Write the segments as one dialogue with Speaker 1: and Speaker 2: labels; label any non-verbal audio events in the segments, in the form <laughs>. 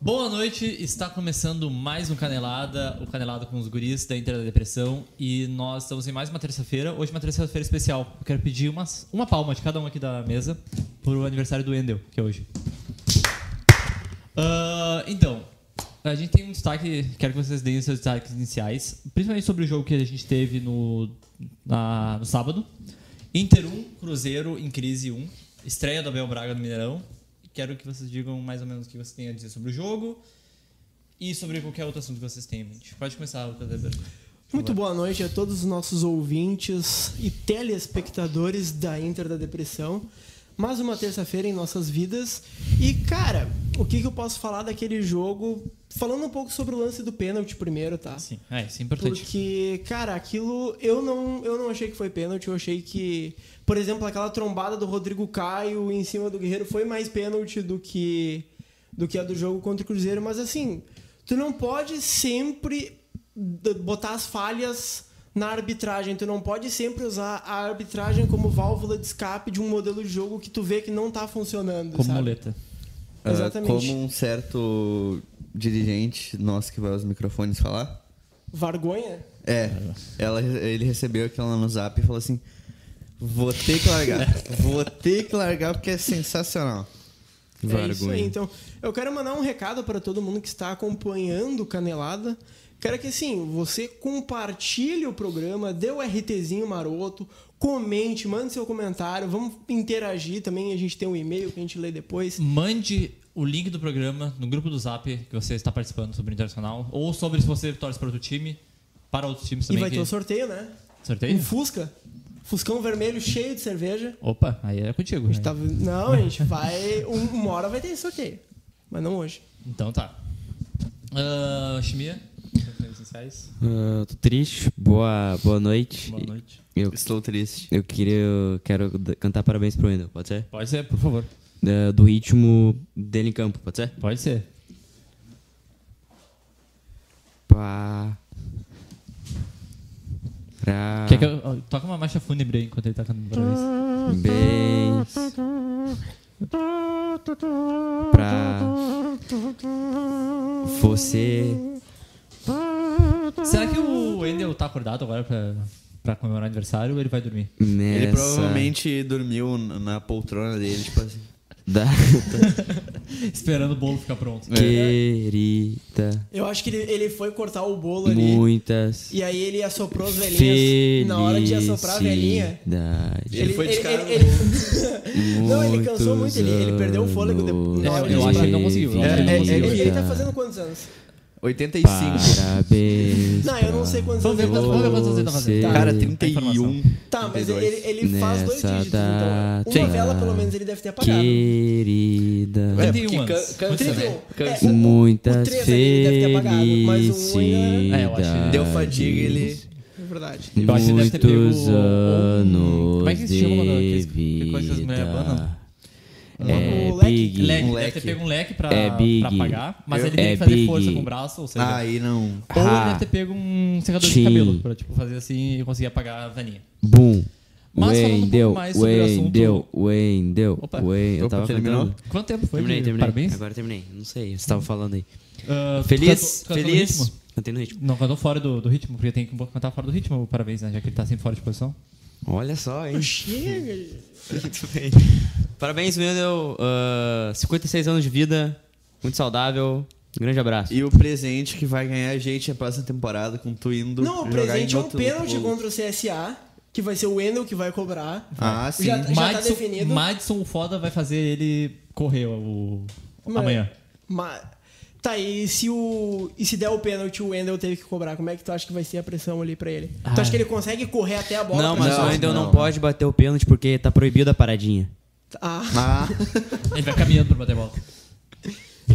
Speaker 1: Boa noite, está começando mais um Canelada, o Canelada com os guris da Inter da Depressão e nós estamos em mais uma terça-feira, hoje uma terça-feira especial. Eu quero pedir umas, uma palma de cada um aqui da mesa pro aniversário do Endel, que é hoje. Ah, então, a gente tem um destaque, quero que vocês deem os seus destaques iniciais, principalmente sobre o jogo que a gente teve no, na- no sábado. Inter 1, Cruzeiro em crise 1, estreia do Abel Braga no Mineirão. Quero que vocês digam mais ou menos o que vocês têm a dizer sobre o jogo e sobre qualquer outro assunto que vocês têm em mente. Pode começar, Lucas Weber.
Speaker 2: Muito boa noite a todos os nossos ouvintes e telespectadores da Inter da Depressão. Mais uma terça-feira em nossas vidas. E, cara, o que, que eu posso falar daquele jogo? Falando um pouco sobre o lance do pênalti primeiro, tá?
Speaker 1: Sim, é, isso é importante.
Speaker 2: Porque, cara, aquilo eu não, eu não achei que foi pênalti, eu achei que, por exemplo, aquela trombada do Rodrigo Caio em cima do Guerreiro foi mais pênalti do que do que a do jogo contra o Cruzeiro, mas assim, tu não pode sempre d- botar as falhas na arbitragem, tu não pode sempre usar a arbitragem como válvula de escape de um modelo de jogo que tu vê que não tá funcionando,
Speaker 1: Como
Speaker 2: sabe?
Speaker 1: muleta.
Speaker 2: Ah, Exatamente.
Speaker 3: como um certo dirigente nosso que vai aos microfones falar.
Speaker 2: Vergonha?
Speaker 3: É, ela, ele recebeu aquela no zap e falou assim: Vou ter que largar, vou ter que largar porque é sensacional.
Speaker 2: É isso aí, então. Eu quero mandar um recado para todo mundo que está acompanhando o Canelada. Quero que, assim, você compartilhe o programa, dê o RTzinho maroto, comente, mande seu comentário, vamos interagir também. A gente tem um e-mail que a gente lê depois.
Speaker 1: Mande o link do programa no grupo do Zap que você está participando sobre o Internacional ou sobre se você torce para outro time, para outros times
Speaker 2: E
Speaker 1: também.
Speaker 2: vai ter
Speaker 1: que- É
Speaker 2: o sorteio, né? Um
Speaker 1: sorteio?
Speaker 2: Fusca. Fuscão vermelho cheio de cerveja.
Speaker 1: Opa, aí é contigo.
Speaker 2: A gente
Speaker 1: né?
Speaker 2: tá- Não, a gente vai. um- Uma hora vai ter esse sorteio. Mas não hoje.
Speaker 1: Então tá. Ah, Chimia? Comentários iniciais?
Speaker 4: Ah, tô triste. Boa, boa noite.
Speaker 1: Boa noite.
Speaker 4: Eu,
Speaker 3: Estou triste.
Speaker 4: eu queria. eu quero d- cantar parabéns pro Wendel, pode ser?
Speaker 1: Pode ser, por favor.
Speaker 4: Ah, do ritmo dele em campo, pode ser?
Speaker 1: Pode ser.
Speaker 4: Pá.
Speaker 2: Ah.
Speaker 4: Pra.
Speaker 1: Quer que eu, ó, toca uma marcha fúnebre aí enquanto ele tá cantando parabéns.
Speaker 4: Bens. Pra. Você.
Speaker 1: Será que o Wendel tá acordado agora pra, pra comemorar o aniversário ou ele vai dormir?
Speaker 4: Nessa.
Speaker 3: Ele provavelmente dormiu n- na poltrona dele, tipo assim.
Speaker 1: <laughs>
Speaker 4: Da
Speaker 1: Esperando o bolo ficar pronto.
Speaker 4: querida.
Speaker 2: Eu acho que ele, ele foi cortar o bolo ali.
Speaker 4: Muitas.
Speaker 2: E aí ele assoprou as velhinhas.
Speaker 4: Felicidade.
Speaker 2: Na hora de assoprar a velhinha.
Speaker 3: Ele foi de cara,
Speaker 2: ele- ele- Não, ele cansou muito, ele, ele perdeu o fôlego
Speaker 4: Muitos
Speaker 2: depois. na hora
Speaker 1: eu
Speaker 2: de
Speaker 1: acho que
Speaker 2: soprar.
Speaker 1: ele não conseguiu, eu
Speaker 2: É,
Speaker 1: acho que
Speaker 2: é,
Speaker 1: ele não
Speaker 2: ele,
Speaker 1: conseguiu.
Speaker 2: ele tá fazendo quantos anos? <laughs>
Speaker 3: 85.
Speaker 4: Parabéns.
Speaker 2: Não, eu não sei quantos
Speaker 1: Vamos ver
Speaker 2: anos.
Speaker 1: quantos- vamos ver quantos anos ele tá fazendo.
Speaker 4: Você-
Speaker 3: Cara,
Speaker 1: Informação.
Speaker 3: 31.
Speaker 2: Tá, mas ele, ele- ele faz dois
Speaker 4: Nessa
Speaker 2: dígitos, então. Uma
Speaker 4: data.
Speaker 2: vela, pelo menos, ele deve ter Tá apagado.
Speaker 4: Querida.
Speaker 3: É,
Speaker 1: 31
Speaker 3: porque
Speaker 1: anos.
Speaker 3: can- cansa,
Speaker 2: 31.
Speaker 3: né?
Speaker 2: É,
Speaker 3: Cansa.
Speaker 2: o-
Speaker 4: Muitas
Speaker 2: três ali ele deve ter apagado, mas um ainda-
Speaker 1: É, eu acho que
Speaker 4: felicidades.
Speaker 3: Deu fadiga, ele.
Speaker 2: É verdade.
Speaker 1: Eu acho que Então, deve ter pego
Speaker 4: Muitos
Speaker 1: um-
Speaker 4: anos
Speaker 1: Como é que se chama quando aqueles-
Speaker 4: de
Speaker 1: que coisa essas mulheres
Speaker 4: vida.
Speaker 1: abanam?
Speaker 4: É
Speaker 2: O leque-
Speaker 1: Leque,
Speaker 4: Big.
Speaker 3: Um
Speaker 1: deve
Speaker 3: leque.
Speaker 1: ter pego um leque pra,
Speaker 4: É big.
Speaker 1: pra apagar, mas
Speaker 4: Eu-
Speaker 1: ele tem
Speaker 4: é
Speaker 1: que fazer
Speaker 4: big.
Speaker 1: força com o braço, ou seja.
Speaker 3: Ah, aí não.
Speaker 1: Ou ele
Speaker 4: Ha.
Speaker 1: deve ter pego um secador de
Speaker 4: Sim.
Speaker 1: cabelo pra tipo, fazer assim e conseguir apagar a vaninha.
Speaker 4: Boom.
Speaker 1: Mas falando um pouco
Speaker 4: Wendel,
Speaker 1: mais sobre o assunto-
Speaker 4: Wendel, Wendel,
Speaker 1: Opa.
Speaker 4: Wendel. Eu
Speaker 3: Opa,
Speaker 4: tava
Speaker 3: terminou?
Speaker 4: cantando.
Speaker 1: Quanto tempo foi?
Speaker 4: Terminei,
Speaker 1: de-
Speaker 4: terminei.
Speaker 1: Parabéns.
Speaker 4: Agora terminei. Não sei, você tava falando aí.
Speaker 1: Ah, tu
Speaker 4: Feliz,
Speaker 1: cantou- cantou no
Speaker 4: feliz.
Speaker 1: ritmo?
Speaker 4: Cantei no ritmo.
Speaker 1: Não, cantou fora do, do ritmo, porque tem que cantar fora do ritmo, o parabéns, né? Já que ele tá sempre fora de posição.
Speaker 4: Olha só, hein?
Speaker 2: Chega, gente.
Speaker 4: Muito bem. Parabéns, Wendel. Ah, 56 anos de vida. Muito saudável. Um grande abraço.
Speaker 3: E o presente que vai ganhar a gente na próxima temporada com tu indo.
Speaker 2: Não, o
Speaker 3: jogar
Speaker 2: presente
Speaker 3: em
Speaker 2: é um
Speaker 3: outro
Speaker 2: pênalti
Speaker 3: lugar.
Speaker 2: contra o CSA, que vai ser o Wendel que vai cobrar.
Speaker 3: Ah, sim.
Speaker 2: Já- tá
Speaker 1: Madison,
Speaker 2: definido.
Speaker 1: Madison, o foda, vai fazer ele correr o...
Speaker 2: Mas-
Speaker 1: amanhã.
Speaker 2: Mas, tá, e se, o, e se der o pênalti, o Wendel teve que cobrar, como é que tu acha que vai ser a pressão ali pra ele? Tu acha que ele consegue correr até a bola?
Speaker 4: Não,
Speaker 2: pra
Speaker 4: mas
Speaker 2: chutar?
Speaker 4: o Wendel não,
Speaker 3: não.
Speaker 4: pode bater o pênalti porque tá proibido a paradinha.
Speaker 2: Ah,
Speaker 3: Ah, <laughs>
Speaker 1: Ele vai caminhando pra bater bola.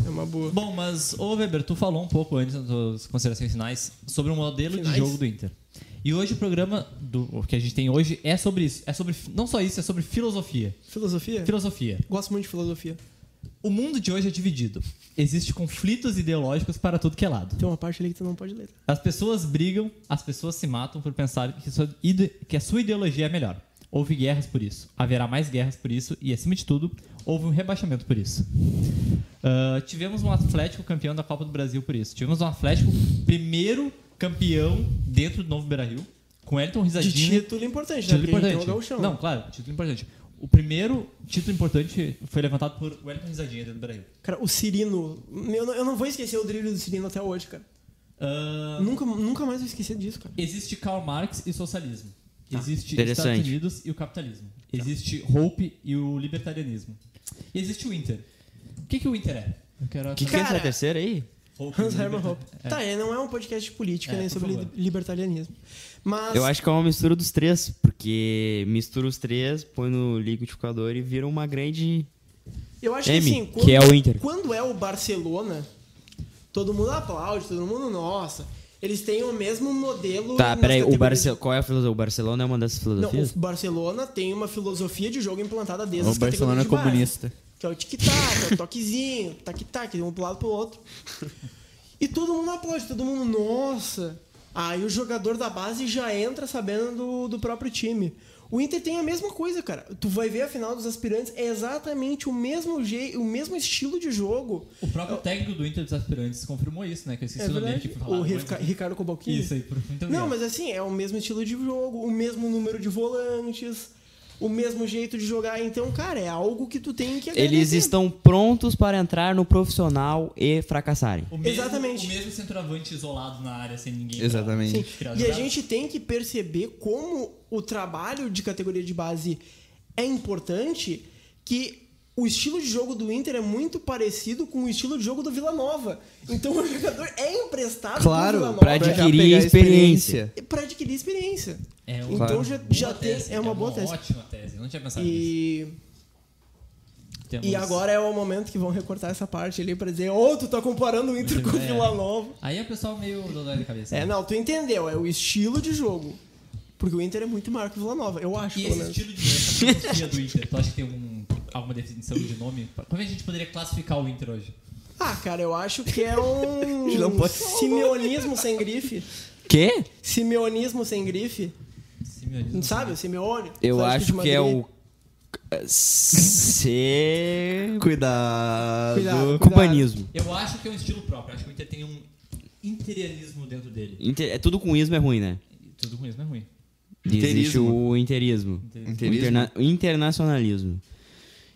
Speaker 2: é uma boa.
Speaker 1: Bom, mas, ô Weber, tu falou um pouco antes nas tuas considerações finais sobre o modelo
Speaker 2: Finais?
Speaker 1: de jogo do Inter. E hoje o programa do, o que a gente tem hoje é sobre isso. É sobre, não só isso, é sobre filosofia.
Speaker 2: Filosofia?
Speaker 1: Filosofia.
Speaker 2: Gosto muito de filosofia.
Speaker 1: O mundo de hoje é dividido. Existem conflitos ideológicos para tudo que é lado.
Speaker 2: Tem uma parte ali que tu não pode ler.
Speaker 1: As pessoas brigam, as pessoas se matam por pensar que, sua ide- que a sua ideologia é melhor. Houve guerras por isso, haverá mais guerras por isso e, acima de tudo, houve um rebaixamento por isso. Ah, tivemos um Atlético campeão da Copa do Brasil por isso. Tivemos um Atlético primeiro campeão dentro do Novo Beira-Rio, com Elton
Speaker 2: De
Speaker 1: Risadini
Speaker 2: título importante,
Speaker 1: Título
Speaker 2: né? Porque a gente
Speaker 1: importante.
Speaker 2: tem o gauchão.
Speaker 1: Não, claro, título importante. O primeiro título importante foi levantado por Wellington Risadinha dentro do Brasil.
Speaker 2: Cara, o Cirino. Eu não, eu não vou esquecer o drible do Cirino até hoje, cara.
Speaker 1: Ah,
Speaker 2: Nunca, nunca mais vou esquecer disso, cara.
Speaker 1: existe Karl Marx e socialismo.
Speaker 2: Tá.
Speaker 1: Existe
Speaker 4: interessante.
Speaker 1: Estados Unidos e o capitalismo. Existe Hope e o libertarianismo. E existe o Inter. O que, que o Inter é? Eu quero
Speaker 4: O que, que é
Speaker 2: Cara.
Speaker 4: essa terceira aí?
Speaker 1: Hope,
Speaker 2: Hans Hermann
Speaker 1: liberta-
Speaker 2: Hoppe. Tá, é, não é um podcast de política
Speaker 1: É,
Speaker 2: nem
Speaker 1: por
Speaker 2: sobre
Speaker 1: favor.
Speaker 2: li- libertarianismo. Mas.
Speaker 4: Eu acho que é uma mistura dos três, porque mistura os três, põe no liquidificador e vira uma grande.
Speaker 2: Eu acho
Speaker 4: M,
Speaker 2: que assim,
Speaker 4: que
Speaker 2: quando,
Speaker 4: é o Inter.
Speaker 2: quando é o Barcelona, todo mundo aplaude, todo mundo, nossa. Eles têm o mesmo modelo.
Speaker 4: Tá,
Speaker 2: nas
Speaker 4: peraí, o
Speaker 2: categorias
Speaker 4: Barcelona. Qual é a filosofia? O Barcelona é uma dessas
Speaker 2: Não,
Speaker 4: filosofias?
Speaker 2: o Barcelona tem uma filosofia de jogo implantada desde
Speaker 3: O
Speaker 2: as categorias
Speaker 3: Barcelona é
Speaker 2: de base,
Speaker 3: comunista.
Speaker 2: Que é o tic-tac, é o toquezinho, <laughs> tac-tac, um pro lado pro outro. E todo mundo aplaude, todo mundo, nossa. Aí o jogador da base já entra sabendo do, do próprio time. O Inter tem a mesma coisa, cara. Tu vai ver a final dos aspirantes, é exatamente o mesmo jeito, o mesmo estilo de jogo.
Speaker 1: O próprio técnico do Inter dos aspirantes confirmou isso, né? Que eu esqueci o
Speaker 2: É
Speaker 1: nome dele
Speaker 2: verdade.
Speaker 1: que foi falado.
Speaker 2: O
Speaker 1: antes.
Speaker 2: Rica- Ricardo Cobalcini.
Speaker 1: Isso aí, por então, muito
Speaker 2: Não,
Speaker 1: obrigado.
Speaker 2: mas assim, é o mesmo estilo de jogo, o mesmo número de volantes, o mesmo jeito de jogar. Então, cara, é algo que tu tem que
Speaker 4: Eles
Speaker 2: agradecer.
Speaker 4: estão prontos para entrar no profissional e fracassarem.
Speaker 1: O mesmo,
Speaker 2: Exatamente.
Speaker 1: O mesmo centroavante isolado na área, sem ninguém. pra-
Speaker 3: Exatamente.
Speaker 2: Sim.
Speaker 1: tirar
Speaker 2: E a
Speaker 1: jogada.
Speaker 2: gente tem que perceber como o trabalho de categoria de base é importante, que o estilo de jogo do Inter é muito parecido com o estilo de jogo do Vila Nova. Então o jogador é emprestado
Speaker 3: Claro,
Speaker 2: pro Vila Nova
Speaker 4: pra
Speaker 3: já
Speaker 4: adquirir
Speaker 3: pegar a
Speaker 4: experiência.
Speaker 2: pra adquirir experiência.
Speaker 1: É uma
Speaker 2: então
Speaker 3: Claro.
Speaker 2: já,
Speaker 1: boa
Speaker 2: já tem,
Speaker 1: tese,
Speaker 2: é uma boa tese.
Speaker 1: ótima tese. Eu não tinha pensado nisso.
Speaker 2: E
Speaker 1: Temos-
Speaker 2: E agora é o momento que vão recortar essa parte ali pra dizer, ô, tu tá comparando o Inter com o
Speaker 1: É.
Speaker 2: Vila Nova.
Speaker 1: Aí o pessoal meio dodói da cabeça.
Speaker 2: É, não, tu entendeu, é o estilo de jogo. Porque o Inter é muito maior que o Vila Nova, eu acho,
Speaker 1: E
Speaker 2: pelo
Speaker 1: esse
Speaker 2: menos.
Speaker 1: estilo de jogo, essa filosofia do Inter, tu acha que tem um, alguma definição de nome? Como é que a gente poderia classificar o Inter hoje?
Speaker 2: Ah, cara, eu acho que é um
Speaker 3: Não pode-
Speaker 2: simeonismo sem grife.
Speaker 4: Quê?
Speaker 2: Simeonismo sem grife.
Speaker 1: Simeonismo.
Speaker 2: Não sabe? O Simeone.
Speaker 4: Eu
Speaker 2: Atlético
Speaker 4: acho
Speaker 2: de
Speaker 4: que é
Speaker 2: Madrid.
Speaker 4: o. C. <laughs>
Speaker 3: Cuidado.
Speaker 2: Cuidado.
Speaker 4: Cubanismo.
Speaker 1: Eu acho que é um estilo próprio. Acho que o Inter tem um interianismo dentro dele.
Speaker 4: Inter- É tudo com ismo é ruim, né?
Speaker 1: Tudo ruim, isso não é ruim.
Speaker 4: Existe
Speaker 3: Interismo.
Speaker 4: o interismo.
Speaker 1: Interismo.
Speaker 4: O interna- o internacionalismo.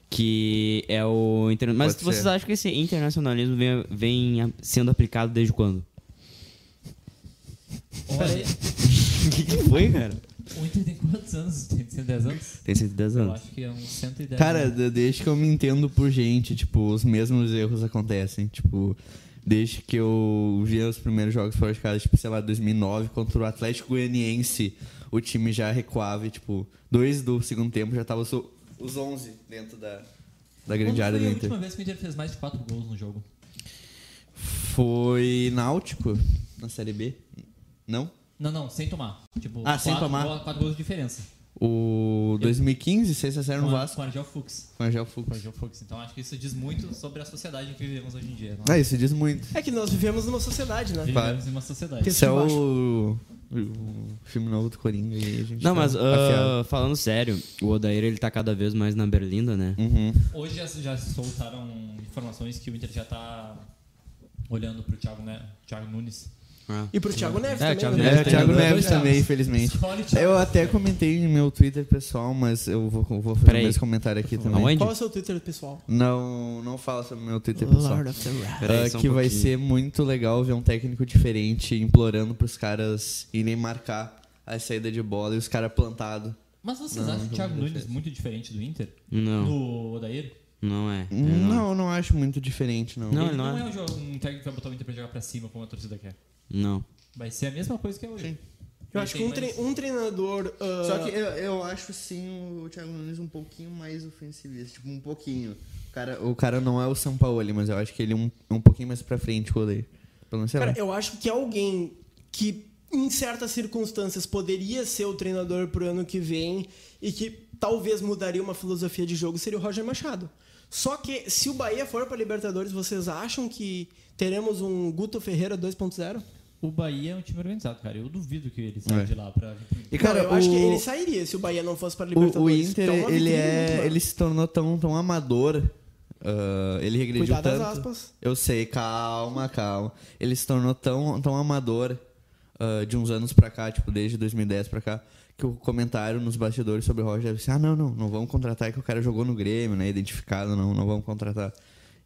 Speaker 4: Que é o. interna- Mas
Speaker 3: Pode
Speaker 4: vocês
Speaker 3: ser.
Speaker 4: acham que esse internacionalismo vem, vem a- sendo aplicado desde quando? <laughs>
Speaker 1: Olha,
Speaker 4: O que, que foi, cara?
Speaker 1: o Inter tem quantos anos? Tem 110 anos?
Speaker 4: Tem 110
Speaker 1: Eu
Speaker 4: anos.
Speaker 1: acho que é uns 110
Speaker 3: Cara,
Speaker 1: anos.
Speaker 3: de- desde que eu me entendo por gente, tipo, os mesmos erros acontecem. Tipo, desde que eu vi os primeiros jogos fora de casa, tipo, sei lá, 2009, contra o Atlético Goianiense, o time já recuava e, tipo, dois do segundo tempo já tava os, os 11 dentro da, da grande
Speaker 1: Quando
Speaker 3: área do
Speaker 1: foi a
Speaker 3: Inter.
Speaker 1: última vez que o Inter fez mais de 4 gols no jogo?
Speaker 3: Foi Náutico, na Série B? Não?
Speaker 1: Não, não, sem tomar. Tipo,
Speaker 3: Ah, sem
Speaker 1: quatro
Speaker 3: tomar.
Speaker 1: gols- quatro gols de diferença.
Speaker 3: O 2015, 6x0
Speaker 1: Com
Speaker 3: no
Speaker 1: a-
Speaker 3: Vasco,
Speaker 1: Com o Argel Fux.
Speaker 3: com o Angel
Speaker 1: Com o
Speaker 3: Fux.
Speaker 1: Argel Fux. Então acho que isso diz muito sobre a sociedade em que vivemos hoje em dia. Não é?
Speaker 3: Ah, isso diz muito.
Speaker 2: É que nós vivemos numa sociedade, né?
Speaker 1: Vivemos em uma sociedade.
Speaker 2: Isso
Speaker 3: Esse é
Speaker 2: eu acho.
Speaker 3: o, o filme novo do Coringa e a gente
Speaker 4: Não,
Speaker 3: tá
Speaker 4: mas
Speaker 3: afiado.
Speaker 4: ah, falando sério, o Odair ele tá cada vez mais na Berlinda, né?
Speaker 3: Uhum.
Speaker 1: Hoje já, já soltaram informações que o Inter já tá olhando pro Thiago, né? Thiago Nunes.
Speaker 2: E pro Thiago Neves
Speaker 4: É,
Speaker 2: também,
Speaker 4: Thiago
Speaker 2: né?
Speaker 4: Neves.
Speaker 3: É,
Speaker 4: tem
Speaker 3: o Thiago
Speaker 4: dois
Speaker 3: Neves
Speaker 1: Thiagos.
Speaker 3: também, infelizmente.
Speaker 1: Só o Thiago.
Speaker 3: Eu até comentei no meu Twitter pessoal, mas eu vou, vou fazer
Speaker 4: Peraí.
Speaker 3: esse comentário aqui também.
Speaker 4: Aonde?
Speaker 2: Qual é o seu Twitter, pessoal?
Speaker 3: Não, não fala sobre o meu Twitter pessoal.
Speaker 2: of the Rap.
Speaker 4: Peraí,
Speaker 3: Ah,
Speaker 4: só um
Speaker 3: que vai
Speaker 4: pouquinho.
Speaker 3: ser muito legal ver um técnico diferente implorando pros caras irem marcar a saída de bola e os caras plantados.
Speaker 1: Mas vocês acham o Thiago Nunes muito diferente do Inter?
Speaker 4: Não,
Speaker 1: Do Odair?
Speaker 4: não é. É,
Speaker 3: Não, eu não acho muito diferente, não.
Speaker 4: Não,
Speaker 1: Ele
Speaker 4: não
Speaker 1: não
Speaker 4: é.
Speaker 1: é um, jogo- um técnico que vai botar o Inter pra jogar pra cima como a torcida quer.
Speaker 4: Não.
Speaker 1: Vai ser a mesma coisa que é hoje.
Speaker 2: Eu
Speaker 1: Ele
Speaker 2: acho que
Speaker 1: tem
Speaker 2: um,
Speaker 1: mais-
Speaker 2: tre- um treinador. ah,
Speaker 3: Só que eu, eu acho sim o Thiago Nunes um pouquinho mais ofensivista, tipo, um pouquinho. O cara, o cara não é o Sampaoli, mas eu acho que ele é um, um pouquinho mais pra frente o Odair. Pelo menos sei lá.
Speaker 2: Cara, eu acho que alguém que em certas circunstâncias poderia ser o treinador pro ano que vem e que talvez mudaria uma filosofia de jogo seria o Roger Machado. Só que se o Bahia for pra Libertadores, vocês acham que teremos um Guto Ferreira 2.0?
Speaker 1: O Bahia é um time organizado, cara. Eu duvido que ele saia
Speaker 3: É.
Speaker 1: de lá pra...
Speaker 3: E
Speaker 2: Não, eu acho que ele
Speaker 3: o-
Speaker 2: sairia se o Bahia não fosse pra
Speaker 3: o, o
Speaker 2: Libertadores.
Speaker 3: Inter,
Speaker 2: Então, uma
Speaker 3: ele,
Speaker 2: vitrine muito
Speaker 3: é,
Speaker 2: maior.
Speaker 3: ele se tornou tão, tão amador ah, ele regrediu
Speaker 2: Cuidado das
Speaker 3: tanto.
Speaker 2: aspas.
Speaker 3: Eu sei, calma, calma. Ele se tornou tão, tão amador ah, de uns anos pra cá, tipo, desde 2010 pra cá, que o comentário nos bastidores sobre o Roger era assim, ah, não, não, não vamos contratar, é que o cara jogou no Grêmio, né? Identificado, não, não vamos contratar.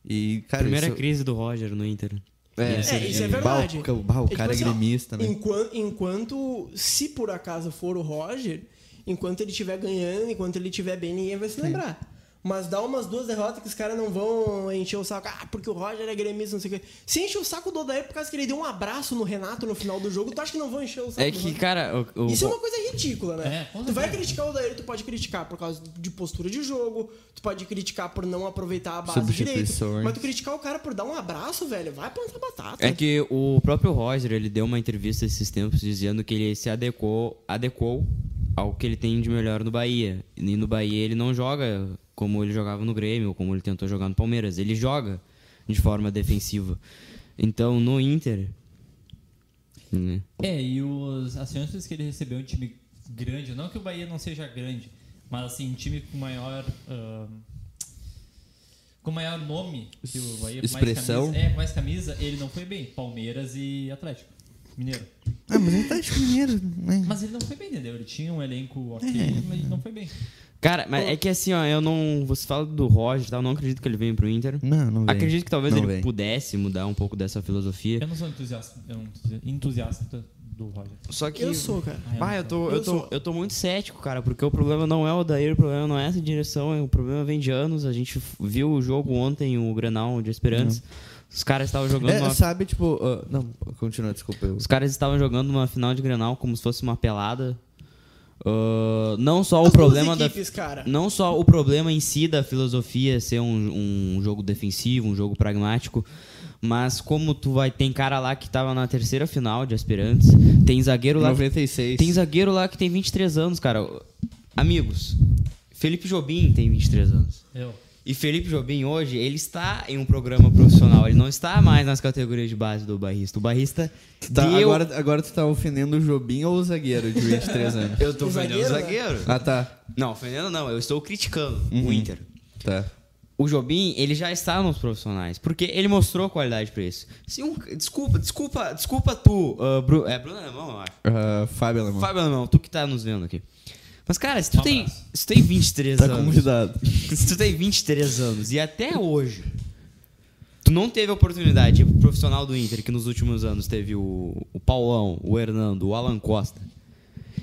Speaker 3: E, cara,
Speaker 4: Primeira
Speaker 3: isso,
Speaker 4: crise do Roger no Inter.
Speaker 3: É,
Speaker 2: É, isso é
Speaker 3: bah,
Speaker 2: verdade.
Speaker 3: o ca- bah,
Speaker 2: E,
Speaker 3: o
Speaker 2: tipo
Speaker 3: cara é
Speaker 2: assim, ó,
Speaker 3: gremista, né?
Speaker 2: Enquanto, enquanto, se por acaso for o Roger, enquanto ele estiver ganhando, enquanto ele estiver bem, ninguém vai se lembrar. Mas dá umas duas derrotas que os caras não vão encher o saco. Ah, porque o Roger é gremista, não sei o quê. Se enche o saco do Odair por causa que ele deu um abraço no Renato no final do jogo, tu acha que não vão encher o saco
Speaker 4: É
Speaker 2: do
Speaker 4: que,
Speaker 2: Roger?
Speaker 4: cara, o, o-
Speaker 2: Isso é uma coisa ridícula,
Speaker 1: É,
Speaker 2: né?
Speaker 1: com
Speaker 2: tu vai
Speaker 1: certeza.
Speaker 2: criticar o Odair, tu pode criticar por causa de postura de jogo, tu pode criticar por não aproveitar a base direito.
Speaker 3: Substituições.
Speaker 2: Mas tu criticar o cara por dar um abraço, velho, vai plantar batata.
Speaker 4: é que o próprio Roger, ele deu uma entrevista esses tempos dizendo que ele se adequou, adequou ao que ele tem de melhor no Bahia. E no Bahia ele não joga como ele jogava no Grêmio, ou como ele tentou jogar no Palmeiras. Ele joga de forma defensiva. Então, no Inter... né?
Speaker 1: É, e os, as chances que ele recebeu um time grande, não que o Bahia não seja grande, mas assim, um time com maior. ah, com maior nome que o Bahia. com mais
Speaker 3: Expressão.
Speaker 1: camisa- é, com mais camisa, ele não foi bem. Palmeiras e Atlético. Mineiro.
Speaker 3: Ah, mas ele tá de primeiro, né?
Speaker 1: Mas ele não foi bem, entendeu? Ele tinha um elenco ok, mas ele não foi bem.
Speaker 4: Cara, mas é que assim, ó, eu não... Você fala do Roger e tal, eu não acredito que ele venha pro Inter.
Speaker 3: Não, não vem.
Speaker 4: Acredito que talvez
Speaker 3: Não
Speaker 4: ele
Speaker 3: vem.
Speaker 4: pudesse mudar um pouco dessa filosofia.
Speaker 1: Eu não sou entusiasta, eu não sou entusiasta do Roger.
Speaker 4: Só que.
Speaker 2: Eu sou, cara.
Speaker 4: Ah, eu tô, eu,
Speaker 2: É, Eu
Speaker 4: tô,
Speaker 2: sou.
Speaker 4: eu tô muito cético, cara, porque o problema não é o Daír, o problema não é essa direção, o problema vem de anos. A gente f- viu o jogo ontem, o Granal de Esperança.
Speaker 2: Uhum.
Speaker 4: Os caras estavam jogando.
Speaker 3: É,
Speaker 4: uma-
Speaker 3: sabe, tipo... ah, não, continua, desculpa. Eu...
Speaker 4: Os caras estavam jogando uma final de Granal como se fosse uma pelada. Ah, não só o
Speaker 2: As duas
Speaker 4: problema da
Speaker 2: equipes, cara.
Speaker 4: Não só o problema em si da filosofia ser um, um jogo defensivo, um jogo pragmático, mas como tu vai. Tem cara lá que tava na terceira final de aspirantes, tem zagueiro lá. que-
Speaker 3: 96.
Speaker 4: tem zagueiro lá que tem 23 anos, cara. Amigos, Felipe Jobim tem 23 anos.
Speaker 2: É,
Speaker 1: Eu.
Speaker 4: E Felipe Jobim hoje, ele está em um programa profissional, ele não está mais nas categorias de base do barrista. O barrista
Speaker 3: Tá,
Speaker 4: deu...
Speaker 3: agora, agora tu tá ofendendo o Jobim ou o zagueiro de
Speaker 4: <laughs>
Speaker 3: 23 anos?
Speaker 4: Eu tô
Speaker 2: O
Speaker 4: ofendendo o
Speaker 2: zagueiro,
Speaker 4: zagueiro.
Speaker 3: Ah, tá.
Speaker 4: Não, ofendendo não, eu estou criticando
Speaker 3: Uhum.
Speaker 4: o Inter.
Speaker 3: Tá.
Speaker 4: o Jobim, ele já está nos profissionais, porque ele mostrou qualidade pra isso. Se um- desculpa, desculpa, desculpa tu, ah, Bru- é Bruno Alemão, eu acho.
Speaker 3: Ah, Fábio Alemão.
Speaker 4: Fábio Alemão, tu que tá nos vendo aqui. Mas cara, se tu
Speaker 1: Um
Speaker 4: tem,
Speaker 1: abraço.
Speaker 4: se tu tem 23
Speaker 3: Tá
Speaker 4: anos,
Speaker 3: convidado.
Speaker 4: se tu tem 23 anos e até hoje tu não teve a oportunidade de ir pro profissional do Inter, que nos últimos anos teve o, o Paulão, o Hernando, o Alan Costa,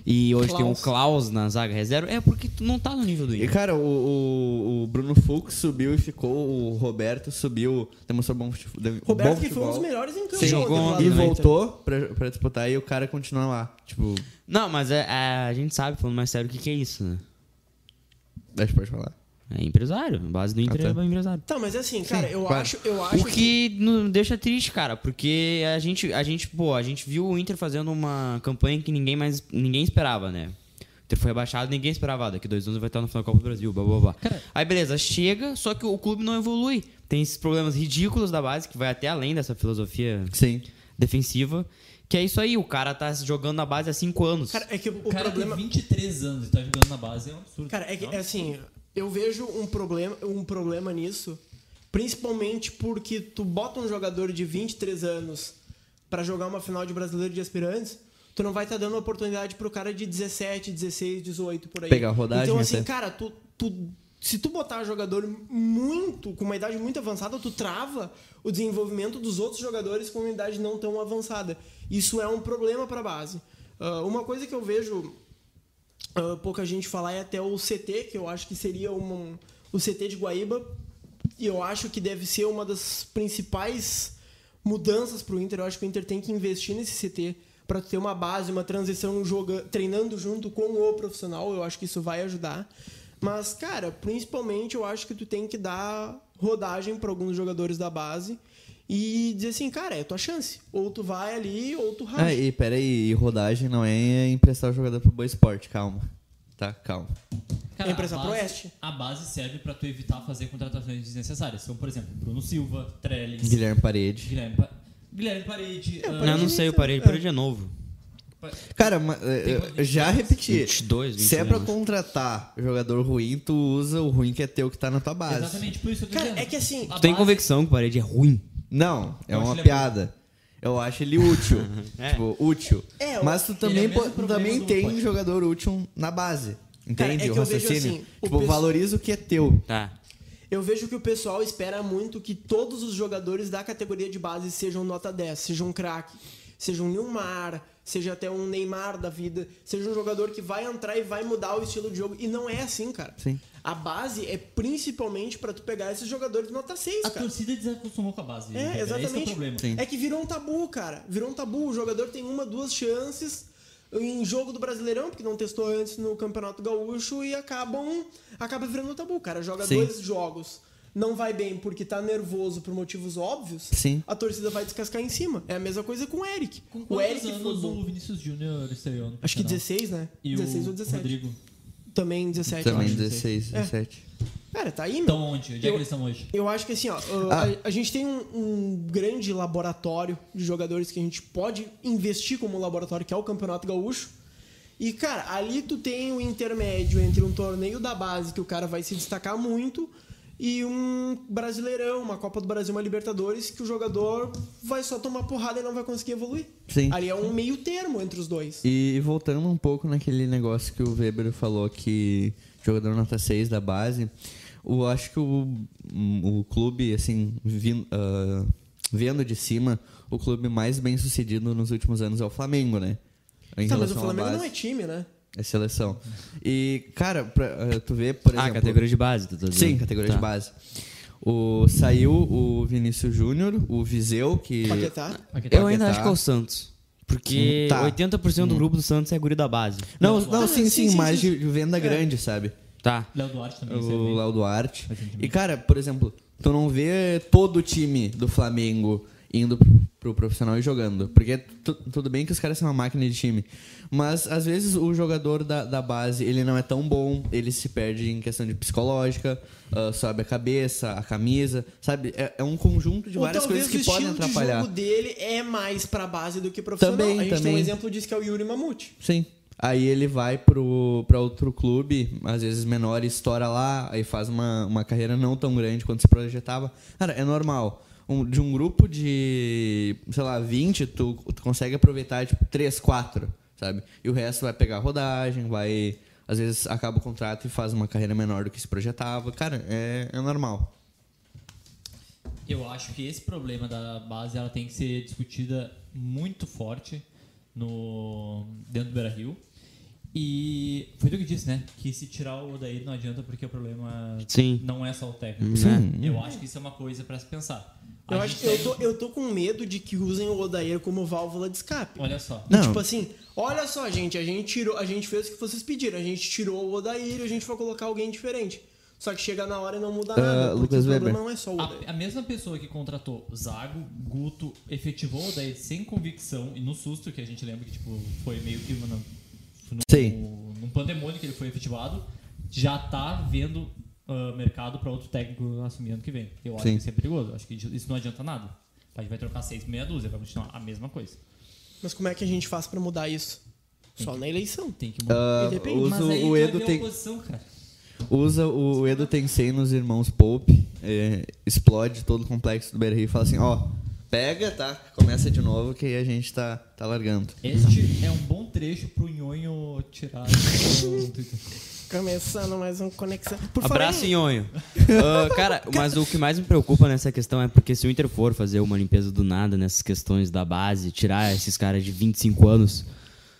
Speaker 4: e hoje tem o
Speaker 2: Klaus.
Speaker 4: Klaus na zaga reserva, é porque tu não tá no nível do
Speaker 3: E,
Speaker 4: Inter.
Speaker 3: cara, o, o, o Bruno Fux subiu e ficou. O Roberto subiu. Demonstrou bom futebol.
Speaker 2: Roberto
Speaker 3: bom
Speaker 2: que foi um
Speaker 3: futebol.
Speaker 2: dos melhores em campo.
Speaker 4: Sim,
Speaker 2: ontem
Speaker 4: jogou
Speaker 2: lá
Speaker 4: ontem
Speaker 3: E
Speaker 2: no Inter.
Speaker 3: voltou pra, pra disputar e o cara continua lá. Tipo,
Speaker 4: Não, mas é- é, a gente sabe, falando mais sério, o que, que é isso, né?
Speaker 3: acho que pode falar.
Speaker 4: É empresário. A base do Inter
Speaker 3: Ah, tá.
Speaker 4: é empresário.
Speaker 2: Tá, mas assim, cara, eu
Speaker 3: claro.
Speaker 2: acho, eu acho
Speaker 4: O que nos deixa triste, cara, porque a gente, a gente, pô, a gente viu o Inter fazendo uma campanha que ninguém mais, ninguém esperava, né? O Inter foi rebaixado, ninguém esperava. ah, Daqui dois anos vai estar no final da Copa do Brasil, blá blá blá. Aí beleza, chega, só que o clube não evolui. Tem esses problemas ridículos da base que vai até além dessa filosofia
Speaker 3: Sim.
Speaker 4: defensiva. Que é isso aí, o cara tá jogando na base há cinco anos.
Speaker 2: Cara, é que o
Speaker 1: O cara
Speaker 2: problema.
Speaker 1: tem 23 anos e tá jogando na base, é um absurdo.
Speaker 2: Cara, é que
Speaker 1: Não?
Speaker 2: é assim, eu vejo um problema, um problema nisso, principalmente porque tu bota um jogador de 23 anos pra jogar uma final de brasileiro de aspirantes, tu não vai estar dando oportunidade pro cara de 17, 16, 18 por aí.
Speaker 3: Pegar rodagem né,
Speaker 2: Então, assim,
Speaker 3: até.
Speaker 2: cara, tu, tu- se tu botar jogador muito, com uma idade muito avançada, tu trava o desenvolvimento dos outros jogadores com uma idade não tão avançada. Isso é um problema pra base. Ah, uma coisa que eu vejo ah, pouca gente falar é até o CT, que eu acho que seria um, o CT de Guaíba. E eu acho que deve ser uma das principais mudanças para o Inter. Eu acho que o Inter tem que investir nesse CT para ter uma base, uma transição joga, treinando junto com o profissional. Eu acho que isso vai ajudar. Mas, cara, principalmente eu acho que tu tem que dar rodagem para alguns jogadores da base e dizer assim, cara, é tua chance. Ou tu vai ali, ou tu racha.
Speaker 3: Ah, e peraí, e rodagem não é emprestar o jogador pro Boa Esporte, calma. Tá, calma.
Speaker 1: Cara,
Speaker 2: É empresa
Speaker 1: a base-
Speaker 2: Proeste.
Speaker 1: A base serve pra tu evitar fazer contratações desnecessárias. São, por exemplo, Bruno Silva, Trellis,
Speaker 3: Guilherme Parede.
Speaker 1: Guilherme, Pa- Guilherme Parede. ah,
Speaker 4: não, não sei, o parede, o parede é novo.
Speaker 3: Cara, ma- eh, eh, já repeti.
Speaker 4: 22,
Speaker 3: Se é
Speaker 2: né,
Speaker 4: 21
Speaker 3: pra
Speaker 4: anos.
Speaker 3: contratar jogador ruim, tu usa o ruim que é teu, que tá na tua base.
Speaker 1: Exatamente por isso que eu tô
Speaker 2: Cara,
Speaker 1: dizendo.
Speaker 2: é que assim,
Speaker 1: A
Speaker 4: Tu tem
Speaker 1: base-
Speaker 4: convicção que o parede é ruim.
Speaker 3: Não, é
Speaker 1: Eu acho
Speaker 3: uma
Speaker 1: ele é
Speaker 3: piada. Eu acho
Speaker 1: <laughs>
Speaker 3: ele útil. Tipo, útil.
Speaker 2: É, eu-
Speaker 3: Mas tu
Speaker 1: é
Speaker 3: também,
Speaker 1: o mesmo
Speaker 3: po- tu
Speaker 1: problema
Speaker 3: também
Speaker 1: do
Speaker 3: tem um
Speaker 1: Pote.
Speaker 3: jogador útil na base.
Speaker 2: Cara, é
Speaker 3: Entende
Speaker 2: que
Speaker 3: o
Speaker 2: eu vejo
Speaker 3: raciocínio?
Speaker 2: assim, o
Speaker 3: tipo,
Speaker 2: pesso-
Speaker 3: valoriza o que é teu.
Speaker 4: Tá.
Speaker 2: Eu vejo que o pessoal espera muito que todos os jogadores da categoria de base sejam nota 10, sejam um craque, seja um Neymar, seja até um Neymar da vida, seja um jogador que vai entrar e vai mudar o estilo de jogo. E não é assim, cara.
Speaker 3: Sim.
Speaker 2: A base é principalmente pra tu pegar esses jogadores nota 6,
Speaker 1: A
Speaker 2: cara.
Speaker 1: torcida desacostumou com a base.
Speaker 2: É,
Speaker 1: entendeu? Esse é o
Speaker 2: exatamente.
Speaker 1: problema.
Speaker 3: Sim.
Speaker 2: É que virou um tabu, cara. Virou um tabu. O jogador tem uma, duas chances em jogo do Brasileirão, porque não testou antes no Campeonato Gaúcho, e acabam acaba virando um tabu, cara. Joga
Speaker 3: Sim.
Speaker 2: dois jogos, não vai bem porque tá nervoso por motivos óbvios,
Speaker 3: Sim.
Speaker 2: a torcida vai descascar em cima. É a mesma coisa com o Eric.
Speaker 1: Com
Speaker 2: o
Speaker 1: quantos
Speaker 2: Eric foi
Speaker 1: anos
Speaker 2: bom.
Speaker 1: o Vinícius Júnior estreou no
Speaker 2: Acho que
Speaker 1: profissional?
Speaker 2: 16, né?
Speaker 1: E
Speaker 2: 16
Speaker 1: o
Speaker 2: ou 17.
Speaker 1: Rodrigo.
Speaker 2: Também 17, eu
Speaker 3: Também
Speaker 2: acho.
Speaker 3: 16,
Speaker 2: É.
Speaker 3: 17.
Speaker 2: Cara, tá aí, meu.
Speaker 1: Então onde? Onde é
Speaker 2: Eu-
Speaker 1: que eles estão hoje?
Speaker 2: Eu acho que assim, ó, uh,
Speaker 3: Ah.
Speaker 2: a, a gente tem um, um grande laboratório de jogadores que a gente pode investir como laboratório, que é o Campeonato Gaúcho. E, cara, ali tu tem o intermédio entre um torneio da base que o cara vai se destacar muito e um brasileirão, uma Copa do Brasil, uma Libertadores, que o jogador vai só tomar porrada e não vai conseguir evoluir.
Speaker 3: Sim.
Speaker 2: Ali é um meio termo entre os dois.
Speaker 3: E voltando um pouco naquele negócio que o Weber falou que jogador nota 6 da base, eu acho que o, o clube, assim, vin- ah, vendo de cima, o clube mais bem sucedido nos últimos anos é o Flamengo, né? Em
Speaker 2: Tá, mas o
Speaker 3: relação à
Speaker 2: Flamengo
Speaker 3: base,
Speaker 2: não é time, né?
Speaker 3: é seleção. E, cara, pra, ah, tu vê, por
Speaker 4: Ah,
Speaker 3: exemplo...
Speaker 4: categoria de base, tu tá dizendo?
Speaker 3: Sim, categoria
Speaker 4: Tá.
Speaker 3: de base. O, saiu o Vinícius Júnior, o Viseu, que...
Speaker 2: Paquetá.
Speaker 4: Eu ainda
Speaker 3: Paquetá.
Speaker 4: acho que é o Santos. Porque
Speaker 3: Sim, tá.
Speaker 4: 80% do grupo do Santos é guri da base.
Speaker 3: Não, não, sim,
Speaker 2: Ah,
Speaker 3: sim,
Speaker 2: sim, sim,
Speaker 3: mais
Speaker 2: sim. É.
Speaker 3: de de venda grande, sabe?
Speaker 4: Tá.
Speaker 1: Léo Duarte também. isso é
Speaker 3: O
Speaker 1: bem-
Speaker 3: Léo Duarte.
Speaker 1: Recentemente.
Speaker 3: E, cara, por exemplo, tu não vê todo o time do Flamengo indo pro profissional e jogando. Porque tu- tudo bem que os caras são uma máquina de time. Mas, às vezes, o jogador da, da base, ele não é tão bom. Ele se perde em questão de psicológica, ah, sobe a cabeça, a camisa, sabe? É, é um conjunto de
Speaker 2: Ou
Speaker 3: várias
Speaker 2: talvez
Speaker 3: coisas que
Speaker 2: o
Speaker 3: podem
Speaker 2: estilo
Speaker 3: atrapalhar.
Speaker 2: de jogo dele é mais pra base do que profissional.
Speaker 3: Também,
Speaker 2: a gente tem um
Speaker 3: também.
Speaker 2: exemplo disso que é o Yuri Mamute.
Speaker 3: Sim. Aí ele vai pro, pra outro clube, às vezes menor, e estoura lá, aí faz uma, uma carreira não tão grande quanto se projetava. Cara, é normal. Um- de um grupo de, sei lá, 20, tu, tu consegue aproveitar, tipo, 3, 4, sabe? E o resto vai pegar rodagem, vai. Às vezes acaba o contrato e faz uma carreira menor do que se projetava. Cara, é, é normal.
Speaker 1: Eu acho que esse problema da base ela tem que ser discutida muito forte no dentro do Beira Rio. E foi tu que disse, né? Que se tirar o Odair não adianta porque o problema
Speaker 4: Sim. Uhum.
Speaker 1: não é só o técnico.
Speaker 4: Sim.
Speaker 1: né? Eu acho que isso é uma coisa pra se pensar. A
Speaker 2: Eu,
Speaker 1: gente
Speaker 2: acho, eu, tô, eu tô com medo de que usem o Odair como válvula de escape.
Speaker 1: Olha só.
Speaker 3: Não.
Speaker 2: Tipo assim, olha só, gente, a gente tirou, a gente fez o que vocês pediram, a gente tirou o Odair e a gente vai colocar alguém diferente. Só que chega na hora e não muda nada, porque
Speaker 3: Ah, Lucas
Speaker 2: o
Speaker 3: Weber.
Speaker 2: problema não é só o Odair.
Speaker 1: A, a mesma pessoa que contratou Zago, Guto, efetivou o Odair sem convicção e no susto, que a gente lembra que tipo, foi meio que uma, no,
Speaker 3: Sim.
Speaker 1: num pandemônio que ele foi efetivado, já tá vendo ah, mercado pra outro técnico assumir ano que vem. Eu acho
Speaker 3: Sim.
Speaker 1: que isso é perigoso, eu acho que isso não adianta nada. A gente vai trocar seis por meia dúzia, vai continuar a mesma coisa.
Speaker 2: Mas como é que a gente faz pra mudar isso? Só na eleição.
Speaker 1: Tem que mudar.
Speaker 3: Ah,
Speaker 2: Depende,
Speaker 3: usa
Speaker 1: Mas aí tu
Speaker 3: o
Speaker 1: vai
Speaker 3: Edu
Speaker 1: ver a
Speaker 3: tem.
Speaker 1: oposição, cara.
Speaker 3: Usa o Edo Tensei nos irmãos Pope, é, explode todo o complexo do Berry e fala assim, ó, pega, tá? Começa de novo que a gente tá, tá largando.
Speaker 1: Este é um bom trecho pro Nhonho
Speaker 3: <laughs>
Speaker 1: tirar do Twitter.
Speaker 2: Começando mais um Conexão. Por
Speaker 4: Abraço,
Speaker 2: falar em-
Speaker 4: <laughs> Nhonho. Ah, cara, mas o que mais me preocupa nessa questão é porque se o Inter for fazer uma limpeza do nada nessas questões da base, tirar esses caras de 25 anos,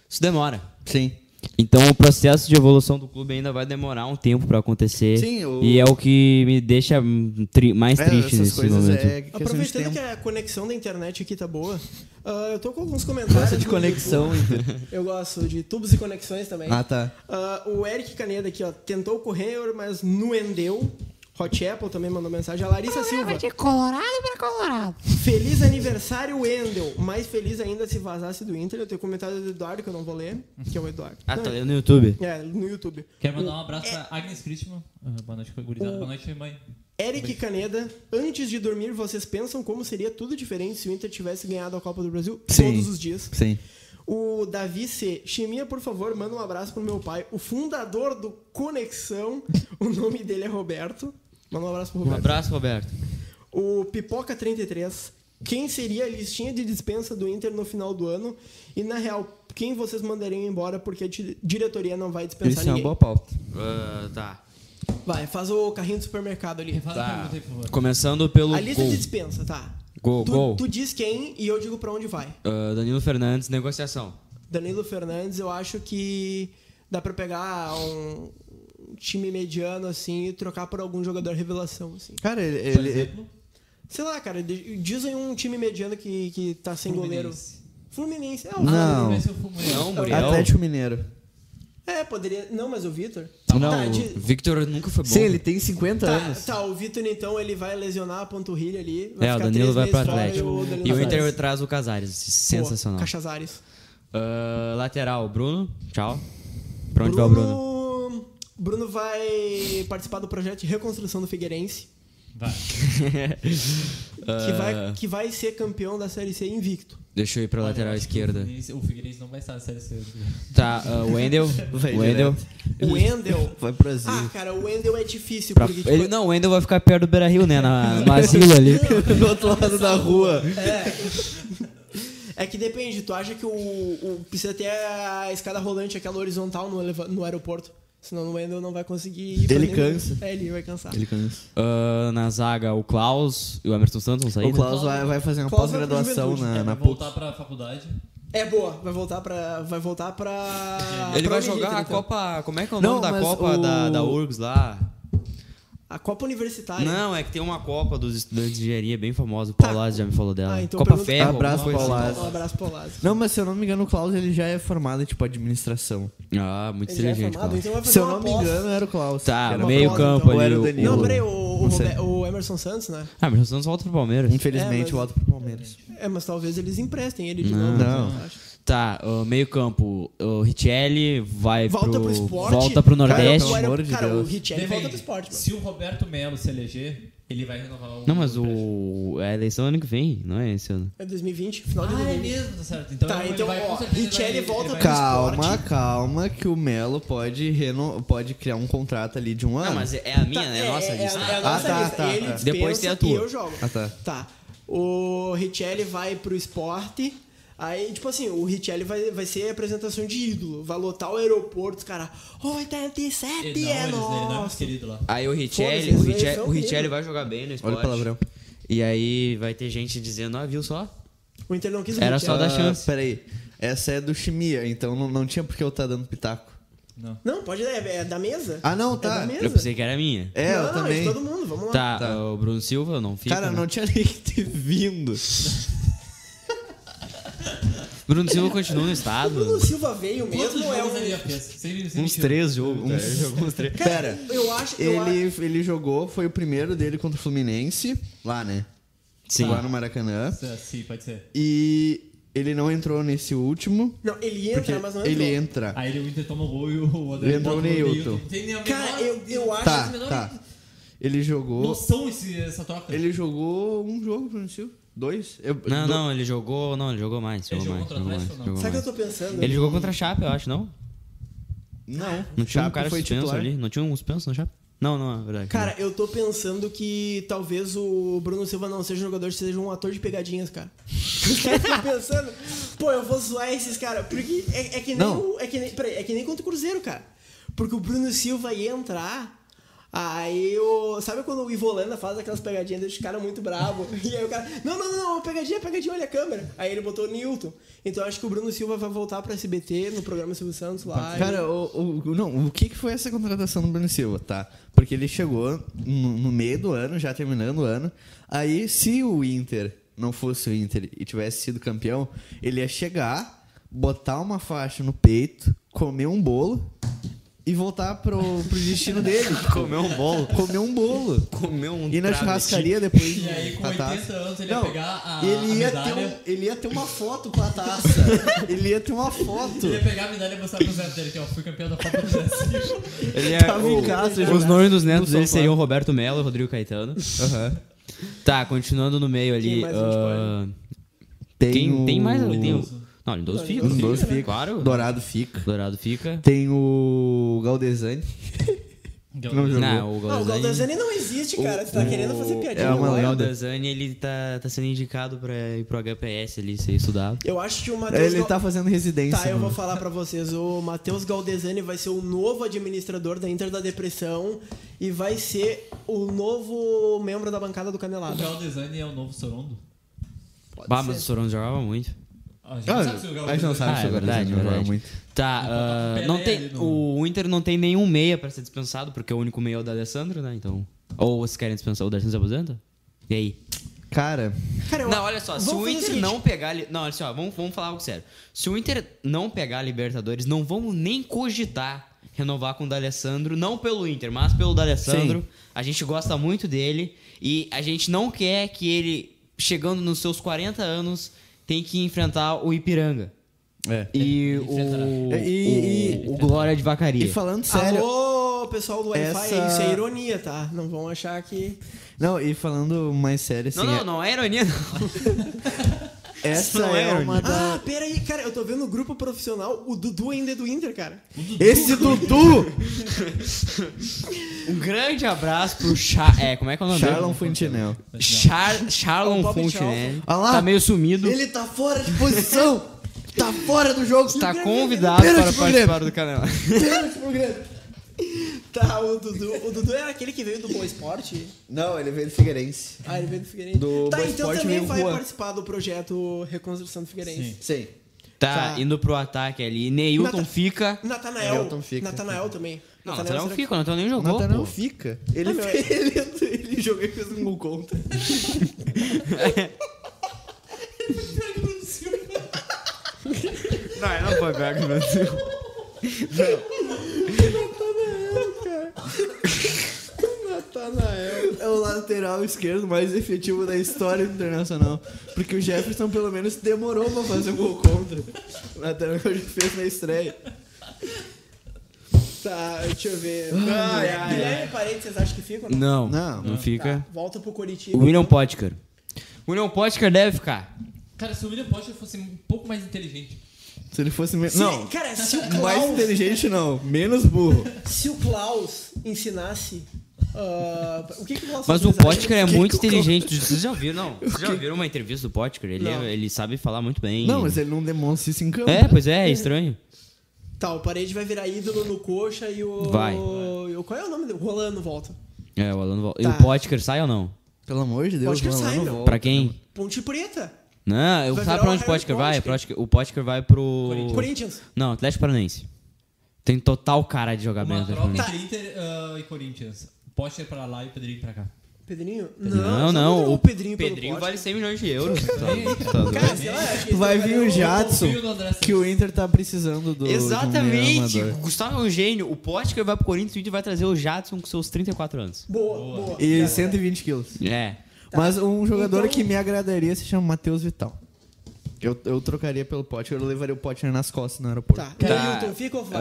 Speaker 4: isso demora.
Speaker 3: Sim.
Speaker 4: Então o processo de evolução do clube ainda vai demorar um tempo pra acontecer.
Speaker 3: Sim, o-
Speaker 4: E é o que me deixa hum, tri- mais
Speaker 3: É,
Speaker 4: triste
Speaker 3: essas
Speaker 4: nesse
Speaker 3: coisas
Speaker 4: momento.
Speaker 3: é questão de
Speaker 2: Aproveitando
Speaker 3: tempo.
Speaker 2: que a conexão da internet aqui tá boa, ah, eu tô com alguns comentários.
Speaker 3: Gosta de
Speaker 2: no
Speaker 3: conexão, Inter.
Speaker 2: YouTube. Eu gosto de tubos e conexões também.
Speaker 3: Ah, tá.
Speaker 2: Ah, o Eric Caneda aqui, ó, tentou correr, mas não endeu. Hot Apple também mandou mensagem. A Larissa Silva.
Speaker 5: De Colorado pra Colorado.
Speaker 2: Feliz aniversário, Wendel. Mais feliz ainda se vazasse do Inter. Eu tenho comentário do Eduardo que eu não vou ler, que é o Eduardo.
Speaker 4: Ah,
Speaker 2: Não,
Speaker 4: tá lendo no YouTube.
Speaker 2: É, no YouTube.
Speaker 1: Quero mandar um abraço
Speaker 2: é
Speaker 1: pra Agnes Christman. Ah, boa noite, gurizada. Boa noite, mãe.
Speaker 2: Eric Caneda, antes de dormir, vocês pensam como seria tudo diferente se o Inter tivesse ganhado a Copa do Brasil
Speaker 3: Sim.
Speaker 2: todos os dias?
Speaker 3: Sim.
Speaker 2: O Davi C. Chiminha, por favor, manda um abraço pro meu pai, o fundador do Conexão. <laughs> o nome dele é Roberto. Manda um abraço pro
Speaker 4: Um
Speaker 2: Roberto.
Speaker 4: abraço, Roberto.
Speaker 2: O Pipoca 33. Quem seria a listinha de dispensa do Inter no final do ano? E, na real, quem vocês mandariam embora porque a di- diretoria não vai dispensar
Speaker 3: Isso é uma
Speaker 2: ninguém?
Speaker 3: boa pauta.
Speaker 4: Ah, tá.
Speaker 2: Vai, faz o carrinho do supermercado ali.
Speaker 1: Refaz a pergunta aí, por favor.
Speaker 4: Começando pelo
Speaker 2: A lista
Speaker 4: gol.
Speaker 2: de dispensa, tá.
Speaker 4: Gol,
Speaker 2: tu,
Speaker 4: gol.
Speaker 2: tu diz quem e eu digo pra onde vai.
Speaker 4: Ah, Danilo Fernandes, negociação.
Speaker 2: Danilo Fernandes, eu acho que dá pra pegar um time mediano, assim, e trocar por algum jogador revelação, assim.
Speaker 3: Cara, ele.
Speaker 1: Por
Speaker 3: ele-
Speaker 1: exemplo,
Speaker 2: Sei lá, cara, de- dizem um time mediano que, que tá sem
Speaker 1: Fluminense.
Speaker 2: goleiro. Fluminense. É, o-
Speaker 3: Não.
Speaker 1: Fluminense ou Fluminense?
Speaker 4: Não, Muriel.
Speaker 3: Atlético Mineiro.
Speaker 2: É, poderia... Não, mas o Vitor...
Speaker 3: Não.
Speaker 2: Tá, de-
Speaker 4: Victor nunca foi bom. É,
Speaker 3: Sim, ele tem 50
Speaker 2: Tá,
Speaker 3: anos.
Speaker 2: tá, o Vitor então ele vai lesionar a panturrilha ali. Vai
Speaker 4: É, o
Speaker 2: ficar
Speaker 4: Danilo
Speaker 2: três
Speaker 4: vai pro
Speaker 2: meses fora
Speaker 4: Atlético.
Speaker 2: E o, Danilo
Speaker 4: E o
Speaker 2: vai.
Speaker 4: Inter traz o Casares.
Speaker 2: Pô,
Speaker 4: Sensacional.
Speaker 2: Cachazares.
Speaker 4: Ah, lateral, Bruno. Tchau. Pra onde vai o Bruno?
Speaker 2: Bruno vai participar do projeto de reconstrução do Figueirense,
Speaker 1: Vai.
Speaker 2: que, vai,
Speaker 3: Ah.
Speaker 2: que vai ser campeão da Série C invicto.
Speaker 4: Deixa eu ir pra lateral
Speaker 1: Olha,
Speaker 4: esquerda.
Speaker 1: Fluminense- O Figueirense não vai estar na série C.
Speaker 4: Tá, ah,
Speaker 2: <laughs>
Speaker 4: Wendel.
Speaker 3: Vai
Speaker 4: Wendel.
Speaker 2: O
Speaker 3: <laughs>
Speaker 2: Wendel.
Speaker 3: Vai pro Brasil.
Speaker 2: ah, cara, o Wendel é difícil,
Speaker 4: Pra-
Speaker 2: porque tipo,
Speaker 4: ele, não, o Wendel vai ficar perto do Beira Rio, né?
Speaker 2: <laughs>
Speaker 4: Na, no asilo ali.
Speaker 3: Do outro lado da rua.
Speaker 2: é <laughs> que depende, tu acha que o, o- precisa ter a escada rolante, aquela horizontal no, eleva- no aeroporto. Senão o Wendel não vai conseguir. ir pra
Speaker 3: Ele
Speaker 2: nenhum-
Speaker 3: cansa.
Speaker 2: É, ele vai cansar.
Speaker 3: Ele cansa.
Speaker 4: Ah, na zaga, o Klaus e o Emerson Santos vão sair.
Speaker 3: O
Speaker 4: né?
Speaker 3: Klaus vai, vai fazer uma
Speaker 2: Klaus vai pro
Speaker 3: pós-graduação
Speaker 2: Juventude.
Speaker 3: na,
Speaker 1: vai
Speaker 3: Ah, na PUC.
Speaker 1: voltar pra faculdade.
Speaker 2: É boa, vai voltar pra. Vai voltar pra.
Speaker 4: Ele
Speaker 2: pra
Speaker 4: vai
Speaker 2: Unigiter,
Speaker 4: jogar a
Speaker 2: então.
Speaker 4: Copa. Como é que é o
Speaker 3: Não,
Speaker 4: nome da
Speaker 3: mas
Speaker 4: Copa
Speaker 3: o-
Speaker 4: da, da URGS lá?
Speaker 2: A Copa Universitária.
Speaker 4: Não, é que tem uma Copa dos estudantes de engenharia bem famosa. O Paulazzi já me falou dela.
Speaker 2: Ah, então
Speaker 4: Copa
Speaker 2: pergunta-
Speaker 4: Ferro.
Speaker 3: Abraço,
Speaker 4: alguma coisa
Speaker 3: Paulazzi.
Speaker 2: Um abraço pro Lázaro.
Speaker 3: Não, mas se eu não me engano, o Klaus ele já é formado em tipo administração.
Speaker 4: assim. Ah, muito
Speaker 2: Ele já é
Speaker 4: inteligente,
Speaker 2: formado,
Speaker 4: Klaus.
Speaker 2: então vai fazer
Speaker 3: Se eu
Speaker 2: uma
Speaker 3: não me
Speaker 2: pós.
Speaker 3: engano, era o Klaus.
Speaker 4: Tá,
Speaker 3: que era então.
Speaker 4: meio
Speaker 3: formado,
Speaker 4: campo
Speaker 3: ou
Speaker 4: ali,
Speaker 3: era
Speaker 4: o-
Speaker 3: o
Speaker 2: Não,
Speaker 3: Danilo.
Speaker 2: peraí, o, o
Speaker 3: Não sei.
Speaker 2: Robe- o Emerson Santos, né?
Speaker 4: Ah, mas o Santos volta pro Palmeiras.
Speaker 3: Infelizmente,
Speaker 2: É, mas-
Speaker 3: volta pro Palmeiras.
Speaker 2: É, mas talvez eles emprestem ele de
Speaker 4: Não.
Speaker 2: novo.
Speaker 3: Não.
Speaker 2: eu acho.
Speaker 4: Tá, ah, meio campo. O Richelli vai
Speaker 2: Volta pro
Speaker 4: É pro
Speaker 2: esporte.
Speaker 4: Volta pro
Speaker 3: Cara,
Speaker 4: Nordeste.
Speaker 3: pelo
Speaker 2: Cara,
Speaker 3: amor de
Speaker 2: cara,
Speaker 3: Deus.
Speaker 2: o Richelli
Speaker 1: Depende.
Speaker 2: volta pro esporte, mano.
Speaker 1: Se o Roberto Melo se eleger, ele vai renovar o.
Speaker 4: Não, mas o. É a eleição é ano que vem, não é esse ano.
Speaker 2: É 2020, final de
Speaker 1: Ah, é
Speaker 2: 2020.
Speaker 1: mesmo, tá certo. Então,
Speaker 2: Tá,
Speaker 1: ele
Speaker 2: então,
Speaker 1: vai, com
Speaker 2: ó,
Speaker 1: certeza, ele
Speaker 2: Richelli
Speaker 1: vai- ele
Speaker 2: volta
Speaker 1: vai-
Speaker 2: pro- é
Speaker 3: Calma,
Speaker 2: um esporte.
Speaker 3: calma, que o Melo pode, reno... pode criar um contrato ali de um ano.
Speaker 4: Não, mas é a minha,
Speaker 2: Tá,
Speaker 4: né? Nossa,
Speaker 2: é,
Speaker 4: lista.
Speaker 2: É, a- é a nossa
Speaker 3: tá,
Speaker 2: lista.
Speaker 3: tá,
Speaker 2: Ele
Speaker 3: tá.
Speaker 2: dispensa
Speaker 4: Depois tem a
Speaker 2: E
Speaker 4: tua.
Speaker 2: eu jogo.
Speaker 3: Ah, tá.
Speaker 2: Tá. O Richelli vai pro esporte. Aí, tipo assim, o Richelli vai, vai ser a apresentação de ídolo. Vai lotar o aeroporto, os caras.
Speaker 1: Ele
Speaker 2: 87
Speaker 1: não,
Speaker 2: é
Speaker 1: ele ele não é mais
Speaker 2: nosso.
Speaker 1: querido lá.
Speaker 4: Aí o
Speaker 2: Foda-se,
Speaker 4: Richelli,
Speaker 2: eles
Speaker 4: o
Speaker 2: eles
Speaker 4: Richelli,
Speaker 2: são
Speaker 4: o Richelli
Speaker 2: horríveis.
Speaker 4: vai jogar bem no esporte.
Speaker 3: Olha o palavrão.
Speaker 4: E aí vai ter gente dizendo, ah, viu só?
Speaker 2: O Inter não quis o
Speaker 4: Era
Speaker 2: Richelli.
Speaker 4: só da
Speaker 3: Ah,
Speaker 4: chance.
Speaker 3: Peraí, essa é do Chimia, então não, não tinha por que eu estar dando pitaco.
Speaker 1: Não.
Speaker 2: Não, pode é, é da mesa.
Speaker 3: Ah, não,
Speaker 2: É da
Speaker 3: tá.
Speaker 2: mesa.
Speaker 4: Eu pensei que era minha.
Speaker 2: não,
Speaker 3: É, eu
Speaker 2: não, é de
Speaker 3: também.
Speaker 2: todo mundo, vamos lá.
Speaker 4: Tá,
Speaker 3: Tá.
Speaker 4: o Bruno Silva não fica.
Speaker 3: Cara,
Speaker 4: né?
Speaker 3: não tinha <laughs> nem que ter vindo.
Speaker 4: Bruno Silva continua
Speaker 2: O Bruno
Speaker 4: no estado.
Speaker 2: Silva veio
Speaker 1: Quantos
Speaker 2: mesmo, é
Speaker 1: jogos ele
Speaker 2: o.
Speaker 1: já fez? Sem- sem
Speaker 3: Uns
Speaker 1: mentira.
Speaker 3: três jogos.
Speaker 4: É,
Speaker 3: Uns... Pera,
Speaker 2: Eu acho que
Speaker 3: ele, ele jogou, foi o primeiro dele contra o Fluminense, lá, né?
Speaker 4: Sim.
Speaker 3: Lá no Maracanã.
Speaker 1: Ah, Sim, pode ser.
Speaker 3: E ele não entrou nesse último.
Speaker 2: Não, ele
Speaker 3: Porque
Speaker 2: entra, mas não
Speaker 3: ele
Speaker 2: entrou.
Speaker 3: entra.
Speaker 1: Aí ele- o Inter toma o gol e o André
Speaker 3: Ele entrou
Speaker 1: bota
Speaker 3: o
Speaker 1: meio,
Speaker 3: Neilton.
Speaker 1: Não tem nem a menor
Speaker 2: Cara, eu, eu acho.
Speaker 3: Tá,
Speaker 1: menor
Speaker 3: tá. Ele jogou.
Speaker 1: noção esse, essa troca.
Speaker 3: Ele jogou um jogo pro Silva. Dois? Eu-
Speaker 4: Não,
Speaker 3: do-
Speaker 4: não, ele jogou. Não, ele jogou mais.
Speaker 1: Ele jogou
Speaker 4: Jogou mais,
Speaker 1: contra o
Speaker 4: jogou mais,
Speaker 1: Atlético ou não?
Speaker 4: jogou
Speaker 2: Sabe o
Speaker 4: mais.
Speaker 2: que eu tô pensando?
Speaker 4: Ele jogou contra a Chape, eu acho, não?
Speaker 3: Não.
Speaker 4: Não tinha um
Speaker 3: Chape
Speaker 4: cara
Speaker 3: foi
Speaker 4: suspenso
Speaker 3: titular.
Speaker 4: ali? Não tinha um suspenso na Chape? Não, não, é verdade.
Speaker 2: Cara, eu tô pensando que talvez o Bruno Silva não seja um jogador, seja um ator de pegadinhas, cara. <laughs> eu tô pensando, pô, eu vou zoar esses caras. Porque é, é que nem
Speaker 3: Não.
Speaker 2: o- é que nem, peraí, é que nem contra o Cruzeiro, cara. Porque o Bruno Silva ia entrar. Aí o. Sabe quando o Ivolanda faz aquelas pegadinhas, deixa o cara muito bravo? <laughs> E aí o cara. Não, não, não, não, pegadinha, pegadinha, olha a câmera. Aí ele botou o Newton. Então eu acho que o Bruno Silva vai voltar pra SBT no programa Silvio Santos lá.
Speaker 3: Cara, o, o- não, o que, que foi essa contratação do Bruno Silva, tá? Porque ele chegou no, no meio do ano, já terminando o ano. Aí, se o Inter não fosse o Inter e tivesse sido campeão, ele ia chegar, botar uma faixa no peito, comer um bolo e voltar pro, pro destino dele. <laughs> comer um bolo? Comer um bolo.
Speaker 4: comeu um
Speaker 3: Ir na
Speaker 4: travesti.
Speaker 3: churrascaria depois.
Speaker 1: E aí, com
Speaker 3: da
Speaker 1: 80
Speaker 3: taça.
Speaker 1: anos, ele ia pegar a-
Speaker 3: ele
Speaker 1: a
Speaker 3: ia
Speaker 1: medalha.
Speaker 3: ter um- Ele ia ter uma foto com a
Speaker 1: <laughs>
Speaker 3: taça. ele ia ter uma foto.
Speaker 1: Ele ia pegar a medalha e mostrar pro Zé dele, que ó, fui campeão da Copa do Brasil. <laughs>
Speaker 4: Ele
Speaker 3: <laughs>
Speaker 4: é,
Speaker 3: Tava em casa,
Speaker 4: o, os
Speaker 3: já.
Speaker 4: nomes dos netos
Speaker 3: No
Speaker 4: dele
Speaker 3: sofá.
Speaker 4: seriam o Roberto Melo e o Rodrigo Caetano. Tá, continuando no meio
Speaker 2: Quem
Speaker 4: ali.
Speaker 2: mais a gente
Speaker 4: ah,
Speaker 3: Tem
Speaker 4: quem,
Speaker 3: o-
Speaker 4: tem mais? Tem o, Não, Lindoso fica.
Speaker 3: Lindoso fica.
Speaker 4: Claro.
Speaker 3: Dourado fica.
Speaker 4: Dourado fica.
Speaker 3: Tem o Galdesani.
Speaker 1: Então,
Speaker 3: que Não jogou.
Speaker 4: Não,
Speaker 2: Não,
Speaker 4: o
Speaker 2: o é
Speaker 4: Galdesani...
Speaker 2: Galdazani não existe, cara. Você tá querendo fazer piadinha.
Speaker 3: é uma
Speaker 2: agora.
Speaker 4: O
Speaker 3: lenda.
Speaker 4: Galdesani, ele tá, tá sendo indicado pra ir pro HPS ali, ser estudado.
Speaker 2: Eu acho que o Matheus...
Speaker 3: Ele
Speaker 2: Gal-
Speaker 3: tá fazendo residência.
Speaker 2: Tá, eu
Speaker 3: mano.
Speaker 2: vou falar pra vocês. O Matheus Galdesani vai ser o novo administrador da Inter da Depressão e vai ser o novo membro da bancada do
Speaker 1: O
Speaker 2: Canelada.
Speaker 1: Gal Design é o novo Sorondo?
Speaker 4: Bah, mas o Soron jogava muito.
Speaker 1: A gente
Speaker 3: Ah,
Speaker 1: sabe se o Gal
Speaker 3: a gente não
Speaker 1: Design-
Speaker 3: sabe
Speaker 4: Ah,
Speaker 3: se
Speaker 4: é
Speaker 3: o
Speaker 4: verdade,
Speaker 3: Galdesani
Speaker 4: é
Speaker 3: joga
Speaker 4: verdade.
Speaker 3: muito.
Speaker 4: Tá,
Speaker 1: botar
Speaker 4: ah,
Speaker 1: Pelé
Speaker 4: não tem,
Speaker 1: ali no-
Speaker 4: o Inter não tem nenhum meia pra ser dispensado, porque o único meia é o da Alessandro, né? Então. Ou vocês querem dispensar o da se aposenta? E aí?
Speaker 3: Cara,
Speaker 2: Cara, eu-
Speaker 4: Não, olha só, se
Speaker 2: vamos
Speaker 4: o
Speaker 2: fazer
Speaker 4: Inter
Speaker 2: seguinte.
Speaker 4: não pegar. li- Não, olha só, vamos, vamos falar algo sério. Se o Inter não pegar a Libertadores, não vamos nem cogitar renovar com o D'Alessandro, não pelo Inter, mas pelo D'Alessandro. A gente gosta muito dele e a gente não quer que ele, chegando nos seus 40 anos, tenha que enfrentar o Ipiranga.
Speaker 3: é.
Speaker 4: E o,
Speaker 3: E- e-
Speaker 4: o, o Glória de Vacaria.
Speaker 3: E falando sério.
Speaker 2: Alô, pessoal do Wi-Fi,
Speaker 3: Essa-
Speaker 2: isso é ironia, tá? Não vão achar que...
Speaker 3: Não, e falando mais sério, assim.
Speaker 4: não, não, não é ironia, não. <laughs>
Speaker 3: é- Essa
Speaker 4: não é
Speaker 3: é uma da.
Speaker 2: Ah, pera aí, cara, eu tô vendo no grupo profissional, o Dudu ainda é do Inter, cara.
Speaker 3: Esse Dudu!
Speaker 4: Um grande abraço pro Char... É, como é que é o nome
Speaker 3: Charlon
Speaker 4: dele?
Speaker 3: Fontenelle.
Speaker 4: Char... Charlon
Speaker 2: O Bob
Speaker 4: Fontenelle.
Speaker 3: Olha Ah lá.
Speaker 4: Tá meio sumido.
Speaker 3: Ele tá fora <laughs> de posição! tá fora do jogo!
Speaker 4: Está convidado
Speaker 3: Pênalti
Speaker 4: para
Speaker 3: pro
Speaker 4: participar do canal.
Speaker 2: Tá, o Dudu. O Dudu era aquele que veio do Boa Esporte.
Speaker 3: Não, ele veio do Figueirense.
Speaker 2: Ah, ele veio do Figueirense.
Speaker 3: Do
Speaker 2: tá,
Speaker 3: Boa
Speaker 2: então
Speaker 3: Esporte
Speaker 2: também
Speaker 3: veio o
Speaker 2: vai
Speaker 3: Juan.
Speaker 2: participar do projeto Reconstrução do Figueirense.
Speaker 3: Sim.
Speaker 4: <laughs> Tá, indo pro ataque ali. Neilton
Speaker 2: Nata-
Speaker 4: fica.
Speaker 2: Natanael.
Speaker 3: Elton fica.
Speaker 2: Natanael também.
Speaker 4: Não, Natanael não
Speaker 2: será
Speaker 4: fica, o Natanael nem
Speaker 3: O
Speaker 4: jogou.
Speaker 3: Nathan não
Speaker 4: pô.
Speaker 3: fica.
Speaker 2: que-
Speaker 3: <laughs> Ele
Speaker 2: Ah, meu, Ele, ele jogou e fez um gol
Speaker 4: <laughs>
Speaker 2: contra.
Speaker 4: Não, ele não foi pior que o Brasil.
Speaker 2: Natanael.
Speaker 3: é o lateral esquerdo mais efetivo da história do Internacional. Porque o Jefferson, pelo menos, demorou pra fazer o gol contra. O lateral que ele fez na estreia.
Speaker 2: Tá, deixa eu ver.
Speaker 3: Ah, Ai, ai,
Speaker 2: Guilherme Parente, vocês acham que fica ou não?
Speaker 4: Não,
Speaker 3: Não.
Speaker 4: não, fica.
Speaker 2: Tá, volta pro Curitiba.
Speaker 4: William Potker. William Potker deve ficar.
Speaker 1: Cara, se o William Potker fosse um pouco mais inteligente.
Speaker 3: Se ele fosse... Me...
Speaker 2: Se-
Speaker 3: Não,
Speaker 2: Cara, se o
Speaker 3: mais
Speaker 2: Klaus,
Speaker 3: inteligente não. Menos burro.
Speaker 2: se o Klaus ensinasse... ah, o que, que o Klaus
Speaker 4: Mas o
Speaker 2: vocês acham?
Speaker 4: Potker é
Speaker 2: Que-
Speaker 4: muito
Speaker 2: que o-
Speaker 4: inteligente. Vocês já viram, não? Vocês já viram uma entrevista do Potker? Ele,
Speaker 2: Não.
Speaker 4: é- ele sabe falar muito bem.
Speaker 3: Não, mas ele um não demonstra isso em campo. né?
Speaker 4: É, pois é, é estranho.
Speaker 2: Tá, o Parede vai virar ídolo no coxa e o...
Speaker 4: Vai.
Speaker 2: e o- qual é o nome dele? Rolando volta.
Speaker 4: É, o Alan volta. E
Speaker 2: Tá.
Speaker 4: o Potker sai ou não?
Speaker 3: Pelo amor de Deus,
Speaker 2: Pode que ele
Speaker 3: mano,
Speaker 2: sai,
Speaker 3: eu não
Speaker 2: meu.
Speaker 3: vou.
Speaker 4: Pra quem?
Speaker 2: Ponte Preta.
Speaker 4: Não, eu
Speaker 2: Vai virar
Speaker 4: sabe pra
Speaker 2: o
Speaker 4: onde o
Speaker 2: Harry
Speaker 4: Potker vai?
Speaker 2: Potker.
Speaker 4: Potker- O Potker vai pro.
Speaker 2: Corinthians.
Speaker 4: Não, Atlético Paranaense. Tem total cara de
Speaker 3: Tá
Speaker 4: jogar bem no
Speaker 1: Uma
Speaker 4: Atlético
Speaker 1: troca
Speaker 4: Paranaense.
Speaker 1: entre Inter ah, e Corinthians. Potker pra lá e o Pedrinho pra cá.
Speaker 2: Pedrinho?
Speaker 4: Não,
Speaker 2: só
Speaker 4: não,
Speaker 2: botou
Speaker 4: o
Speaker 2: O Pedrinho, pelo
Speaker 4: Pedrinho
Speaker 2: Potker.
Speaker 4: vale 100 milhões de euros. Tá
Speaker 2: Cara, sei lá, acho que é um
Speaker 3: Vai
Speaker 2: esse
Speaker 3: vir o Jadson,
Speaker 1: confio no André Santos.
Speaker 3: que o Inter tá precisando do... de um
Speaker 4: Exatamente.
Speaker 3: meio armador.
Speaker 4: O Gustavo é um gênio. O Potker vai pro Corinthians e o Inter vai trazer o Jadson com seus 34 anos.
Speaker 2: Boa, boa.
Speaker 3: E
Speaker 2: Cara,
Speaker 3: 120 quilos.
Speaker 4: É.
Speaker 3: Mas um jogador
Speaker 2: Então-
Speaker 3: que me agradaria se chama Matheus Vital. Eu, eu trocaria pelo Potter, eu levaria o Potter nas costas no aeroporto.
Speaker 2: Tá. O
Speaker 4: Tá.
Speaker 2: Newton fica ou vai?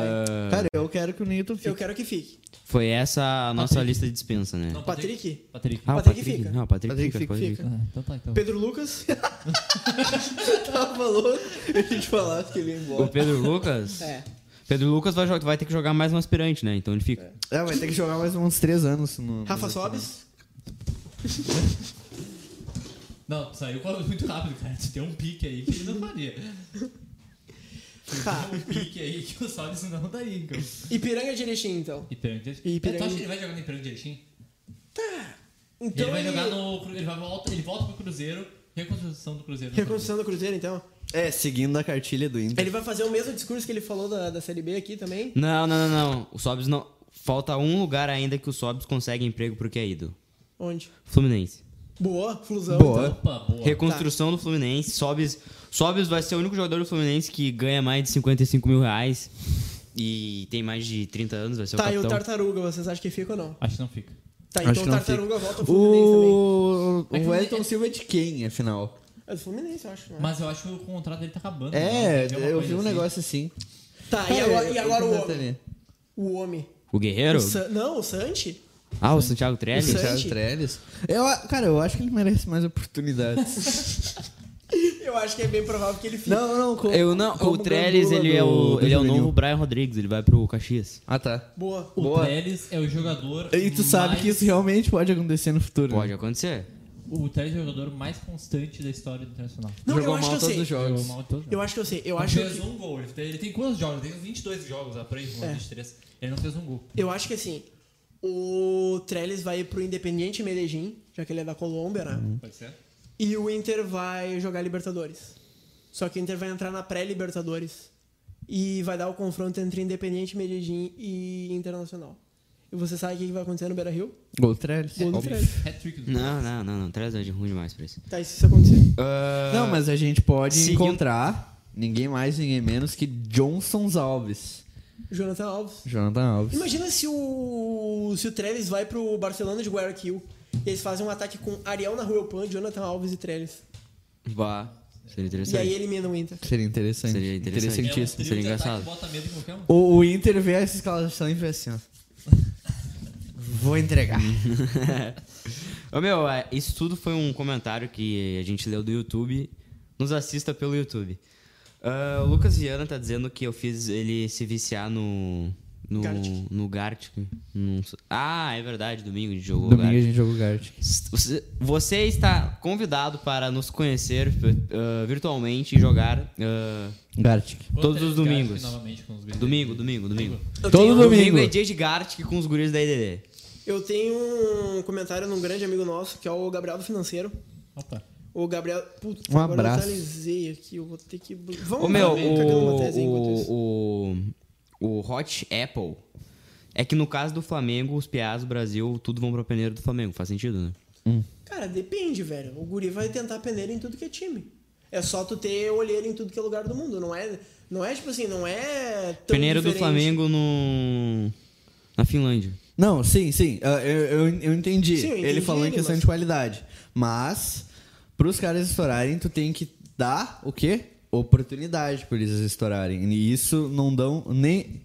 Speaker 3: Cara, eu quero que o Newton
Speaker 2: Eu
Speaker 3: fique.
Speaker 2: quero que fique.
Speaker 4: Foi essa a nossa lista de dispensa, né?
Speaker 1: Não,
Speaker 2: Patrick?
Speaker 1: Patrick.
Speaker 4: Ah, o
Speaker 2: Patrick
Speaker 4: Patrick,
Speaker 2: fica.
Speaker 4: Não, o Patrick,
Speaker 3: Patrick
Speaker 4: fica. Patrick
Speaker 3: fica,
Speaker 4: fica.
Speaker 1: Ah, então tá, então.
Speaker 2: Pedro Lucas?
Speaker 3: Tava louco a gente falasse que ele ia embora.
Speaker 4: O Pedro Lucas.
Speaker 2: É.
Speaker 4: Pedro Lucas vai, jo- vai ter que jogar mais um aspirante, né? Então ele fica.
Speaker 3: É, vai ter que jogar mais uns 3 anos no.
Speaker 2: Rafa Sobes?
Speaker 1: Não, saiu com- muito rápido, cara. Tem um pique aí que ele não faria.
Speaker 2: Tá.
Speaker 1: Tem um pique aí que o Solis não daria, então.
Speaker 2: Ipiranga Tá. de Erechim, então.
Speaker 1: Ipiranga de
Speaker 2: E
Speaker 1: Erechim.
Speaker 2: Ipiranga-
Speaker 1: É, Tu acha que ele vai jogar no Ipiranga de Erechim?
Speaker 2: Então
Speaker 1: ele vai jogar no... Cru- Ele, vai volta, ele volta pro Cruzeiro. Reconstrução do Cruzeiro.
Speaker 2: Reconstrução do Cruzeiro, então.
Speaker 3: É, seguindo a cartilha do Inter.
Speaker 2: Ele vai fazer o mesmo discurso que ele falou da, da Série B aqui também?
Speaker 4: Não, não, não, não. O Sobs não. Falta um lugar ainda que o Sobs consegue emprego porque é ido.
Speaker 2: Onde?
Speaker 4: Fluminense.
Speaker 2: Boa, Flusão.
Speaker 3: Boa.
Speaker 2: então.
Speaker 1: Opa, boa.
Speaker 4: Reconstrução do Fluminense. Sobis, Sobis vai ser o único jogador do Fluminense que ganha mais de 55 mil reais. E tem mais de 30 anos, vai ser o
Speaker 2: Tá, e o
Speaker 4: capitão.
Speaker 2: Tartaruga, vocês acham que fica ou não?
Speaker 1: Acho que não fica.
Speaker 2: Tá,
Speaker 3: Acho
Speaker 2: então
Speaker 3: que
Speaker 2: o
Speaker 3: não
Speaker 2: Tartaruga volta ao Fluminense também.
Speaker 3: O.
Speaker 1: É que
Speaker 3: O
Speaker 1: o-
Speaker 3: Wellington Silva é de quem, afinal?
Speaker 2: É do Fluminense, eu acho. né?
Speaker 1: Mas eu acho que o contrato dele tá acabando.
Speaker 3: É,
Speaker 1: né? Tem uma
Speaker 3: eu
Speaker 1: coisa
Speaker 3: vi um
Speaker 1: assim.
Speaker 3: negócio assim.
Speaker 2: Tá, e agora, e agora o homem?
Speaker 3: Nathalie.
Speaker 4: É
Speaker 2: O homem.
Speaker 4: O Guerreiro?
Speaker 2: O San- Não, o Santi? <laughs>
Speaker 4: Ah, o Santiago Trelli?
Speaker 2: Isso é-
Speaker 3: Thiago Trellis. Eu, a- cara, eu acho que ele merece mais oportunidades.
Speaker 2: Eu Eu acho que é bem provável que ele fique.
Speaker 3: Não, não, com,
Speaker 4: Eu não,
Speaker 3: como
Speaker 4: o Trellis,
Speaker 3: gandula
Speaker 4: ele
Speaker 3: do-
Speaker 4: é o,
Speaker 3: do
Speaker 4: ele é o
Speaker 3: juvenil.
Speaker 4: novo Brian Rodrigues, ele vai pro Caxias.
Speaker 3: Ah, tá.
Speaker 2: Boa.
Speaker 1: O
Speaker 3: Boa.
Speaker 1: Trellis é o jogador.
Speaker 3: E tu sabe
Speaker 1: mais-
Speaker 3: que isso realmente pode acontecer no futuro. né?
Speaker 4: Pode acontecer.
Speaker 1: O Trellis é o jogador mais constante da história do Internacional.
Speaker 2: Não,
Speaker 3: Jogou
Speaker 2: eu acho
Speaker 3: mal né?
Speaker 2: que assim- eu
Speaker 3: todos
Speaker 2: sei.
Speaker 3: os jogos.
Speaker 1: Jogou mal em todos os
Speaker 2: Eu
Speaker 1: jogos.
Speaker 2: acho que eu sei. Eu
Speaker 1: Não
Speaker 2: acho
Speaker 1: fez
Speaker 2: que,
Speaker 1: um gol. Ele tem, ele tem quantos jogos? Ele tem 22 jogos, ah, por aí,
Speaker 2: É.
Speaker 1: 23. Ele não fez um gol.
Speaker 2: eu acho que assim, o Trellis vai pro Independiente Medellín, já que ele é da Colômbia, né?
Speaker 3: Uhum.
Speaker 1: Pode ser?
Speaker 2: E o Inter vai jogar Libertadores. Só que o Inter vai entrar na pré-Libertadores. E vai dar o confronto entre Independiente Medellín e Internacional. E você sabe o que que vai acontecer no Beira Rio?
Speaker 3: Gol do Trellis.
Speaker 2: Gol do
Speaker 3: Óbvio.
Speaker 2: Trellis.
Speaker 1: Hat-trick do
Speaker 4: Não, não, não, não. Trellis é de ruim demais pra isso.
Speaker 2: Tá, e se isso acontecer?
Speaker 3: Não, mas a gente pode
Speaker 4: seguindo-
Speaker 3: encontrar ninguém mais, ninguém menos que Johnson Alves.
Speaker 2: Jonathan Alves.
Speaker 3: Jonathan Alves.
Speaker 2: Imagina se o. se o Trellis vai pro Barcelona de Guayaquil. E eles fazem um ataque com Ariel na Pan, Jonathan Alves e Trellis.
Speaker 4: Vá. Seria
Speaker 2: E aí
Speaker 4: interessante.
Speaker 2: eliminam o Inter.
Speaker 3: Seria interessante.
Speaker 4: Seria interessante.
Speaker 1: É um trio
Speaker 3: Interessantíssimo.
Speaker 4: Seria
Speaker 1: de ataque
Speaker 4: engraçado.
Speaker 1: que bota medo em qualquer um.
Speaker 3: O, o Inter vê essa escalação e vê assim, ó. Vou entregar.
Speaker 4: <laughs> Ô, meu, é, isso tudo foi um comentário que a gente leu do YouTube. Nos assista pelo YouTube. Ah, o Lucas Viana tá dizendo que eu fiz ele se viciar no. No
Speaker 2: Gartic.
Speaker 4: no Gartic. Num- ah, é verdade, domingo a gente jogou
Speaker 3: Domingo a
Speaker 4: Gartic.
Speaker 3: gente joga o Gartic.
Speaker 4: Você- Você está convidado para nos conhecer ah, virtualmente e jogar ah,
Speaker 3: Gartic.
Speaker 4: Todos os
Speaker 1: Contra o
Speaker 4: domingos.
Speaker 1: Gaspi novamente com os guris
Speaker 4: domingo,
Speaker 1: dele.
Speaker 4: domingo, domingo.
Speaker 2: Eu
Speaker 3: Todo
Speaker 2: tenho- um
Speaker 3: domingo.
Speaker 4: é dia de Gartic com os guris da IDD.
Speaker 2: Eu tenho um comentário num grande amigo nosso, que é o Gabriel do Financeiro.
Speaker 1: Opa.
Speaker 2: O Gabriel. Putz,
Speaker 3: Um
Speaker 2: agora
Speaker 3: abraço.
Speaker 2: Eu atualizei aqui, eu vou ter que. Vamos
Speaker 4: Ô, meu,
Speaker 2: lá, vem cagando uma tese enquanto isso.
Speaker 4: o, o, o Hot Apple é que no caso do Flamengo, os piás do Brasil, tudo vão pra peneira do Flamengo. Faz sentido, né?
Speaker 2: Cara, depende, velho. O Guri vai tentar peneira em tudo que é time. É só tu ter olheiro em tudo que é lugar do mundo. Não é, não é tipo assim, não é tão
Speaker 4: peneira do
Speaker 2: diferente.
Speaker 4: Flamengo no na Finlândia.
Speaker 3: Não, sim, sim. Ah, Eu, eu, eu- eu entendi.
Speaker 2: Sim, eu entendi
Speaker 3: Ele falou em
Speaker 2: ele,
Speaker 3: questão
Speaker 2: mas-
Speaker 3: de qualidade. Mas, pros caras estourarem, tu tem que dar o quê? Oportunidade pra eles estourarem. E isso não dão nem.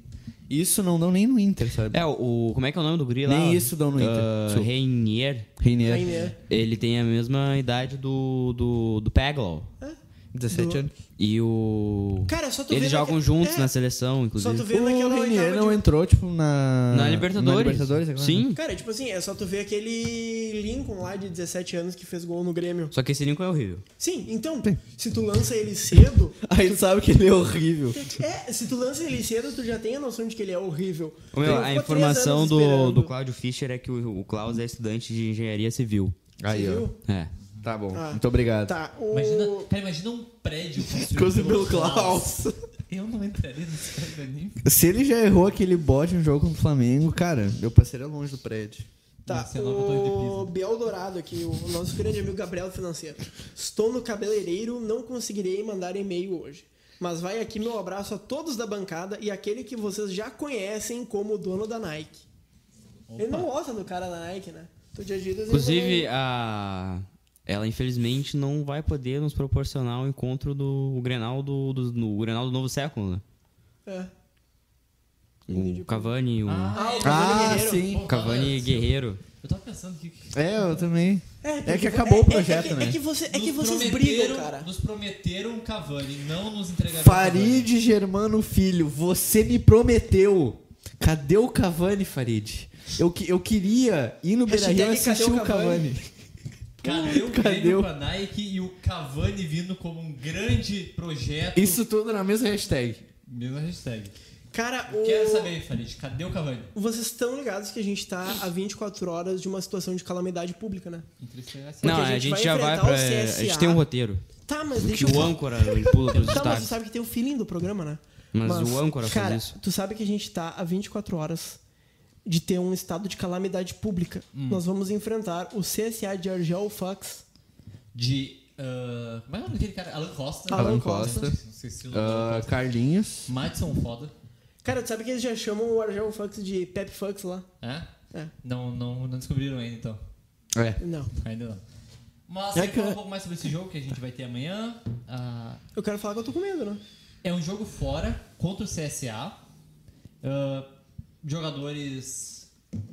Speaker 3: Isso não dão nem no Inter, sabe?
Speaker 4: É, o, o- como é que é o nome do guri lá?
Speaker 3: Nem isso dão no Inter.
Speaker 4: Ah,
Speaker 3: Desculpa.
Speaker 4: Reinier.
Speaker 3: Reinier.
Speaker 2: Ainda
Speaker 4: Ele tem a mesma idade do do, do Peglow.
Speaker 2: é.
Speaker 3: 17
Speaker 2: Do-
Speaker 3: anos.
Speaker 4: E o
Speaker 2: Cara, só tu vê
Speaker 4: Eles jogam
Speaker 2: naque-
Speaker 4: juntos
Speaker 2: é,
Speaker 4: na seleção,
Speaker 2: Só
Speaker 4: inclusive.
Speaker 2: tu vê
Speaker 3: O
Speaker 2: naquela
Speaker 3: Reinier
Speaker 2: oitava
Speaker 3: não
Speaker 2: de-
Speaker 3: entrou, tipo, na.
Speaker 4: Na Libertadores.
Speaker 3: Na Libertadores é agora,
Speaker 4: Sim.
Speaker 2: Cara, tipo assim, é só tu ver aquele Lincoln lá de 17 anos que fez gol no Grêmio.
Speaker 4: Só que esse Lincoln é horrível.
Speaker 2: Sim, então, se tu lança ele cedo,
Speaker 3: <laughs> Aí tu sabe que ele é horrível.
Speaker 2: É, se tu lança ele cedo, tu já tem a noção de que ele é horrível.
Speaker 4: Ô, meu,
Speaker 2: Ele
Speaker 4: a
Speaker 2: ficou três
Speaker 4: informação
Speaker 2: anos
Speaker 4: do,
Speaker 2: esperando.
Speaker 4: do Cláudio Fischer é que o, o Klaus é estudante de engenharia civil.
Speaker 3: Aí,
Speaker 2: Você
Speaker 3: ó.
Speaker 2: viu?
Speaker 4: É.
Speaker 3: Tá bom.
Speaker 2: Ah.
Speaker 3: Muito obrigado.
Speaker 2: Tá, o...
Speaker 1: Imagina, cara, imagina um prédio
Speaker 3: <laughs> Coisa
Speaker 1: construído
Speaker 3: pelo Klaus. <laughs>
Speaker 1: Eu não entraria nesse prédio nem.
Speaker 3: Se ele já errou aquele bote no jogo contra o Flamengo, cara, eu passaria longe do prédio.
Speaker 2: Tá,
Speaker 1: Nasceu nova torre de
Speaker 2: o Biel Dourado aqui, o nosso grande amigo Gabriel Financeiro. Estou no cabeleireiro, não conseguirei mandar e-mail hoje. Mas vai aqui meu abraço a todos da bancada e aquele que vocês já conhecem como o dono da Nike. Ele não gosta do cara da Nike, né? Tô de agidas, ele
Speaker 4: Inclusive,
Speaker 2: vai-
Speaker 4: a... ela infelizmente não vai poder nos proporcionar o encontro do o Grenal do, do, no- o Grenal do Novo Século, né?
Speaker 2: É.
Speaker 4: O Cavani, o
Speaker 2: Ah, o
Speaker 3: Ah,
Speaker 2: Cavani Guerreiro.
Speaker 3: sim.
Speaker 4: Cavani e Guerreiro.
Speaker 3: Ah.
Speaker 1: Eu tava pensando que.
Speaker 3: É, eu também. É,
Speaker 2: porque-
Speaker 3: que acabou o
Speaker 2: é,
Speaker 3: projeto,
Speaker 2: que-
Speaker 3: né?
Speaker 2: É que, você, é que
Speaker 1: nos
Speaker 2: vocês
Speaker 1: prometeram-
Speaker 2: brigam, cara.
Speaker 1: Nos prometeram um Cavani, não nos entregaram. um Cavani.
Speaker 3: Farid Germano Filho, você me prometeu. Cadê o Cavani, Farid? Eu, que- eu queria ir no Beira Rio
Speaker 2: Hashtag
Speaker 3: assistir
Speaker 2: cadê
Speaker 3: o
Speaker 2: o Cavani?
Speaker 3: Cavani.
Speaker 1: Cadê
Speaker 3: <laughs>
Speaker 1: o
Speaker 3: Cadê
Speaker 1: Grêmio
Speaker 3: o-
Speaker 1: com a Nike e o Cavani vindo como um grande projeto?
Speaker 3: Isso tudo na mesma hashtag.
Speaker 1: Mesma hashtag.
Speaker 2: Cara, o...
Speaker 1: Quero saber, Farid, cadê o Cavani?
Speaker 2: Vocês estão ligados que a gente tá a 24 horas de uma situação de calamidade pública, né?
Speaker 1: Entristecer assim.
Speaker 4: Não,
Speaker 2: a
Speaker 4: a gente,
Speaker 2: gente vai
Speaker 4: já vai
Speaker 2: enfrentar
Speaker 4: pra.
Speaker 2: o
Speaker 3: É,
Speaker 4: A gente
Speaker 2: CSA.
Speaker 4: tem um roteiro.
Speaker 2: Tá, mas
Speaker 4: Que
Speaker 2: deixa eu
Speaker 4: o
Speaker 2: falar.
Speaker 4: âncora ele pula pelos
Speaker 2: Tá, mas tu
Speaker 4: destaques.
Speaker 2: sabe que tem o feeling do programa, né?
Speaker 4: Mas o âncora faz
Speaker 2: cara,
Speaker 4: isso.
Speaker 2: tu sabe que a gente tá a 24 horas de ter um estado de calamidade pública.
Speaker 1: Hum.
Speaker 2: Nós vamos enfrentar o CSA de Argel Fox.
Speaker 1: De. ah, como é o nome daquele cara? Alan Costa.
Speaker 2: Alan
Speaker 3: Alan Costa. Costa.
Speaker 1: Esqueci o nome do Alan
Speaker 3: Ah,
Speaker 1: Costa.
Speaker 3: Carlinhos.
Speaker 1: Madison foda.
Speaker 2: Cara, tu sabe que eles já chamam o Argel Fox de Pep Fox lá?
Speaker 1: É?
Speaker 2: É.
Speaker 1: Não, não, não descobriram ainda, então.
Speaker 3: É.
Speaker 2: Não.
Speaker 1: Ainda não. Mas
Speaker 3: É
Speaker 1: é
Speaker 3: que-
Speaker 1: falar um pouco mais sobre esse jogo que a gente vai ter amanhã. Ah,
Speaker 2: Eu quero falar que eu tô com medo, né?
Speaker 1: é um jogo fora contra o CSA. Ah, jogadores. Como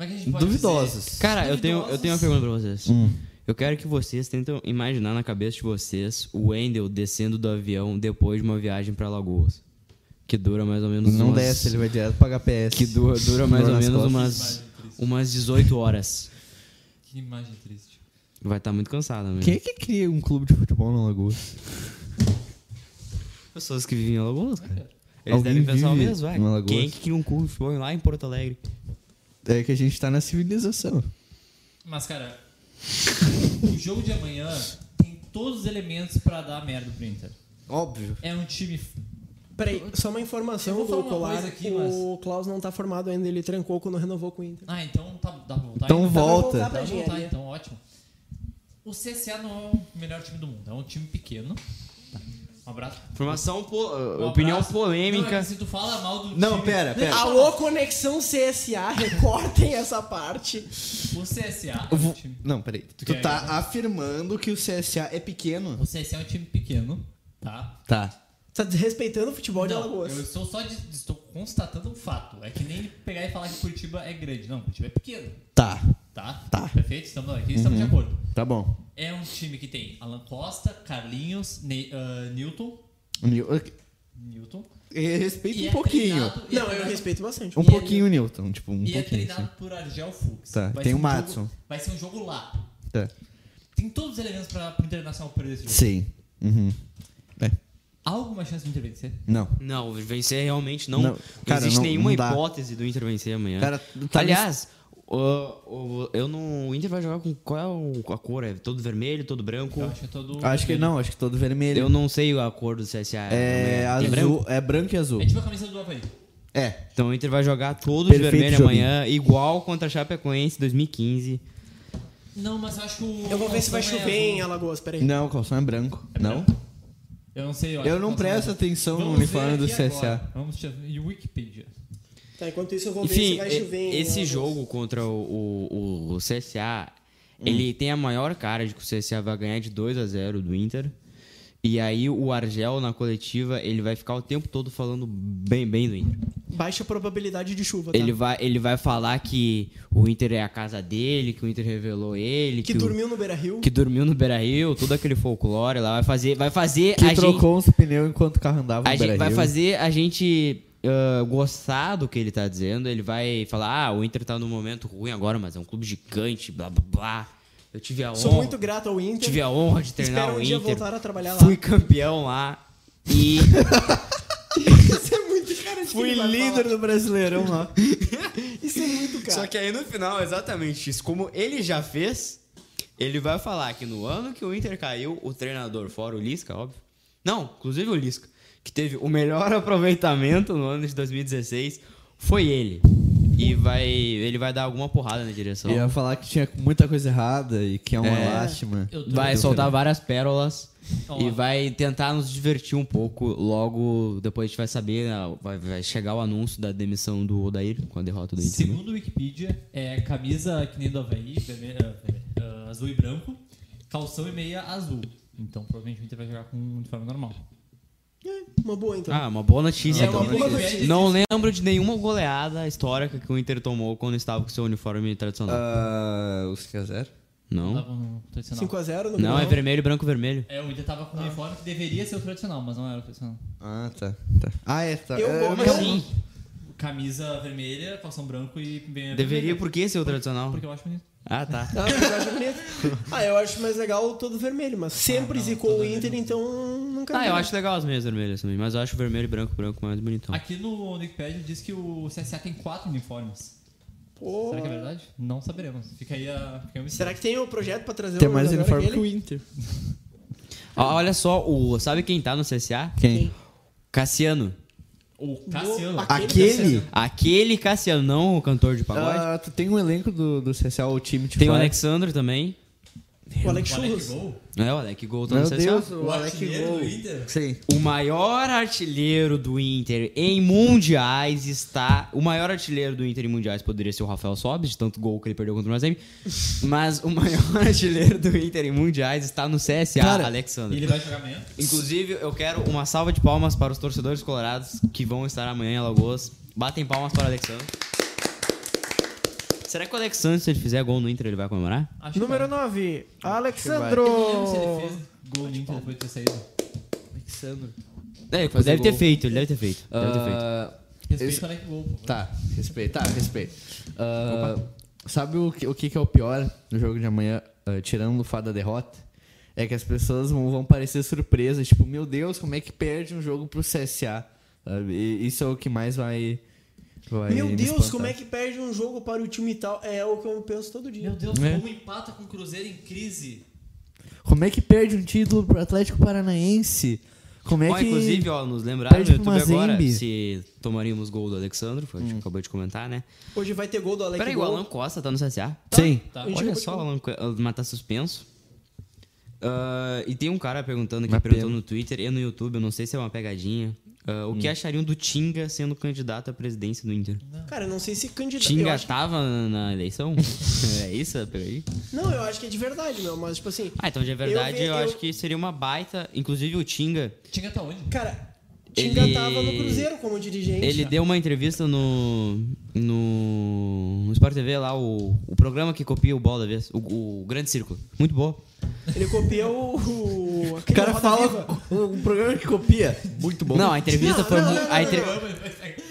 Speaker 1: é que a gente pode
Speaker 3: Duvidosos.
Speaker 1: dizer?
Speaker 3: Hum.
Speaker 4: Cara, eu tenho, eu tenho uma pergunta pra vocês. Eu quero que vocês tentem imaginar na cabeça de vocês o Wendel descendo do avião depois de uma viagem pra Lagoas. Que dura mais ou menos
Speaker 3: Não
Speaker 4: umas-
Speaker 3: desce, ele vai direto pra HPS.
Speaker 4: Que dura, dura mais ou
Speaker 3: Nas
Speaker 4: menos
Speaker 3: costas.
Speaker 4: umas, umas 18 horas.
Speaker 1: Que imagem triste.
Speaker 4: Vai estar muito né? cansada mesmo.
Speaker 3: Quem é que cria um clube de futebol na Lagoa?
Speaker 4: Pessoas que vivem em Alagoas, cara. Eles
Speaker 3: Alguém
Speaker 4: devem pensar o
Speaker 3: vive
Speaker 4: mesmo, vai.
Speaker 3: em Alagoas?
Speaker 4: Quem é que cria um clube de futebol lá em Porto Alegre?
Speaker 3: É que a gente tá na civilização.
Speaker 1: Mas, cara, <laughs> o jogo de amanhã tem todos os elementos pra dar merda pro Inter.
Speaker 3: Óbvio.
Speaker 1: É um time. f-
Speaker 2: Peraí, só uma
Speaker 1: Eu
Speaker 2: informação
Speaker 1: vou
Speaker 2: do
Speaker 1: falar uma
Speaker 2: Colar.
Speaker 1: coisa aqui,
Speaker 2: O Klaus não tá formado ainda, ele trancou quando renovou com o Inter.
Speaker 1: Ah, então tá, dá pra voltar
Speaker 3: Então
Speaker 1: ainda?
Speaker 3: volta.
Speaker 2: voltar
Speaker 1: Dá pra
Speaker 2: pra
Speaker 1: voltar,
Speaker 2: engenharia.
Speaker 1: então, ótimo. O CSA não é o melhor time do mundo, é um time pequeno. Tá. Um abraço.
Speaker 4: Formação, po-
Speaker 1: Um
Speaker 4: opinião
Speaker 1: abraço. Não, é
Speaker 4: polêmica.
Speaker 1: que se tu fala mal do
Speaker 3: Não,
Speaker 1: time-
Speaker 3: pera, pera.
Speaker 2: Alô, Conexão CSA, recortem essa parte.
Speaker 1: O CSA é
Speaker 3: Eu
Speaker 1: um
Speaker 3: vou-
Speaker 1: time.
Speaker 3: Não, peraí. Tu,
Speaker 1: quer-
Speaker 3: tá afirmando que o CSA é pequeno.
Speaker 1: O CSA é um time pequeno, tá?
Speaker 3: Tá.
Speaker 2: Tá desrespeitando o futebol de
Speaker 1: Não,
Speaker 2: Alagoas.
Speaker 1: eu estou só de- estou constatando um fato. É que nem pegar e falar que Curitiba é grande. Não, Curitiba é pequeno,
Speaker 3: Tá.
Speaker 1: tá?
Speaker 3: Tá.
Speaker 1: Perfeito? Estamos aqui, estamos de acordo.
Speaker 3: Tá bom.
Speaker 1: É um time que tem Alan Costa, Carlinhos, Ney- ah, Newton. Newton.
Speaker 3: Respeita
Speaker 1: E
Speaker 3: um
Speaker 1: é
Speaker 3: pouquinho.
Speaker 1: treinado- e é
Speaker 2: Não, eu
Speaker 1: treinado-
Speaker 2: respeito bastante.
Speaker 3: Um
Speaker 1: E
Speaker 3: pouquinho, Newton. Tipo, um
Speaker 1: E é
Speaker 3: pouquinho.
Speaker 1: treinado por Argel Fuchs.
Speaker 3: Tá,
Speaker 1: Vai
Speaker 3: tem
Speaker 1: ser
Speaker 3: o
Speaker 1: um
Speaker 3: Madison.
Speaker 1: jogo- Vai ser um jogo lá.
Speaker 3: assim. Tá.
Speaker 1: Tem todos os elementos para o Internacional perder esse jogo.
Speaker 3: Sim. Uhum. É.
Speaker 1: Há alguma chance do Inter vencer?
Speaker 3: Não.
Speaker 4: Não, vencer realmente não.
Speaker 3: Não,
Speaker 4: Não,
Speaker 3: cara,
Speaker 4: existe
Speaker 3: não-
Speaker 4: nenhuma
Speaker 3: não dá.
Speaker 4: hipótese do Inter vencer amanhã.
Speaker 3: Cara, tá
Speaker 4: Aliás, o- o- eu não. O Inter vai jogar com qual é o- a cor? É todo vermelho, todo branco?
Speaker 1: Eu acho que é todo.
Speaker 3: Acho que não, acho que todo vermelho.
Speaker 4: Eu não sei a cor do CSA. amanhã. Tem
Speaker 3: É azul,
Speaker 4: branco?
Speaker 3: é branco e azul.
Speaker 1: É tipo a camisa do Havaí.
Speaker 3: É.
Speaker 4: Então o Inter vai jogar todo de
Speaker 3: Perfeito
Speaker 4: vermelho
Speaker 3: joguinho.
Speaker 4: amanhã, igual contra a Chapecoense 2015.
Speaker 1: Não, mas eu acho que o.
Speaker 2: Eu vou ver se vai
Speaker 1: Calção é
Speaker 2: chover em
Speaker 1: azul.
Speaker 2: Alagoas, peraí.
Speaker 3: Não, o calção é branco. não?
Speaker 1: Eu não sei. acho
Speaker 3: Eu
Speaker 1: que o
Speaker 3: não
Speaker 1: Calção é
Speaker 3: presto
Speaker 1: azul.
Speaker 3: atenção no
Speaker 1: Vamos
Speaker 3: uniforme
Speaker 1: ver
Speaker 3: do
Speaker 1: aqui
Speaker 3: CSA.
Speaker 1: agora. Vamos te- E o Wikipedia.
Speaker 2: Tá, enquanto isso eu vou ver né? se
Speaker 4: Enfim,
Speaker 2: vai
Speaker 4: e-
Speaker 2: chover em
Speaker 4: esse
Speaker 2: Alagoas.
Speaker 4: jogo contra o, o- o CSA,
Speaker 2: Hum.
Speaker 4: ele tem a maior cara de que o CSA vai ganhar de 2 a 0 do Inter. E aí o Argel na coletiva, ele vai ficar o tempo todo falando bem bem do Inter.
Speaker 2: Baixa probabilidade de chuva, tá?
Speaker 4: Ele vai, ele vai falar que o Inter é a casa dele, que o Inter revelou ele,
Speaker 2: Que
Speaker 4: o-
Speaker 2: dormiu no Beira-Rio.
Speaker 4: que dormiu no Beira-Rio, todo aquele folclore lá, vai fazer, vai fazer
Speaker 3: Que
Speaker 4: a gente
Speaker 3: trocou os pneus enquanto o carro andava
Speaker 4: a
Speaker 3: no
Speaker 4: gente vai
Speaker 3: Brasil.
Speaker 4: fazer a gente ah, gostar do que ele tá dizendo. Ele vai falar: ah, o Inter tá num momento ruim agora, mas é um clube gigante, blá blá blá. Eu tive a honra.
Speaker 2: Sou muito grato ao Inter.
Speaker 4: tive a honra de treinar
Speaker 2: Espero um
Speaker 4: o
Speaker 2: dia
Speaker 4: Inter.
Speaker 2: voltar a trabalhar lá.
Speaker 4: Fui campeão lá. E
Speaker 2: <laughs> Isso é muito cara de quem vai falar.
Speaker 3: do Brasileirão lá.
Speaker 2: Isso é muito cara.
Speaker 4: Só que aí no final, exatamente isso. Como ele já fez, ele vai falar que no ano que o Inter caiu, o treinador, fora o Lisca, óbvio. Não, inclusive o Lisca, que teve o melhor <laughs> aproveitamento no ano de 2016, foi ele. E vai. Ele vai dar alguma porrada na direção.
Speaker 3: Ia falar que tinha muita coisa errada e que é uma
Speaker 4: É.
Speaker 3: lástima.
Speaker 1: Eu tô-
Speaker 4: Vai soltar várias pérolas
Speaker 1: Ó.
Speaker 4: e vai tentar nos divertir um pouco. Logo depois a gente vai saber, né, vai, vai chegar o anúncio da demissão do Odair com a derrota do Inter. né?
Speaker 1: Segundo o Wikipedia, é camisa que nem do Havaí, vermelha- ah, azul e branco, calção e meia azul. Então provavelmente o Inter vai jogar com um uniforme normal.
Speaker 3: Então.
Speaker 2: É, uma boa, então.
Speaker 4: Ah, uma boa notícia.
Speaker 1: É
Speaker 4: então.
Speaker 1: uma boa notícia.
Speaker 4: Não lembro de nenhuma goleada histórica que o Inter tomou quando estava com seu uniforme tradicional.
Speaker 3: Ah, os que é zero?
Speaker 4: não?
Speaker 1: Tava no tradicional.
Speaker 2: 5x0 no
Speaker 4: Não, é
Speaker 2: Brasileirão.
Speaker 4: vermelho, branco, vermelho.
Speaker 1: É, o Inter tava com um uniforme que deveria ser o tradicional, mas não era o tradicional.
Speaker 3: Ah, tá. tá. Ah, é, tá.
Speaker 2: Eu
Speaker 3: É,
Speaker 2: vou-
Speaker 3: não-
Speaker 2: Mas
Speaker 4: Sim.
Speaker 1: Camisa vermelha, calção branco e... meia
Speaker 4: Deveria,
Speaker 1: vermelha.
Speaker 4: por que ser o tradicional?
Speaker 1: Porque eu acho bonito.
Speaker 4: Ah, tá.
Speaker 1: <laughs>
Speaker 2: Ah, mas eu acho bonito. Ah, eu acho mais legal o todo vermelho, mas sempre zicou o Inter, então nunca
Speaker 4: Ah,
Speaker 2: vi.
Speaker 4: eu acho legal as meias vermelhas também, mas eu acho vermelho, branco, branco mais bonitão.
Speaker 1: Aqui no Wikipedia diz que o CSA tem quatro uniformes.
Speaker 2: Pô.
Speaker 1: Será que é verdade? Não saberemos. Fica aí a... Fica aí o
Speaker 2: Será que tem o projeto pra trazer
Speaker 3: Tem
Speaker 2: o
Speaker 3: mais
Speaker 2: jogador
Speaker 3: uniforme
Speaker 2: aquele?
Speaker 3: que o Inter.
Speaker 4: Ah, olha só, o sabe quem tá no CSA?
Speaker 3: Quem?
Speaker 4: Cassiano.
Speaker 1: O Cassiano.
Speaker 2: Aquele
Speaker 3: Aquele?
Speaker 4: Aquele Cassiano, não o cantor de pagode.
Speaker 3: Ah, tu tem um elenco do, do CSA, o time titular?
Speaker 4: Tem o Alexandre também.
Speaker 2: O Alex
Speaker 1: O Alex
Speaker 2: Churros.
Speaker 1: Gol?
Speaker 4: É, o Alec Gol tá no
Speaker 3: Meu
Speaker 4: CSA.
Speaker 3: Deus, o,
Speaker 1: O
Speaker 3: Alex
Speaker 1: artilheiro
Speaker 3: Gol.
Speaker 1: do Inter?
Speaker 3: Sim.
Speaker 4: O maior artilheiro do Inter em mundiais está. O maior artilheiro do Inter em mundiais poderia ser o Rafael Sobis, de tanto gol que ele perdeu contra o Mazembe. Mas o maior <laughs> artilheiro do Inter em mundiais está no CSA,
Speaker 3: Cara,
Speaker 1: E
Speaker 4: Alexandre.
Speaker 1: ele vai jogar amanhã?
Speaker 4: Inclusive, eu quero uma salva de palmas para os torcedores colorados que vão estar amanhã em Alagoas. Batem palmas para o Alexandre. Será que o Alex Santos, se ele fizer gol no Inter, ele vai comemorar?
Speaker 1: Acho
Speaker 2: Número
Speaker 1: que
Speaker 2: 9,
Speaker 1: vai.
Speaker 2: Alexandro.
Speaker 1: Eu não lembro se ele fez gol no Inter depois de ter saído.
Speaker 3: Alexandre.
Speaker 4: É,
Speaker 3: fazer
Speaker 4: deve ter
Speaker 3: gol.
Speaker 4: feito, ele deve ter feito. Deve ter feito.
Speaker 3: Ah,
Speaker 1: Respeito
Speaker 3: esse-
Speaker 1: para que gol, pô.
Speaker 3: Tá, respeito. Tá, respeito. Ah, sabe o que, o que que é o pior no jogo de amanhã, ah, tirando o fato da derrota? É que as pessoas vão, vão parecer surpresas, tipo, meu Deus, como é que perde um jogo pro CSA? sabe? E isso é o que mais vai. vai
Speaker 2: Meu
Speaker 3: me
Speaker 2: Deus,
Speaker 3: espantar.
Speaker 2: como é que perde um jogo para o time tal? É o que eu penso todo dia.
Speaker 1: Meu Deus,
Speaker 3: É.
Speaker 1: como empata com o Cruzeiro em crise.
Speaker 3: Como é que perde um título pro Atlético Paranaense? Como é
Speaker 4: Ó,
Speaker 3: que.
Speaker 4: Inclusive, ó, nos lembraram no
Speaker 3: perde
Speaker 4: YouTube
Speaker 3: pro
Speaker 4: agora
Speaker 3: Mazembe. Hum.
Speaker 4: se tomaríamos gol do Alexandre, foi o que acabou de comentar, né?
Speaker 2: Hoje vai ter gol do Alex.
Speaker 4: Peraí, o Alan Costa tá no CSA?
Speaker 3: Sim.
Speaker 1: Tá.
Speaker 2: A gente
Speaker 4: Olha
Speaker 2: acabou de
Speaker 4: só,
Speaker 2: falar.
Speaker 4: Alan, Co- mas tá suspenso. Ah, e tem um cara perguntando que
Speaker 3: Uma
Speaker 4: perguntou
Speaker 3: pena. Hum.
Speaker 4: no Twitter e no YouTube, eu não sei se é uma pegadinha. ah, o que achariam do Tinga sendo candidato à presidência do Inter?
Speaker 2: Cara, eu não sei se candidato. eu
Speaker 4: Tinga
Speaker 2: acho-
Speaker 4: tava na
Speaker 3: <laughs>
Speaker 4: eleição? é isso? Peraí.
Speaker 2: Não, eu acho que é de verdade, meu. Mas, tipo assim.
Speaker 4: Ah, então de verdade
Speaker 2: ve-
Speaker 4: eu,
Speaker 2: eu-
Speaker 4: acho que seria uma baita. Inclusive o Tinga,
Speaker 1: Tinha até onde?
Speaker 2: Cara, Tinga
Speaker 4: Ele-
Speaker 2: tava no Cruzeiro como dirigente.
Speaker 4: ele deu uma entrevista no. no. no Sport TV lá, o, o programa que copia o bola da vez, o, o Grande Círculo. Muito bom.
Speaker 2: Ele copia o. O
Speaker 3: O
Speaker 2: aquele
Speaker 3: cara
Speaker 2: Roda
Speaker 3: fala
Speaker 2: Viva.
Speaker 3: um programa que copia. Muito bom.
Speaker 4: Não, a entrevista
Speaker 2: Não,
Speaker 4: foi
Speaker 2: não,
Speaker 4: muito.
Speaker 2: não,
Speaker 4: a
Speaker 2: não,
Speaker 4: entre-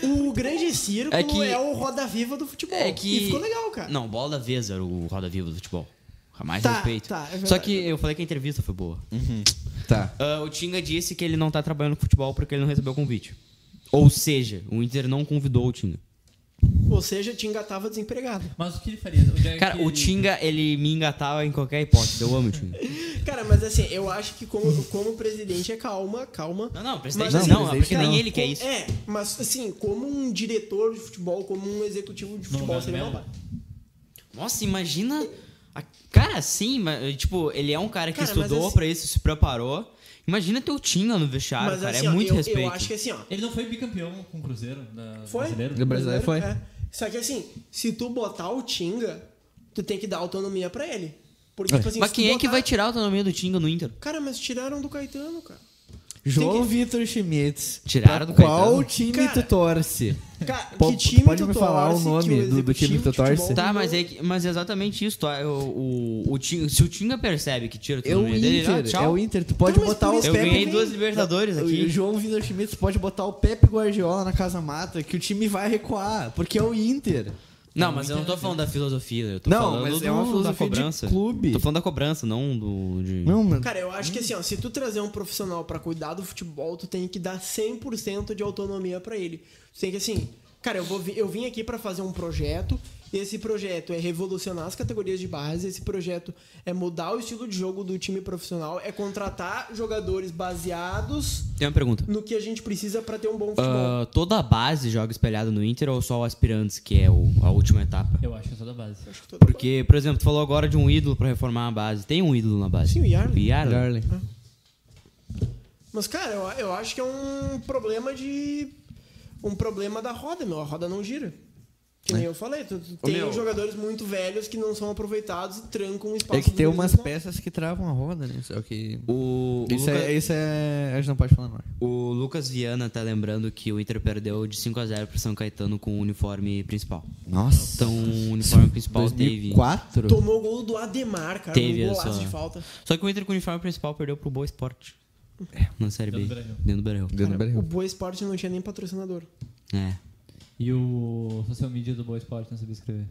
Speaker 2: não.
Speaker 1: é-
Speaker 2: O grande círculo
Speaker 4: É
Speaker 2: é,
Speaker 4: que-
Speaker 2: o Roda Viva do futebol.
Speaker 4: É que.
Speaker 2: E ficou legal, cara.
Speaker 4: Não, bola da vez era o Roda Viva do futebol. Mais
Speaker 2: Tá,
Speaker 4: respeito.
Speaker 2: tá, é verdade.
Speaker 4: Só que eu falei que a entrevista foi boa.
Speaker 3: Tá.
Speaker 4: Ah, o Tinga disse que ele não tá trabalhando com futebol porque ele não recebeu o convite. Ou seja, o Inter não convidou o Tinga.
Speaker 2: Ou seja, Tinga tava desempregado.
Speaker 1: Mas o que ele faria? Onde é
Speaker 4: Cara,
Speaker 1: que
Speaker 4: o
Speaker 1: ele-
Speaker 4: Tinga, ele me engatava em qualquer hipótese. Eu amo o Tinga.
Speaker 2: Cara, mas assim, eu acho que como, como presidente é calma, calma.
Speaker 4: Não, não, presidente
Speaker 2: Mas, assim,
Speaker 4: não, é
Speaker 3: presidente
Speaker 4: porque
Speaker 3: não.
Speaker 4: nem ele quer isso.
Speaker 2: É, mas assim, como um diretor de futebol, como um executivo de futebol,
Speaker 1: dá
Speaker 2: seria
Speaker 1: merda.
Speaker 2: uma-
Speaker 4: Nossa, imagina. a- Cara, sim, mas, tipo, ele é um cara que
Speaker 2: Cara, mas
Speaker 4: estudou
Speaker 2: assim-
Speaker 4: pra isso, se preparou. Imagina ter o Tinga no vestiário,
Speaker 2: Mas
Speaker 4: cara.
Speaker 2: assim,
Speaker 4: é
Speaker 2: ó,
Speaker 4: muito
Speaker 2: eu,
Speaker 4: respeito.
Speaker 2: eu acho que assim, ó.
Speaker 1: Ele não foi bicampeão com o Cruzeiro na...
Speaker 2: Foi?
Speaker 1: brasileiro?
Speaker 3: O É brasileiro foi.
Speaker 2: É. Só que assim, se tu botar o Tinga, tu tem que dar autonomia pra ele. Porque, tipo assim,
Speaker 4: Mas
Speaker 2: se tu
Speaker 4: quem é que
Speaker 2: botar-
Speaker 4: vai tirar a autonomia do Tinga no Inter?
Speaker 2: Cara, mas tiraram do Caetano,
Speaker 3: <laughs>
Speaker 2: cara.
Speaker 3: João Vitor Schmitz.
Speaker 4: Tiraram do
Speaker 3: pra Qual
Speaker 4: Caetano?
Speaker 3: time
Speaker 2: Cara,
Speaker 3: tu torce?
Speaker 2: Cara, que
Speaker 3: Pode-
Speaker 2: time
Speaker 3: pode
Speaker 2: tu
Speaker 3: me falar
Speaker 2: torce
Speaker 3: o nome
Speaker 2: que
Speaker 3: do- do
Speaker 2: executivo
Speaker 3: time que tu
Speaker 2: de futebol
Speaker 3: torce?
Speaker 4: Tá, mas
Speaker 2: não-
Speaker 4: é, que- mas é exatamente isso. tá? O, o, o Tinga- se o Tinga percebe que tira a
Speaker 3: É o
Speaker 4: autonomia dele, ah,
Speaker 3: Inter.
Speaker 4: tchau.
Speaker 3: É o Inter. Tu pode
Speaker 2: Então, mas
Speaker 3: botar
Speaker 2: por
Speaker 3: o
Speaker 2: isso
Speaker 4: Eu
Speaker 2: Pepe
Speaker 4: ganhei
Speaker 2: vem-
Speaker 4: duas Libertadores
Speaker 3: O
Speaker 4: aqui.
Speaker 3: João Vitor Schmitz pode botar o Pepe Guardiola na casa mata que o time vai recuar, porque é o Inter.
Speaker 4: Não, mas eu não tô falando da filosofia. Eu tô
Speaker 3: Não,
Speaker 4: falando
Speaker 3: mas
Speaker 4: do,
Speaker 3: é uma
Speaker 4: da
Speaker 3: filosofia de
Speaker 4: cobrança.
Speaker 3: clube.
Speaker 4: Tô falando da cobrança, não do. De...
Speaker 3: Não, mano.
Speaker 2: Cara, eu acho que assim, ó, se tu trazer um profissional pra cuidar do futebol, tu tem que dar 100% de autonomia pra ele. Tu tem que assim, cara, eu, vou, vi- eu vim aqui pra fazer um projeto, esse projeto é revolucionar as categorias de base, esse projeto é mudar o estilo de jogo do time profissional, é contratar jogadores baseados
Speaker 4: Tem uma pergunta.
Speaker 2: no que a gente precisa pra ter um bom futebol.
Speaker 4: Ah, toda a base joga espelhado no Inter ou só o aspirantes, que é o- a última etapa?
Speaker 1: Eu acho que é só da base.
Speaker 2: Acho que todo-
Speaker 4: Porque, por exemplo, tu falou agora de um ídolo pra reformar a base. Tem um ídolo na base. Ah.
Speaker 2: Sim, o Yarley.
Speaker 4: Yarley.
Speaker 2: Mas, cara, eu, eu acho que é um problema de. Um problema da roda, meu. A roda não gira. Que
Speaker 3: É.
Speaker 2: nem eu falei. Tu, tu tem
Speaker 3: meu-
Speaker 2: jogadores muito velhos que não são aproveitados e trancam o espaço.
Speaker 3: É que
Speaker 2: dos
Speaker 3: tem
Speaker 2: guris
Speaker 3: umas
Speaker 2: novos.
Speaker 3: peças que travam a roda, né? Só que.
Speaker 4: O, o
Speaker 3: Isso,
Speaker 4: Lucas-
Speaker 3: é, isso é. A gente não pode falar, não.
Speaker 4: O Lucas Viana tá lembrando que o Inter perdeu de 5 a 0 pro São Caetano com o uniforme principal.
Speaker 3: Nossa.
Speaker 4: Então, o uniforme principal teve.
Speaker 3: 2004?
Speaker 2: Tomou o gol do Ademar, cara.
Speaker 4: Teve
Speaker 2: um
Speaker 4: essa-
Speaker 2: golaço de falta.
Speaker 4: Só que o Inter com o uniforme principal perdeu pro Boa Esporte.
Speaker 2: É.
Speaker 4: Na Série B.
Speaker 1: Dentro do Brasil.
Speaker 4: Dentro do Brasil.
Speaker 3: Deu no
Speaker 2: O
Speaker 3: Brasil.
Speaker 2: Boa Esporte não tinha nem patrocinador.
Speaker 4: É.
Speaker 1: E o social media do Boa Esporte não sabia
Speaker 2: <laughs>
Speaker 1: escrever.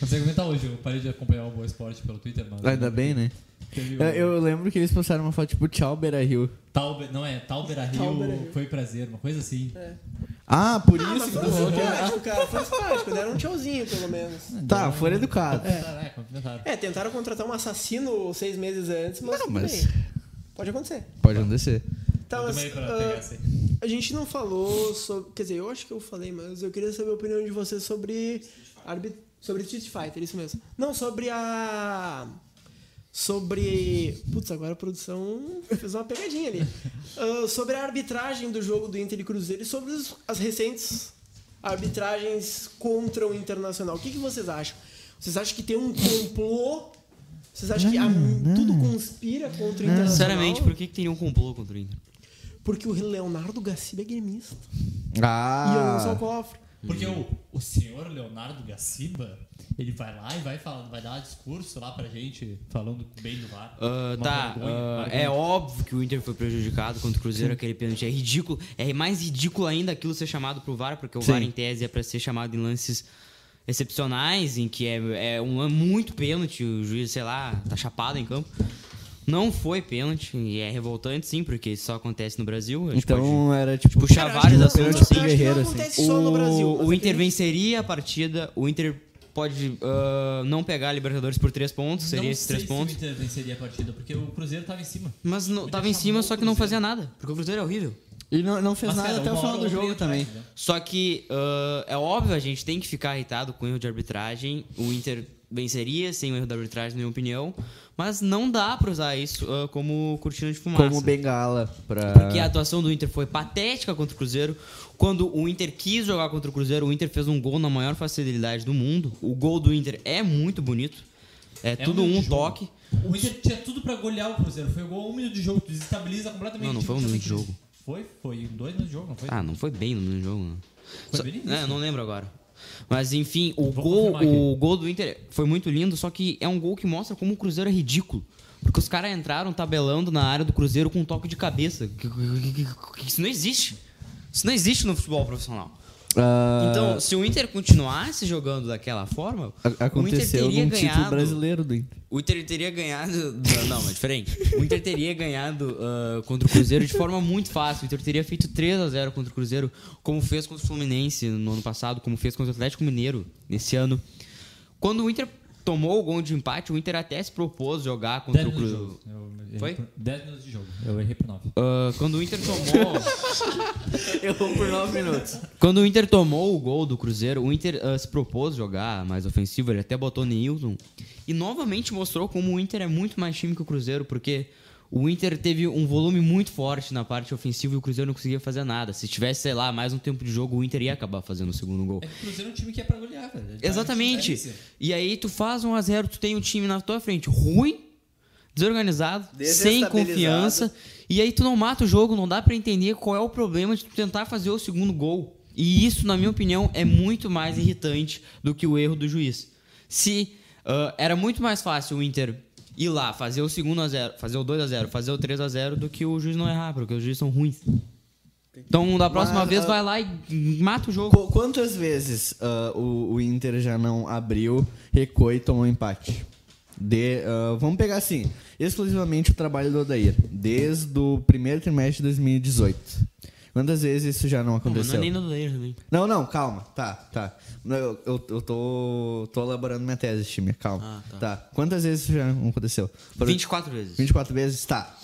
Speaker 1: não sei comentar tá hoje, eu parei de acompanhar o Boa Esporte pelo Twitter, mano.
Speaker 3: Ainda bem, né?
Speaker 1: Teve o-
Speaker 3: Eu, eu lembro que eles postaram uma foto tipo Tchau Beira Rio.
Speaker 1: Tauber, não é, Taubera
Speaker 2: Taubera Rio.
Speaker 1: Rio foi prazer, uma coisa assim.
Speaker 3: Ah, por
Speaker 2: Ah, mas
Speaker 3: isso que
Speaker 2: foi
Speaker 3: tu falou que era-
Speaker 2: simpático, cara. Foi simpático. Deram um tchauzinho, pelo menos.
Speaker 3: Tá, foram educados.
Speaker 1: Caraca, complementado.
Speaker 2: É, tentaram contratar um assassino seis meses antes, mas.
Speaker 3: Não,
Speaker 2: tudo
Speaker 3: mas-
Speaker 2: bem. Pode acontecer.
Speaker 3: Pode acontecer.
Speaker 2: Tá,
Speaker 1: Eu
Speaker 2: mas,
Speaker 1: também um pra
Speaker 2: ah,
Speaker 1: pegar essa aí.
Speaker 2: A gente não falou sobre. Quer dizer, eu acho que eu falei, mas eu queria saber a opinião de vocês sobre. arbit- Sobre Street Fighter, isso mesmo. Não, sobre a. Sobre. Putz, agora a produção fez uma pegadinha ali. Ah, sobre a arbitragem do jogo do Inter e Cruzeiro e sobre os- as recentes arbitragens contra o Internacional. O que, que vocês acham? Vocês acham que tem um complô? Vocês acham que a- tudo conspira contra o Internacional?
Speaker 4: Sinceramente, por que, que teria um complô contra o Inter?
Speaker 2: Porque o Leonardo Garcia é gremista. E eu não sou
Speaker 3: Ah.
Speaker 2: cofre.
Speaker 1: Porque o, o senhor Leonardo Gaciba, ele vai lá e vai falando, vai dar discurso lá pra gente, falando bem do VAR.
Speaker 4: Ah,
Speaker 1: Uma
Speaker 4: tá,
Speaker 1: vergonha,
Speaker 4: ah,
Speaker 1: uma
Speaker 4: é óbvio que o Inter foi prejudicado contra o Cruzeiro, aquele pênalti. É ridículo, é mais ridículo ainda aquilo ser chamado pro VAR, porque o VAR em tese é pra ser chamado em lances excepcionais, em que é, é um lan- muito pênalti, o juiz, sei lá, tá chapado em campo. Não foi pênalti, e é revoltante sim, porque isso só acontece no Brasil. a gente pode-
Speaker 3: Então era tipo.
Speaker 4: puxar
Speaker 3: cara,
Speaker 4: vários
Speaker 3: acho que
Speaker 4: assuntos,
Speaker 3: pênalti pro
Speaker 4: assim.
Speaker 3: Guerreiro,
Speaker 2: Acho que não acontece só no
Speaker 4: O-
Speaker 2: Brasil, mas é
Speaker 4: O
Speaker 2: aqui-
Speaker 4: Inter venceria a partida, o Inter pode ah, não pegar a Libertadores por três pontos, seria
Speaker 1: não
Speaker 4: esses
Speaker 1: sei
Speaker 4: três pontos.
Speaker 1: se o Inter venceria a partida, porque o Cruzeiro tava em cima.
Speaker 4: Mas não,
Speaker 1: Inter
Speaker 4: tava em cima,
Speaker 1: chamou
Speaker 4: só
Speaker 1: o
Speaker 4: que não
Speaker 1: Cruzeiro.
Speaker 4: fazia nada, porque o Cruzeiro é horrível.
Speaker 3: E não, não fez
Speaker 1: Mas,
Speaker 3: nada
Speaker 1: cara,
Speaker 4: um
Speaker 3: até o
Speaker 1: uma
Speaker 3: final
Speaker 1: hora
Speaker 4: é
Speaker 3: do
Speaker 1: ou outra
Speaker 3: jogo
Speaker 1: ele
Speaker 3: também.
Speaker 1: atrás, entendeu?
Speaker 4: Só que ah, é óbvio, a gente tem que ficar irritado com o erro de arbitragem. O Inter venceria sem o erro da arbitragem, na minha opinião. Mas não dá pra usar isso ah, como cortina de fumaça.
Speaker 3: Como bengala pra.
Speaker 4: Porque a atuação do Inter foi patética contra o Cruzeiro. Quando o Inter quis jogar contra o Cruzeiro, o Inter fez um gol na maior facilidade do mundo. O gol do Inter é muito bonito. É,
Speaker 1: É
Speaker 4: tudo
Speaker 1: um
Speaker 4: um,
Speaker 1: jogo.
Speaker 4: toque.
Speaker 1: O Inter tinha tudo pra golear o Cruzeiro. Foi igual um minuto de jogo, tu desestabiliza completamente.
Speaker 4: Não, não
Speaker 1: o time
Speaker 4: foi um minuto de
Speaker 1: completamente.
Speaker 4: jogo.
Speaker 1: Foi, foi dois minutos de jogo, não foi?
Speaker 4: Ah, não foi bem no jogo. Não.
Speaker 1: Foi
Speaker 4: Só-
Speaker 1: bem no
Speaker 4: né,
Speaker 1: início.
Speaker 4: não lembro agora. Mas enfim, o
Speaker 1: Vamos
Speaker 4: gol,
Speaker 1: confirmar aqui.
Speaker 4: o gol do Inter foi muito lindo, só que é um gol que mostra como o Cruzeiro é ridículo. Porque os caras entraram tabelando na área do Cruzeiro com um toque de cabeça. Que- que- que- que- que Isso não existe. Isso não existe no futebol profissional.
Speaker 3: Ah,
Speaker 4: Então, se o Inter continuasse jogando daquela forma,
Speaker 3: a- aconteceu
Speaker 4: o Inter teria
Speaker 3: num título
Speaker 4: ganhado.
Speaker 3: brasileiro do Inter.
Speaker 4: O Inter teria ganhado. Não, é diferente. O Inter teria ganhado ah, contra o Cruzeiro de forma muito fácil. O Inter teria feito 3 a 0 contra o Cruzeiro, como fez contra o Fluminense no ano passado, como fez contra o Atlético Mineiro nesse ano. Quando o Inter tomou o gol de empate, o Inter até se propôs jogar contra
Speaker 1: Dez
Speaker 4: o
Speaker 1: minutos de
Speaker 4: Cruzeiro.
Speaker 1: jogo. Eu errei
Speaker 4: Foi?
Speaker 1: por- Dez minutos de jogo. Eu errei por nove.
Speaker 4: Ah, quando o Inter tomou.
Speaker 3: Eu vou por 9 minutos.
Speaker 4: Quando o Inter tomou o gol do Cruzeiro, o Inter ah, se propôs jogar mais ofensivo, ele até botou Nilson. E novamente mostrou como o Inter é muito mais time que o Cruzeiro, porque o Inter teve um volume muito forte na parte ofensiva e o Cruzeiro não conseguia fazer nada. Se tivesse, sei lá, mais um tempo de jogo, o Inter ia acabar fazendo o segundo gol.
Speaker 1: É que o Cruzeiro é um time que é pra golear, velho. Ele tá- é
Speaker 4: Exatamente.
Speaker 1: isso.
Speaker 4: E aí tu faz um a 0 tu tem um time na tua frente ruim, desorganizado, sem
Speaker 3: Desestabilizado.
Speaker 4: confiança, e aí tu não mata o jogo, não dá pra entender qual é o problema de tu tentar fazer o segundo gol. E isso, na minha opinião, é muito mais irritante do que o erro do juiz. Se ah, era muito mais fácil o Inter ir lá, fazer o segundo a 0, fazer o 2 a 0, fazer o 3 a 0 do que o juiz não errar, porque os juízes são ruins. Então, da próxima
Speaker 3: Mas,
Speaker 4: vez,
Speaker 3: ah,
Speaker 4: vai lá e mata o jogo.
Speaker 3: Qu- Quantas vezes ah, o, o Inter já não abriu, recuou e tomou empate? De, ah, vamos pegar assim, exclusivamente o trabalho do Odair, desde o primeiro trimestre de 2018. Quantas vezes isso já não
Speaker 4: Não, mas não é
Speaker 3: aconteceu?
Speaker 4: nem no Leiro também.
Speaker 3: Não, não, calma. Tá, tá. Não, Eu, eu, eu tô, tô elaborando minha tese, time. Calma.
Speaker 4: Ah,
Speaker 3: tá. Quantas vezes isso já aconteceu? Foram
Speaker 4: 24 vezes.
Speaker 3: 24 vezes? Tá.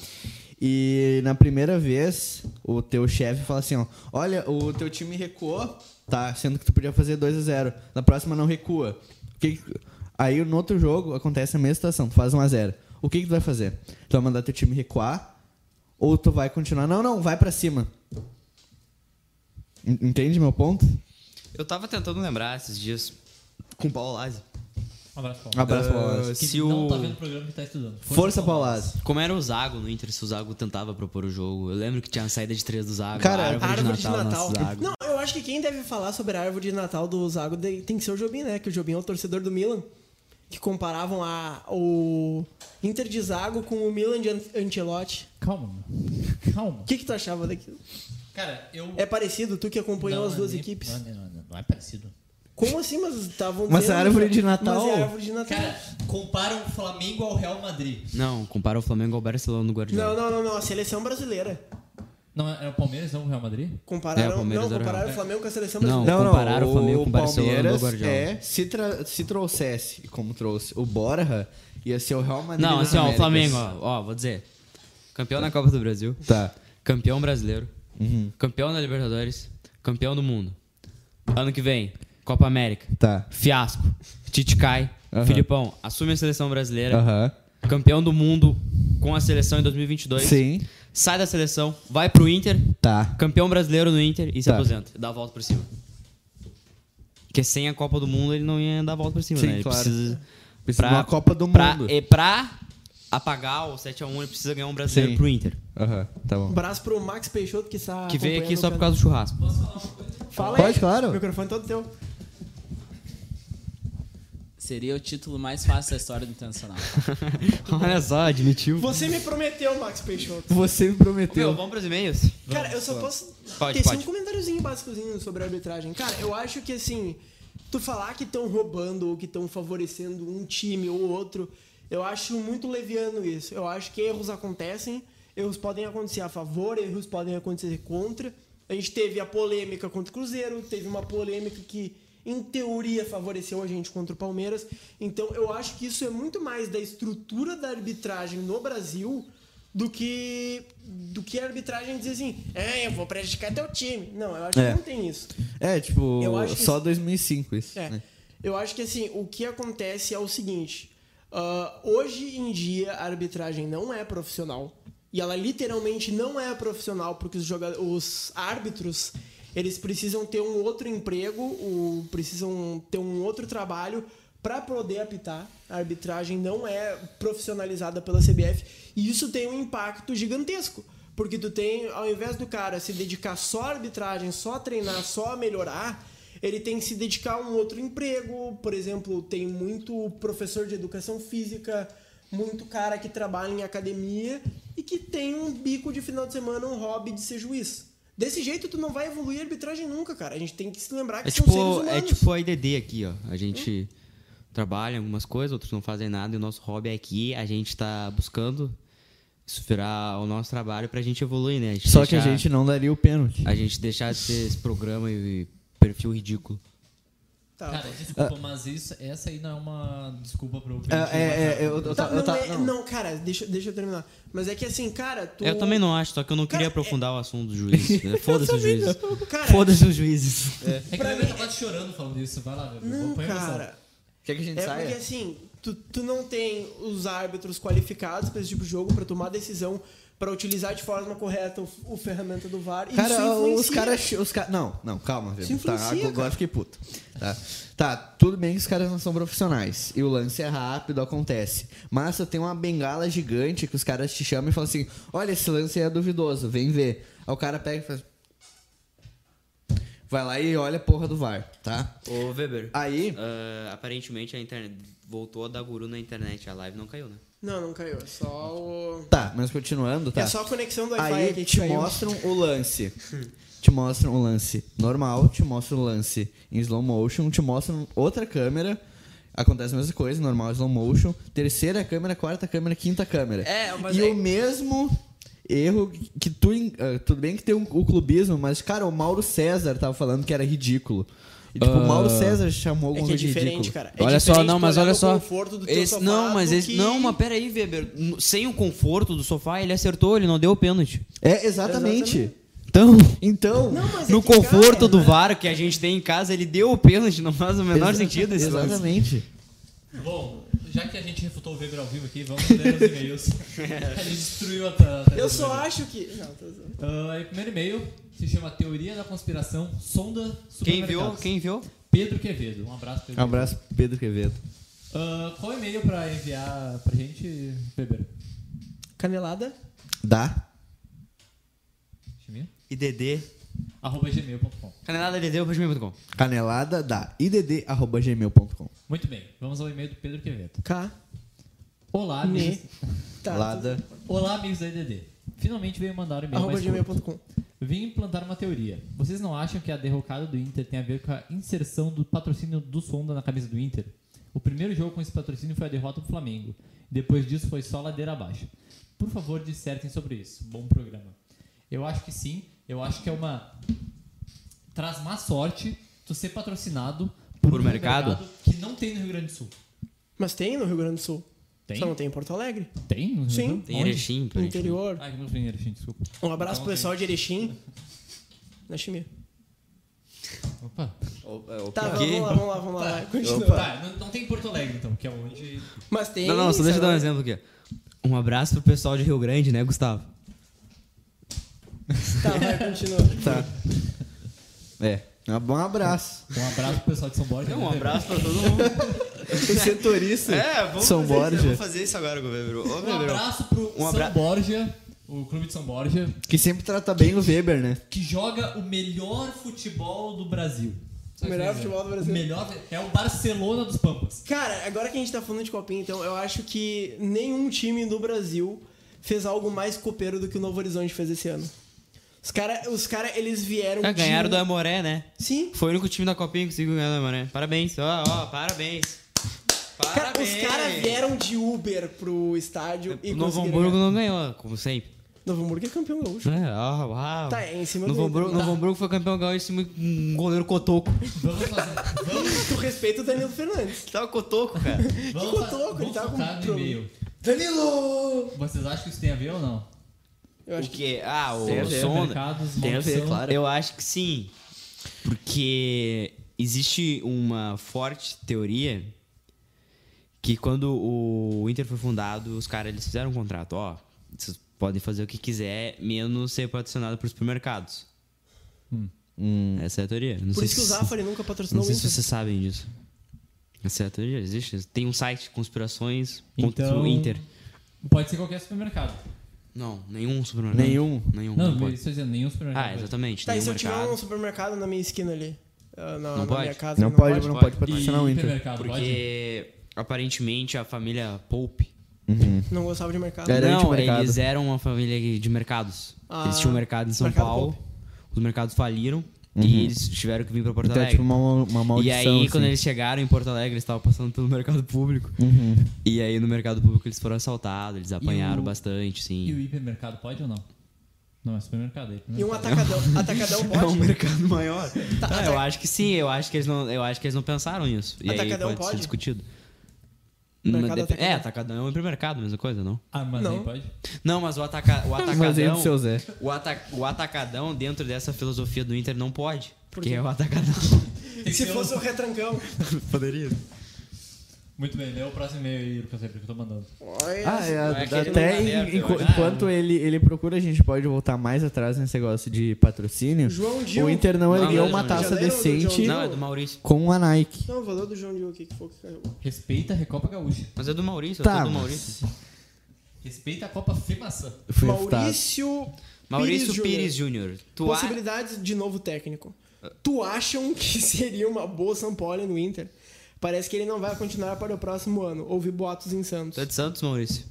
Speaker 3: E na primeira vez, o teu chefe fala assim, ó. Olha, o teu time recuou, tá? Sendo que tu podia fazer 2 a 0 Na próxima não recua. O que que- Aí no outro jogo acontece a mesma situação, tu faz 1 a 0 O que, que tu vai fazer? Tu vai mandar teu time recuar? Ou tu vai continuar? Não, não, vai pra cima. En- Entende meu ponto?
Speaker 4: Eu tava tentando lembrar esses dias com o Paulo Lazzi.
Speaker 1: Um abraço, Paulo.
Speaker 3: Um abraço,
Speaker 4: Ah,
Speaker 3: Paulo Lazzi.
Speaker 1: Que
Speaker 4: se
Speaker 1: não
Speaker 4: o-
Speaker 1: tá vendo o programa que tá estudando.
Speaker 3: Força, Paulo Lazzi.
Speaker 4: Como era o Zago no Inter, se o Zago tentava propor o jogo. Eu lembro que tinha a saída de três do Zago.
Speaker 3: Cara,
Speaker 4: a árvore,
Speaker 2: Árvore
Speaker 4: de Natal, né? nosso Zago.
Speaker 2: Não, eu acho que quem deve falar sobre a árvore de Natal do Zago de- tem que ser o Jobim, né? Que o Jobim é o torcedor do Milan. Que comparavam a, o Inter de Zago com o Milan de An- Ancelotti.
Speaker 1: Calma, mano. Calma.
Speaker 2: O que, que tu achava daquilo?
Speaker 1: Cara, eu...
Speaker 2: É parecido, tu que acompanhou
Speaker 1: Não,
Speaker 4: é
Speaker 1: é
Speaker 2: as duas
Speaker 1: nem-
Speaker 2: equipes.
Speaker 1: Não, não, não, não é parecido.
Speaker 2: Como assim? Mas estavam.
Speaker 3: Mas
Speaker 2: dizendo-
Speaker 3: a árvore de Natal-
Speaker 2: Mas é a árvore de Natal.
Speaker 1: Cara, comparam o Flamengo ao Real Madrid.
Speaker 4: Não, compara o Flamengo ao Barcelona no Guardiola.
Speaker 2: não, não, não, não. A seleção brasileira.
Speaker 1: Não, era o Palmeiras, não o Real Madrid?
Speaker 2: Compararam,
Speaker 4: É, o Palmeiras
Speaker 2: não,
Speaker 4: era-
Speaker 2: compararam o Flamengo com a seleção
Speaker 4: Não.
Speaker 2: brasileira.
Speaker 4: comparar o Flamengo com o Barcelona
Speaker 3: Palmeiras
Speaker 4: do Guardiola.
Speaker 3: É, se, tra- se trouxesse, como trouxe, o Borja, ia ser o Real Madrid.
Speaker 4: Não,
Speaker 3: das
Speaker 4: assim, ó, o
Speaker 3: Américas.
Speaker 4: Flamengo, ó, ó, vou dizer. Campeão na Copa do Brasil.
Speaker 3: Tá.
Speaker 4: Campeão brasileiro. Campeão da Libertadores. Campeão do mundo. Ano que vem, Copa América.
Speaker 3: Tá.
Speaker 4: Fiasco. Tite cai.
Speaker 3: Aham.
Speaker 4: Filipão, assume a seleção brasileira.
Speaker 3: Aham.
Speaker 4: Campeão do mundo com a seleção em 2022.
Speaker 3: Sim.
Speaker 4: Sai da seleção, vai pro Inter,
Speaker 3: Tá.
Speaker 4: campeão brasileiro no Inter e se
Speaker 3: Tá.
Speaker 4: aposenta. Dá a volta por cima. Porque sem a Copa do Mundo ele não ia dar a volta por cima,
Speaker 3: Sim,
Speaker 4: né? Ele
Speaker 3: claro.
Speaker 4: precisa,
Speaker 3: Precisa de uma Copa do
Speaker 4: pra,
Speaker 3: Mundo.
Speaker 4: E pra apagar o 7x1 ele precisa ganhar um brasileiro
Speaker 3: Sim.
Speaker 4: pro Inter.
Speaker 3: Aham, tá
Speaker 2: Um
Speaker 3: bom.
Speaker 2: abraço pro Max Peixoto que está.
Speaker 4: Que veio aqui
Speaker 2: acompanhando
Speaker 4: só
Speaker 2: o
Speaker 4: por
Speaker 2: canal.
Speaker 3: <laughs>
Speaker 4: causa do churrasco.
Speaker 2: Fala aí.
Speaker 6: Pode, claro.
Speaker 2: O microfone todo teu.
Speaker 7: Seria o título mais fácil da história do Internacional.
Speaker 4: Olha só, admitiu.
Speaker 2: Você me prometeu, Max Peixoto.
Speaker 6: Você me prometeu.
Speaker 4: Meu, vamos pros e-mails?
Speaker 2: Cara, eu só posso
Speaker 4: Pode,
Speaker 2: ter um
Speaker 4: pode.
Speaker 2: comentáriozinho básicozinho sobre a arbitragem. Cara, eu acho que assim, tu falar que estão roubando ou que estão favorecendo um time ou outro, eu acho muito leviano isso. Eu acho que erros acontecem, erros podem acontecer a favor, erros podem acontecer contra. A gente teve a polêmica contra o Cruzeiro, teve uma polêmica que em teoria favoreceu a gente contra o Palmeiras. Então eu acho que isso é muito mais da estrutura da arbitragem no Brasil do que do que a arbitragem dizer assim, é, eu vou prejudicar teu time. Não, eu acho
Speaker 3: É.
Speaker 2: que não tem isso.
Speaker 3: É, tipo,
Speaker 2: Eu acho que
Speaker 3: só
Speaker 2: isso-
Speaker 3: 2005 isso.
Speaker 2: É.
Speaker 3: né?
Speaker 2: Eu acho que assim, o que acontece é o seguinte: ah, hoje em dia a arbitragem não é profissional. E ela literalmente não é profissional, porque os, joga- os árbitros eles precisam ter um outro emprego, o- precisam ter um outro trabalho para poder apitar. A arbitragem não é profissionalizada pela CBF e isso tem um impacto gigantesco. Porque tu tem, ao invés do cara se dedicar só à arbitragem, só a treinar, só a melhorar, ele tem que se dedicar a um outro emprego. Por exemplo, tem muito professor de educação física, muito cara que trabalha em academia e que tem um bico de final de semana, um hobby de ser juiz. Desse jeito, tu não vai evoluir a arbitragem nunca, cara. A gente tem que se lembrar que
Speaker 4: É
Speaker 2: são seres
Speaker 4: tipo,
Speaker 2: humanos.
Speaker 4: é tipo a IDD aqui, ó. A gente trabalha em algumas coisas, outros não fazem nada. E o nosso hobby é aqui, a gente tá buscando isso virar o nosso trabalho pra gente evoluir, né? A gente
Speaker 3: Só que a
Speaker 4: deixar-
Speaker 3: gente não daria o pênalti.
Speaker 4: A gente deixar de ser esse programa e perfil ridículo.
Speaker 2: Tá.
Speaker 1: Cara, desculpa, mas isso, essa aí não é uma desculpa pro.
Speaker 3: É, é, é, eu, eu,
Speaker 2: Tá,
Speaker 3: ta- eu
Speaker 2: não,
Speaker 3: ta-
Speaker 2: é-
Speaker 3: não.
Speaker 2: não, cara, deixa, deixa eu terminar. Mas é que assim, cara, tu.
Speaker 4: Eu também não acho, só que eu não
Speaker 2: Cara,
Speaker 4: queria
Speaker 2: é-
Speaker 4: aprofundar o assunto do juiz.
Speaker 2: <laughs>
Speaker 4: né? Foda-se o juiz.
Speaker 2: Cara,
Speaker 4: Foda-se os juízes.
Speaker 1: É que
Speaker 2: pra
Speaker 1: eu
Speaker 2: mim-
Speaker 1: tá quase chorando falando isso. Vai lá,
Speaker 2: não,
Speaker 1: meu. Põe a emoção.
Speaker 2: cara.
Speaker 3: Quer que a gente
Speaker 2: É
Speaker 3: saia?
Speaker 2: porque assim, tu, tu não tem os árbitros qualificados pra esse tipo de jogo, pra tomar decisão, pra utilizar de forma correta o, o ferramenta do VAR. E isso
Speaker 3: Cara,
Speaker 2: influencia.
Speaker 3: os caras. Os ca... Não, não, calma, velho. Tá,
Speaker 2: influencia,
Speaker 3: agora
Speaker 2: cara.
Speaker 3: eu fiquei puto. Tá. tá, tudo bem que os caras não são profissionais. E o lance é rápido, acontece. Mas só tem uma bengala gigante que os caras te chamam e falam assim: olha, esse lance é duvidoso, vem ver. Aí o cara pega e faz. Vai lá e olha a porra do VAR, tá?
Speaker 4: Ô, Weber.
Speaker 3: Aí.
Speaker 4: ah, aparentemente a internet voltou a dar guru na internet. A live não caiu, né?
Speaker 2: Não, não caiu. É só o.
Speaker 3: Tá, mas continuando, tá?
Speaker 2: É só a conexão do Wi-Fi
Speaker 3: Aí
Speaker 2: aqui Hum. que
Speaker 3: te
Speaker 2: caiu.
Speaker 3: mostram o lance. Te mostram o lance normal, te mostram o lance em slow motion, te mostram outra câmera. Acontece a mesma coisa, normal, slow motion. Terceira câmera, quarta câmera, quinta câmera.
Speaker 7: É, mas
Speaker 3: e
Speaker 7: é-
Speaker 3: o mesmo erro que tu. en- ah, tudo bem que tem um- o clubismo, mas, cara, o Mauro César tava falando que era ridículo. E, tipo, o Mauro César chamou
Speaker 2: É
Speaker 3: alguma
Speaker 2: que é
Speaker 3: coisa de
Speaker 2: diferente,
Speaker 3: ridículo.
Speaker 2: cara. É
Speaker 4: olha só,
Speaker 2: diferente
Speaker 4: não,
Speaker 2: tu
Speaker 4: mas
Speaker 2: olhar
Speaker 4: olha
Speaker 2: no
Speaker 4: sofá.
Speaker 2: conforto do teu
Speaker 4: Esse-
Speaker 2: sofá
Speaker 4: não, mas
Speaker 2: do
Speaker 4: esse,
Speaker 2: que-
Speaker 4: não, mas pera aí, Weber. N- Sem o conforto do sofá, ele acertou, ele não deu o pênalti.
Speaker 3: É, exatamente.
Speaker 4: Então,
Speaker 3: Então.
Speaker 2: Não, mas é
Speaker 4: <laughs> no
Speaker 2: que, cara,
Speaker 4: conforto do
Speaker 2: né?
Speaker 4: VAR que a gente tem em casa, ele deu o pênalti, não faz o menor
Speaker 3: exa-
Speaker 4: sentido esse lance.
Speaker 3: Exatamente.
Speaker 1: Bom, já que a gente refutou o Weber ao vivo aqui, vamos ler os e-mails. a gente destruiu a. ta- ta-
Speaker 2: Eu só acho que. Não, tô zoando.
Speaker 1: Ah, aí, primeiro e-mail se chama Teoria da Conspiração Sonda
Speaker 4: Quem
Speaker 1: Supermercados.
Speaker 4: viu? Quem viu?
Speaker 1: Pedro Quevedo. Um abraço, Pedro.
Speaker 3: Um abraço, Pedro Quevedo.
Speaker 1: Ah, qual e-mail pra enviar pra gente, Weber?
Speaker 2: Canelada.
Speaker 3: Dá.
Speaker 1: Gmail?
Speaker 4: IDD.
Speaker 1: Arroba gmail.com.
Speaker 4: Canelada DD, arroba.com.
Speaker 3: Canelada da idd.gmail.com.
Speaker 1: Muito bem, vamos ao e-mail do Pedro Quevedo.
Speaker 2: K.
Speaker 1: Olá,
Speaker 2: Ne.
Speaker 1: amigos.
Speaker 2: Tá.
Speaker 3: Lada.
Speaker 1: Olá, amigos da EDD. Finalmente veio mandar um
Speaker 2: tô-
Speaker 1: e-mail
Speaker 2: Arroba
Speaker 1: mais curto.
Speaker 2: gmail.com.
Speaker 1: Vim implantar uma teoria. Vocês não acham que a derrocada do Inter tem a ver com a inserção do patrocínio do Sonda na camisa do Inter? O primeiro jogo com esse patrocínio foi a derrota do Flamengo. Depois disso foi só ladeira abaixo. Por favor, dissertem sobre isso. Bom programa. Eu acho que sim. Eu acho que é uma. Traz má sorte tu ser patrocinado por,
Speaker 4: Por
Speaker 1: um
Speaker 4: mercado?
Speaker 1: que não tem no Rio Grande do Sul.
Speaker 2: Mas tem no Rio Grande do Sul.
Speaker 1: Tem?
Speaker 2: Só não tem em Porto Alegre.
Speaker 1: Tem? no Rio
Speaker 2: Sim.
Speaker 1: Grande do Sul?
Speaker 4: Tem
Speaker 1: Onde?
Speaker 4: Erechim,
Speaker 2: No
Speaker 4: aparentemente.
Speaker 2: interior.
Speaker 1: Ah, que não foi em Erechim, desculpa.
Speaker 2: Um abraço pro
Speaker 1: Então,
Speaker 2: pessoal de Erechim.
Speaker 4: <laughs>
Speaker 2: Na chimia.
Speaker 1: Opa.
Speaker 4: é,
Speaker 2: Tá, vamos lá, vamos lá, vamos lá. Continua.
Speaker 1: Tá, não, não tem Porto Alegre então, que é onde.
Speaker 2: Mas tem.
Speaker 4: Não, não, só deixa eu
Speaker 2: sei
Speaker 4: dar um
Speaker 2: lá.
Speaker 4: exemplo aqui. Um abraço pro pessoal de Rio Grande, né, Gustavo?
Speaker 2: Tá, vai, continua.
Speaker 4: <laughs>
Speaker 3: Tá. É. Um abraço.
Speaker 1: Um abraço pro pessoal de São Borja.
Speaker 4: um
Speaker 1: né, Pedro?
Speaker 4: pra todo mundo.
Speaker 3: O
Speaker 4: <laughs>
Speaker 3: setorista.
Speaker 4: É, vamos
Speaker 3: São
Speaker 4: fazer isso,
Speaker 3: Borja.
Speaker 4: vamos fazer isso agora com o Weber. Ô,
Speaker 1: Um
Speaker 4: Weber,
Speaker 1: abraço pro
Speaker 4: Um abra-
Speaker 1: São Borja, o clube de São Borja,
Speaker 3: Que sempre trata bem o Weber, né?
Speaker 1: que joga o melhor futebol do Brasil. Sabe
Speaker 2: O melhor
Speaker 1: que eu quero
Speaker 2: futebol do
Speaker 1: dizer?
Speaker 2: Brasil.
Speaker 1: O melhor é o Barcelona dos Pampas.
Speaker 2: Cara, agora que a gente tá falando de copinha, então, eu acho que nenhum time do Brasil fez algo mais copeiro do que o Novo Horizonte fez esse ano. Os cara, os cara eles vieram.
Speaker 4: Ah,
Speaker 2: de
Speaker 4: ganharam
Speaker 2: um-
Speaker 4: do Amoré, né?
Speaker 2: Sim.
Speaker 4: Foi o único time da Copinha que conseguiu ganhar do Amoré. Parabéns, ó, ó, parabéns.
Speaker 2: Cara,
Speaker 4: Parabéns.
Speaker 2: os caras vieram de Uber pro estádio e
Speaker 4: O Novo
Speaker 2: conseguiram
Speaker 4: Hamburgo
Speaker 2: ganhar.
Speaker 4: não ganhou, como sempre.
Speaker 2: Novo Hamburgo é campeão gaúcho.
Speaker 4: É, ó, uau.
Speaker 2: Tá, é em cima
Speaker 4: Novo
Speaker 2: do
Speaker 4: Hamburgo,
Speaker 2: Inter.
Speaker 4: Novo Hamburgo foi campeão gaúcho em cima de um
Speaker 2: <laughs>
Speaker 4: goleiro cotoco.
Speaker 1: Vamos fazer. Vamos,
Speaker 2: Tu respeita o Danilo Fernandes.
Speaker 4: Tava cotoco, cara.
Speaker 1: vamos,
Speaker 2: Que
Speaker 1: fa-
Speaker 2: cotoco, ele
Speaker 1: vamos
Speaker 2: tava com
Speaker 1: focar no
Speaker 2: problema.
Speaker 1: e-mail.
Speaker 2: Danilo!
Speaker 1: Vocês acham que isso tem a ver ou não?
Speaker 2: Eu acho
Speaker 4: o quê? Ah, o
Speaker 3: Tem a ver,
Speaker 4: Sonda.
Speaker 1: Mercados,
Speaker 3: Tem a ver,
Speaker 1: maldição.
Speaker 3: claro.
Speaker 4: Eu acho que sim. Porque existe uma forte teoria que quando o Inter foi fundado, os caras eles fizeram um contrato, ó, vocês podem fazer o que quiser, menos ser patrocinado por supermercados. Essa é a teoria. Não
Speaker 2: Por
Speaker 4: sei
Speaker 2: isso que o
Speaker 4: se-
Speaker 2: Zafari nunca
Speaker 4: Não
Speaker 2: patrocinou o
Speaker 4: sei
Speaker 2: Inter.
Speaker 4: se vocês sabem disso. Essa é a teoria, existe. Tem um site conspirações
Speaker 1: Então-
Speaker 4: contra o Inter.
Speaker 1: Pode ser qualquer supermercado.
Speaker 4: Não, nenhum supermercado.
Speaker 3: Nenhum?
Speaker 4: Nenhum.
Speaker 1: Não,
Speaker 4: não
Speaker 1: não
Speaker 4: pode.
Speaker 1: estou dizendo nenhum supermercado.
Speaker 4: Ah, exatamente.
Speaker 2: Tá, e
Speaker 4: nenhum
Speaker 2: se eu tiver
Speaker 4: mercado.
Speaker 2: um supermercado na minha esquina ali? Ah, Na,
Speaker 4: Não
Speaker 2: na
Speaker 4: pode?
Speaker 2: minha casa?
Speaker 3: Não pode, não
Speaker 4: pode.
Speaker 3: pode
Speaker 1: E
Speaker 3: patrocinar o Inter.
Speaker 1: hipermercado, pode?
Speaker 4: Porque aparentemente a família Pope.
Speaker 2: Não gostava de mercado.
Speaker 3: Era
Speaker 4: não,
Speaker 3: antimercado.
Speaker 4: eles eram uma família de mercados.
Speaker 2: Ah.
Speaker 4: eles tinham um mercado em São
Speaker 2: Mercado
Speaker 4: Paulo. Os mercados faliram
Speaker 3: Uhum.
Speaker 4: e eles tiveram que vir pra Porto
Speaker 3: Então é
Speaker 4: Alegre.
Speaker 3: tipo uma, uma
Speaker 4: e
Speaker 3: maldição.
Speaker 4: aí, quando
Speaker 3: assim.
Speaker 4: eles chegaram em Porto Alegre, eles estavam passando pelo mercado público.
Speaker 3: Uhum.
Speaker 4: E aí, no mercado público, eles foram assaltados, eles apanharam
Speaker 1: o-
Speaker 4: bastante,
Speaker 1: E o
Speaker 4: sim.
Speaker 1: hipermercado pode ou não? Não é supermercado. É
Speaker 2: E um
Speaker 1: hipermercado.
Speaker 2: atacadão. Atacadão
Speaker 4: É um
Speaker 2: pode?
Speaker 4: mercado maior.
Speaker 2: Tá,
Speaker 4: Não,
Speaker 2: tá.
Speaker 4: eu acho que sim, eu acho que eles não, eu acho que eles não pensaram nisso. E aí
Speaker 2: Atacadão
Speaker 4: pode,
Speaker 2: um pode?
Speaker 4: ser discutido.
Speaker 2: Mercado
Speaker 4: Mas dep-
Speaker 2: atacadão.
Speaker 4: É, atacadão é um hipermercado, mesma coisa, não?
Speaker 1: Armazém
Speaker 2: Não.
Speaker 1: Ah, pode?
Speaker 4: Não, mas o, ataca, o
Speaker 3: Mas aí
Speaker 4: atacadão.
Speaker 3: do seu Zé.
Speaker 4: O, ata- o atacadão dentro dessa filosofia do Inter não pode.
Speaker 2: Por
Speaker 4: Porque
Speaker 2: quê?
Speaker 4: é o atacadão.
Speaker 2: Se fosse o retrancão.
Speaker 4: Poderia.
Speaker 1: Muito bem, lê o próximo e-mail aí, Lucas, Felipe, que eu tô mandando.
Speaker 2: Olha
Speaker 3: Ah, é,
Speaker 4: é aquele lugar
Speaker 3: até em-
Speaker 4: aberto, é
Speaker 3: enqu-
Speaker 4: eu acho.
Speaker 3: enquanto ele, ele procura, a gente pode voltar mais atrás nesse negócio de patrocínio.
Speaker 2: João Dil.
Speaker 3: O Inter não
Speaker 4: Não,
Speaker 3: ergueu
Speaker 4: não,
Speaker 3: uma
Speaker 4: não.
Speaker 2: Já
Speaker 3: taça
Speaker 2: leram do
Speaker 3: decente
Speaker 2: João
Speaker 4: Não, é do Maurício.
Speaker 3: com a Nike.
Speaker 2: Não, o valor do João Dil aqui que foi que caiu.
Speaker 1: Respeita a Recopa Gaúcha.
Speaker 4: Mas é do Maurício, eu
Speaker 3: Tá,
Speaker 4: sou do
Speaker 3: mas-
Speaker 4: Maurício.
Speaker 1: Respeita a Copa Femaçã.
Speaker 3: Fui refutado.
Speaker 2: Maurício.
Speaker 4: Maurício
Speaker 2: Júnior.
Speaker 4: Pires Júnior. Tu a...
Speaker 2: Possibilidades de novo técnico. Tu acham que <laughs> seria uma boa São Paulo no Inter? Parece que ele não vai continuar para o próximo ano. Houve boatos insanos.
Speaker 4: Tu é de Santos, Maurício?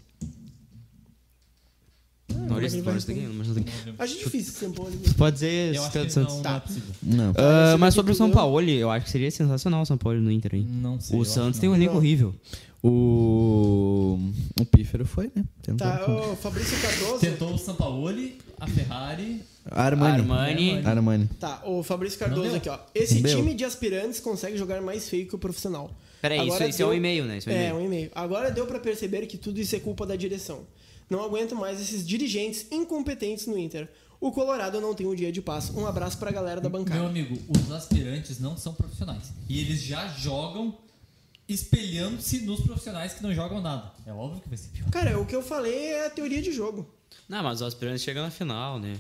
Speaker 4: Maurício,
Speaker 2: ele vai
Speaker 4: Maurício daqui? Maurício daqui.
Speaker 2: Acho difícil São Paulo.
Speaker 4: Tu pode dizer
Speaker 1: Eu
Speaker 4: se
Speaker 1: acho
Speaker 4: tu é de
Speaker 1: que não,
Speaker 4: Santos.
Speaker 1: não é possível.
Speaker 4: Ah,
Speaker 3: Não.
Speaker 2: Esse
Speaker 4: mas
Speaker 2: daqui
Speaker 4: sobre o
Speaker 2: tu
Speaker 4: São
Speaker 2: deu.
Speaker 4: Paulo, eu acho que seria sensacional o São Paulo no Inter, hein?
Speaker 1: Não sei. Hum, eu
Speaker 4: O
Speaker 1: acho
Speaker 4: Santos
Speaker 1: que
Speaker 4: tem um
Speaker 1: não.
Speaker 4: elenco
Speaker 2: Não.
Speaker 4: horrível.
Speaker 3: O. O Pífero foi, né? Tentou.
Speaker 2: Tá, o Fabrício Cardoso.
Speaker 1: Tentou o Sampaoli, a Ferrari.
Speaker 3: Armani.
Speaker 4: Armani.
Speaker 3: Armani.
Speaker 2: Tá, o Fabrício
Speaker 1: Não
Speaker 2: Cardoso
Speaker 1: deu.
Speaker 2: aqui, ó. Esse
Speaker 3: Deu.
Speaker 2: time de aspirantes consegue jogar mais feio que o profissional.
Speaker 4: Peraí, isso,
Speaker 2: Agora
Speaker 4: isso é um
Speaker 2: deu-
Speaker 4: e-mail, né? Isso é um
Speaker 2: É,
Speaker 4: e-mail.
Speaker 2: um e-mail. Agora deu pra perceber que tudo isso é culpa da direção. Não aguento mais esses dirigentes incompetentes no Inter. O Colorado não tem um dia de paz. Um abraço pra galera da
Speaker 1: Meu
Speaker 2: bancada.
Speaker 1: amigo, os aspirantes não são profissionais. E eles já jogam espelhando-se nos profissionais que não jogam nada. É óbvio que vai ser pior.
Speaker 2: Cara, o que eu falei é a teoria de jogo.
Speaker 4: Não, mas os aspirantes chegam na final, né?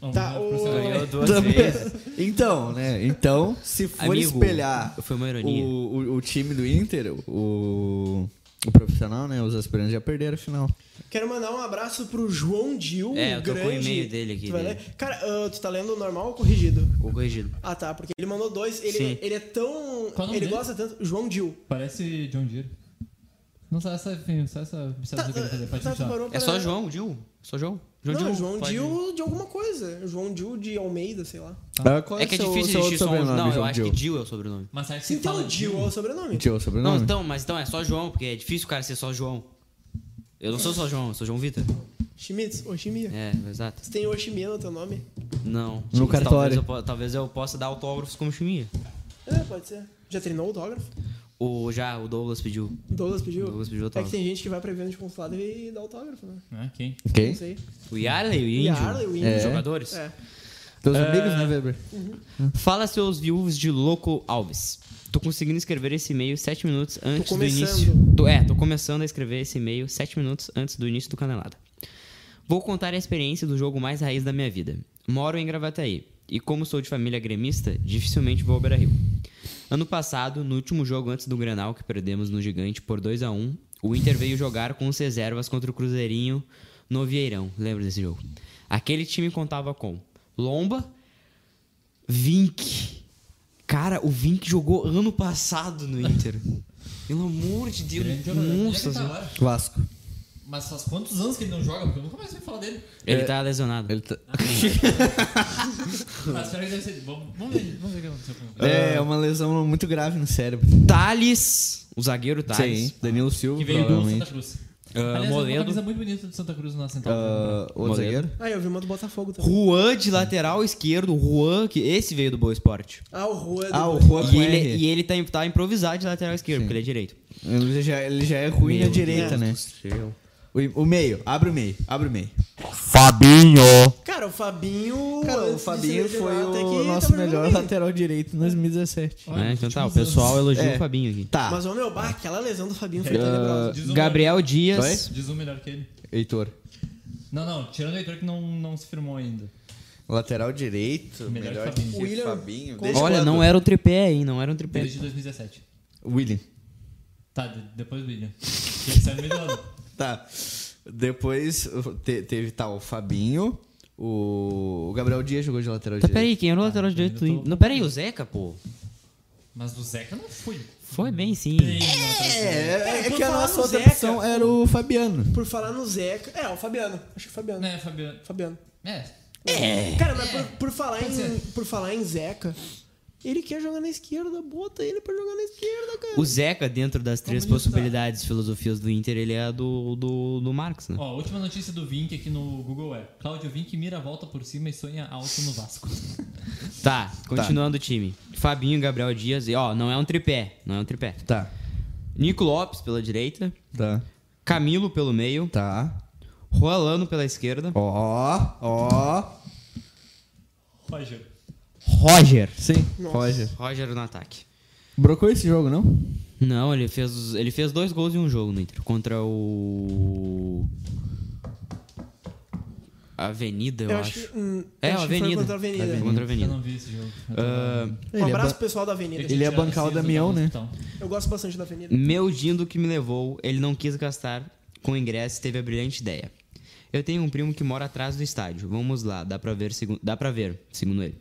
Speaker 1: Não,
Speaker 2: Tá,
Speaker 1: não é
Speaker 2: o-
Speaker 1: profissional.
Speaker 4: Ganhou duas
Speaker 3: Também.
Speaker 4: vezes.
Speaker 3: Então, né? Então, se for
Speaker 4: Amigo,
Speaker 3: espelhar
Speaker 4: foi uma
Speaker 3: o,
Speaker 4: ironia.
Speaker 3: o, o time do Inter, o, o profissional, né? Os aspirantes já perderam a final.
Speaker 2: Quero mandar um abraço pro João Dil,
Speaker 4: É, eu tô com o
Speaker 2: grande...
Speaker 4: e-mail dele aqui,
Speaker 2: Tu vai
Speaker 4: dele.
Speaker 2: ler? Cara, ah, tu tá lendo o normal ou corrigido?
Speaker 4: O corrigido.
Speaker 2: Ah, tá, porque ele mandou dois. Ele,
Speaker 4: Sim.
Speaker 2: ele é tão...
Speaker 1: Qual o nome
Speaker 2: ele
Speaker 1: dele?
Speaker 2: gosta tanto... João Dil.
Speaker 1: Parece John Deere. Não sabe essa, enfim, só essa observação que ele fazer. Pode
Speaker 2: tá, tu
Speaker 1: continuar.
Speaker 2: parou
Speaker 4: É
Speaker 2: pra-
Speaker 4: só João, Dil. É Só João. João
Speaker 2: não,
Speaker 4: Dil.
Speaker 2: João
Speaker 4: pode-
Speaker 2: Dil de alguma coisa. João Dil de Almeida, sei lá.
Speaker 3: Ah, qual
Speaker 4: É que é
Speaker 3: seu-
Speaker 4: difícil
Speaker 3: seu
Speaker 4: existir só um.
Speaker 3: sobrenome,
Speaker 4: Não, eu
Speaker 3: João
Speaker 4: acho que
Speaker 3: Dil?
Speaker 4: Dil é o sobrenome.
Speaker 1: Mas será que se
Speaker 2: Então,
Speaker 1: fala
Speaker 2: Dil é o sobrenome.
Speaker 3: Dil é o
Speaker 4: Não,
Speaker 3: sobrenome?
Speaker 4: então, mas então é só João, porque é difícil o cara ser só João. Eu não sou só João, eu sou João Vitor.
Speaker 2: Schmitz, Oshimia.
Speaker 4: É, exato.
Speaker 2: Você tem Oshimia no teu nome?
Speaker 4: Não.
Speaker 3: No
Speaker 4: Mas Talvez
Speaker 3: cartório.
Speaker 4: eu, po- talvez eu possa dar autógrafos como chimia.
Speaker 2: É, pode ser. Já treinou autógrafo?
Speaker 4: O já, o Douglas pediu.
Speaker 2: Douglas pediu?
Speaker 4: Douglas pediu
Speaker 2: É que
Speaker 4: autógrafo.
Speaker 2: tem gente que vai pra evento de consulado e dá autógrafo, né?
Speaker 1: Ah, quem?
Speaker 2: Não
Speaker 3: Ok?
Speaker 2: sei.
Speaker 4: O Yarley, o
Speaker 2: E
Speaker 4: Índio.
Speaker 2: Arley, o
Speaker 3: É.
Speaker 4: Os
Speaker 2: índio.
Speaker 4: Jogadores.
Speaker 2: É.
Speaker 3: Teus
Speaker 1: É.
Speaker 3: amigos, né, Weber?
Speaker 4: Fala seus viúvos de Loco Alves. Tô conseguindo escrever esse e-mail sete minutos antes do
Speaker 2: começando.
Speaker 4: início. Tô- é, tô começando a escrever esse e-mail sete minutos antes do início do Canelada. Vou contar a experiência do jogo mais raiz da minha vida. Moro em Gravataí e, como sou de família gremista, dificilmente vou ao Beira Rio. Ano passado, no último jogo antes do Grenal um, que perdemos no Gigante por 2 a 1 o Inter veio jogar com os reservas contra o Cruzeirinho no Vieirão. Lembra desse jogo? Aquele time contava com Lomba, Vink. Cara, o Vink jogou ano passado no Inter. Pelo amor de Deus. assim.
Speaker 1: Grande jogador. Onde é que ele
Speaker 4: Nossa,
Speaker 1: tá
Speaker 4: senhora.
Speaker 1: agora?
Speaker 3: Vasco.
Speaker 1: Mas faz quantos anos que ele não joga? Porque eu nunca mais ouvi falar dele.
Speaker 4: ele tá lesionado.
Speaker 3: Ele tá-
Speaker 1: Mas será que deve ser. Vamos, vamos ver, vamos ver o que aconteceu com ele.
Speaker 3: É, é uma lesão muito grave no cérebro.
Speaker 4: Thales, o zagueiro tá. Thales.
Speaker 3: Sim, Danilo Silva,
Speaker 1: Que veio do Santa
Speaker 3: provavelmente.
Speaker 1: Cruz.
Speaker 4: Ah,
Speaker 1: Aliás, é uma
Speaker 4: Moledo.
Speaker 1: camisa muito bonita do Santa Cruz na central.
Speaker 3: Ah, outro
Speaker 4: Moledo.
Speaker 3: zagueiro?
Speaker 2: Ah, eu vi uma do Botafogo também.
Speaker 4: Juan de lateral esquerdo, Juan, que esse veio do Boa Esporte.
Speaker 2: Ah, o Rua do...
Speaker 3: Ah, o Juan
Speaker 4: E ele, e ele tá, tá improvisado de lateral esquerdo, porque ele é direito.
Speaker 3: Ele já, ele já é ruim à
Speaker 4: Meu
Speaker 3: direita,
Speaker 4: Deus
Speaker 3: né?
Speaker 4: do céu.
Speaker 3: O, o meio, abre o meio, abre o meio.
Speaker 2: Cara, o Fabinho...
Speaker 3: Cara, o
Speaker 2: antes de tá
Speaker 3: Fabinho
Speaker 2: ser
Speaker 3: foi
Speaker 2: lesionado, até que
Speaker 3: o
Speaker 2: tava
Speaker 3: nosso
Speaker 2: jogando
Speaker 3: melhor
Speaker 2: bem.
Speaker 3: lateral direito em 2017.
Speaker 1: Olha,
Speaker 4: Né? Então tá, o
Speaker 1: últimos
Speaker 4: pessoal elogia
Speaker 3: É.
Speaker 4: o Fabinho aqui.
Speaker 3: Tá,
Speaker 2: Mas, ô meu, bah, aquela lesão do Fabinho foi tenebrosa.
Speaker 3: Ah,
Speaker 1: Diz um
Speaker 4: Gabriel Dias.
Speaker 1: Diz um melhor que ele.
Speaker 3: Heitor.
Speaker 1: Não, não, tirando o Heitor que não, não se firmou ainda.
Speaker 3: Lateral direito,
Speaker 1: Melhor
Speaker 3: melhor,
Speaker 1: que Fabinho.
Speaker 3: que
Speaker 2: William,
Speaker 3: Fabinho.
Speaker 2: com-
Speaker 3: Desde
Speaker 4: Olha,
Speaker 3: quando?
Speaker 4: não é- era um tripé, hein? Não era um tripé.
Speaker 1: Desde 2017.
Speaker 3: William.
Speaker 1: Tá, de- depois do William. Ele saiu no meio do ano.
Speaker 3: Tá. Depois te- teve tal o Fabinho, o o Gabriel Dias jogou de lateral
Speaker 4: Tá,
Speaker 3: direito.
Speaker 4: peraí, quem era o lateral direito do
Speaker 1: eu tô-
Speaker 4: Inter? Não, peraí, o Zeca, pô.
Speaker 1: Mas o Zeca não foi.
Speaker 4: Foi bem sim.
Speaker 1: bem na outra-
Speaker 3: É, é,
Speaker 2: por
Speaker 3: que a
Speaker 2: falar
Speaker 3: nossa
Speaker 2: no
Speaker 3: outra
Speaker 2: Zeca-
Speaker 3: opção era o Fabiano.
Speaker 2: Por falar no Zeca... É, o Fabiano. Acho que o Fabiano.
Speaker 1: Né, Fabiano?
Speaker 2: Fabiano.
Speaker 1: É.
Speaker 2: Cara, mas por, por falar em,
Speaker 1: ser.
Speaker 2: por falar em Zeca, ele quer jogar na esquerda, bota ele pra jogar na esquerda, cara.
Speaker 4: O Zeca, dentro das três
Speaker 1: Comunista.
Speaker 4: possibilidades, filosofias do Inter, ele é a do, do, do Marx, né?
Speaker 1: Ó, a última notícia do Vink aqui no Google é: Cláudio Vink mira a volta por cima e sonha alto no Vasco. <laughs>
Speaker 4: Tá, continuando o time. Fabinho, Gabriel Dias, e ó, não é um tripé, não é um tripé.
Speaker 3: Tá.
Speaker 4: Nico Lopes pela direita,
Speaker 3: Tá.
Speaker 4: Camilo pelo meio,
Speaker 3: Tá.
Speaker 4: Rolando pela esquerda,
Speaker 3: Ó, ó.
Speaker 1: Roger.
Speaker 4: Roger.
Speaker 3: Sim, Roger.
Speaker 4: Roger no ataque.
Speaker 3: Brocou esse jogo, não?
Speaker 4: Não, ele fez, ele fez dois gols em um jogo no Inter, contra o... Avenida, eu, acho.
Speaker 2: que, hum,
Speaker 4: É,
Speaker 2: acho
Speaker 4: a
Speaker 2: que foi
Speaker 4: Avenida.
Speaker 2: contra a Avenida.
Speaker 4: Contra a
Speaker 1: Eu
Speaker 4: Avenida.
Speaker 1: não vi esse jogo. Eu tô-
Speaker 4: Ah,
Speaker 2: Um
Speaker 3: Ele é
Speaker 2: abraço
Speaker 3: ba-
Speaker 2: pro pessoal da Avenida.
Speaker 1: Eu tinha
Speaker 3: ele ia
Speaker 1: tirado
Speaker 3: bancar o
Speaker 1: Ciso,
Speaker 3: Damião,
Speaker 1: tava no
Speaker 3: né?
Speaker 1: hospital.
Speaker 2: Eu gosto bastante da Avenida.
Speaker 4: Meu dindo que me levou, ele não quis gastar com ingresso e teve a brilhante ideia. Eu tenho um primo que mora atrás do estádio. Vamos lá, dá pra ver, segu- dá pra ver, segundo ele.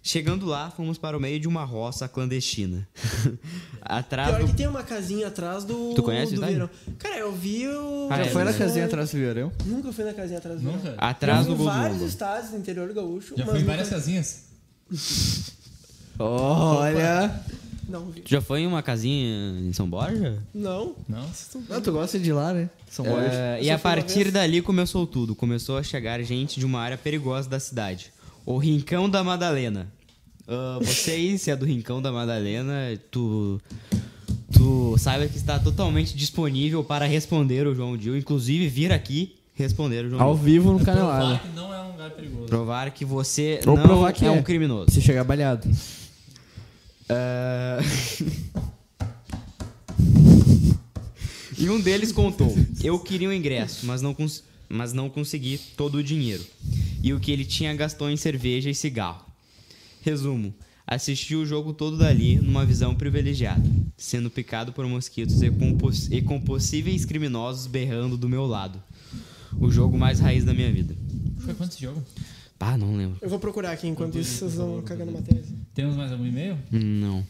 Speaker 4: Chegando lá, fomos para o meio de uma roça clandestina. <laughs> atrás
Speaker 2: Pior
Speaker 4: do...
Speaker 2: que tem uma casinha atrás do.
Speaker 4: Tu conhece o
Speaker 2: do
Speaker 4: estádio?
Speaker 2: Verão. Cara, eu vi o.
Speaker 4: Ah,
Speaker 3: Já
Speaker 4: é,
Speaker 3: foi na
Speaker 4: né?
Speaker 3: casinha atrás do Vieirão?
Speaker 2: Nunca fui na casinha atrás do Verão.
Speaker 1: Nunca?
Speaker 4: Atrás
Speaker 2: Já
Speaker 4: do
Speaker 2: fui
Speaker 4: gol
Speaker 2: em vários
Speaker 4: do
Speaker 2: estados do interior gaúcho.
Speaker 1: Já
Speaker 2: mas
Speaker 1: foi em
Speaker 2: nunca-
Speaker 1: várias casinhas.
Speaker 3: Olha.
Speaker 2: Não, vi.
Speaker 4: Tu já foi em uma casinha em São Borja?
Speaker 2: Não.
Speaker 1: Não?
Speaker 3: Não, tu gosta de ir lá, né? São Borges.
Speaker 4: É,
Speaker 2: Eu só
Speaker 4: e a
Speaker 2: fui uma
Speaker 4: partir
Speaker 2: vez.
Speaker 4: dali começou tudo. Começou a chegar gente de uma área perigosa da cidade. O Rincão da Madalena. Ah, você, se é do Rincão da Madalena, tu. Tu saiba que está totalmente disponível para responder o João Dil. Inclusive, vir aqui responder o João
Speaker 3: Ao
Speaker 4: Dil.
Speaker 3: vivo no
Speaker 1: Provar
Speaker 3: Canelada.
Speaker 1: que não é um lugar perigoso.
Speaker 4: Provar que você
Speaker 3: Ou
Speaker 4: não
Speaker 3: provar que
Speaker 4: é um
Speaker 3: é.
Speaker 4: criminoso.
Speaker 3: Se chegar balhado.
Speaker 4: Ah, e um deles contou: Eu queria um ingresso, mas não, cons- mas não consegui todo o dinheiro. E o que ele tinha gastou em cerveja e cigarro. Resumo: assisti o jogo todo dali numa visão privilegiada, sendo picado por mosquitos e com, poss- e com possíveis criminosos berrando do meu lado. O jogo mais raiz da minha vida.
Speaker 1: Foi quanto esse jogo?
Speaker 4: Ah, não lembro.
Speaker 2: Eu vou procurar aqui enquanto isso vocês vão cagar na matéria.
Speaker 1: Temos mais algum e-mail?
Speaker 4: Não.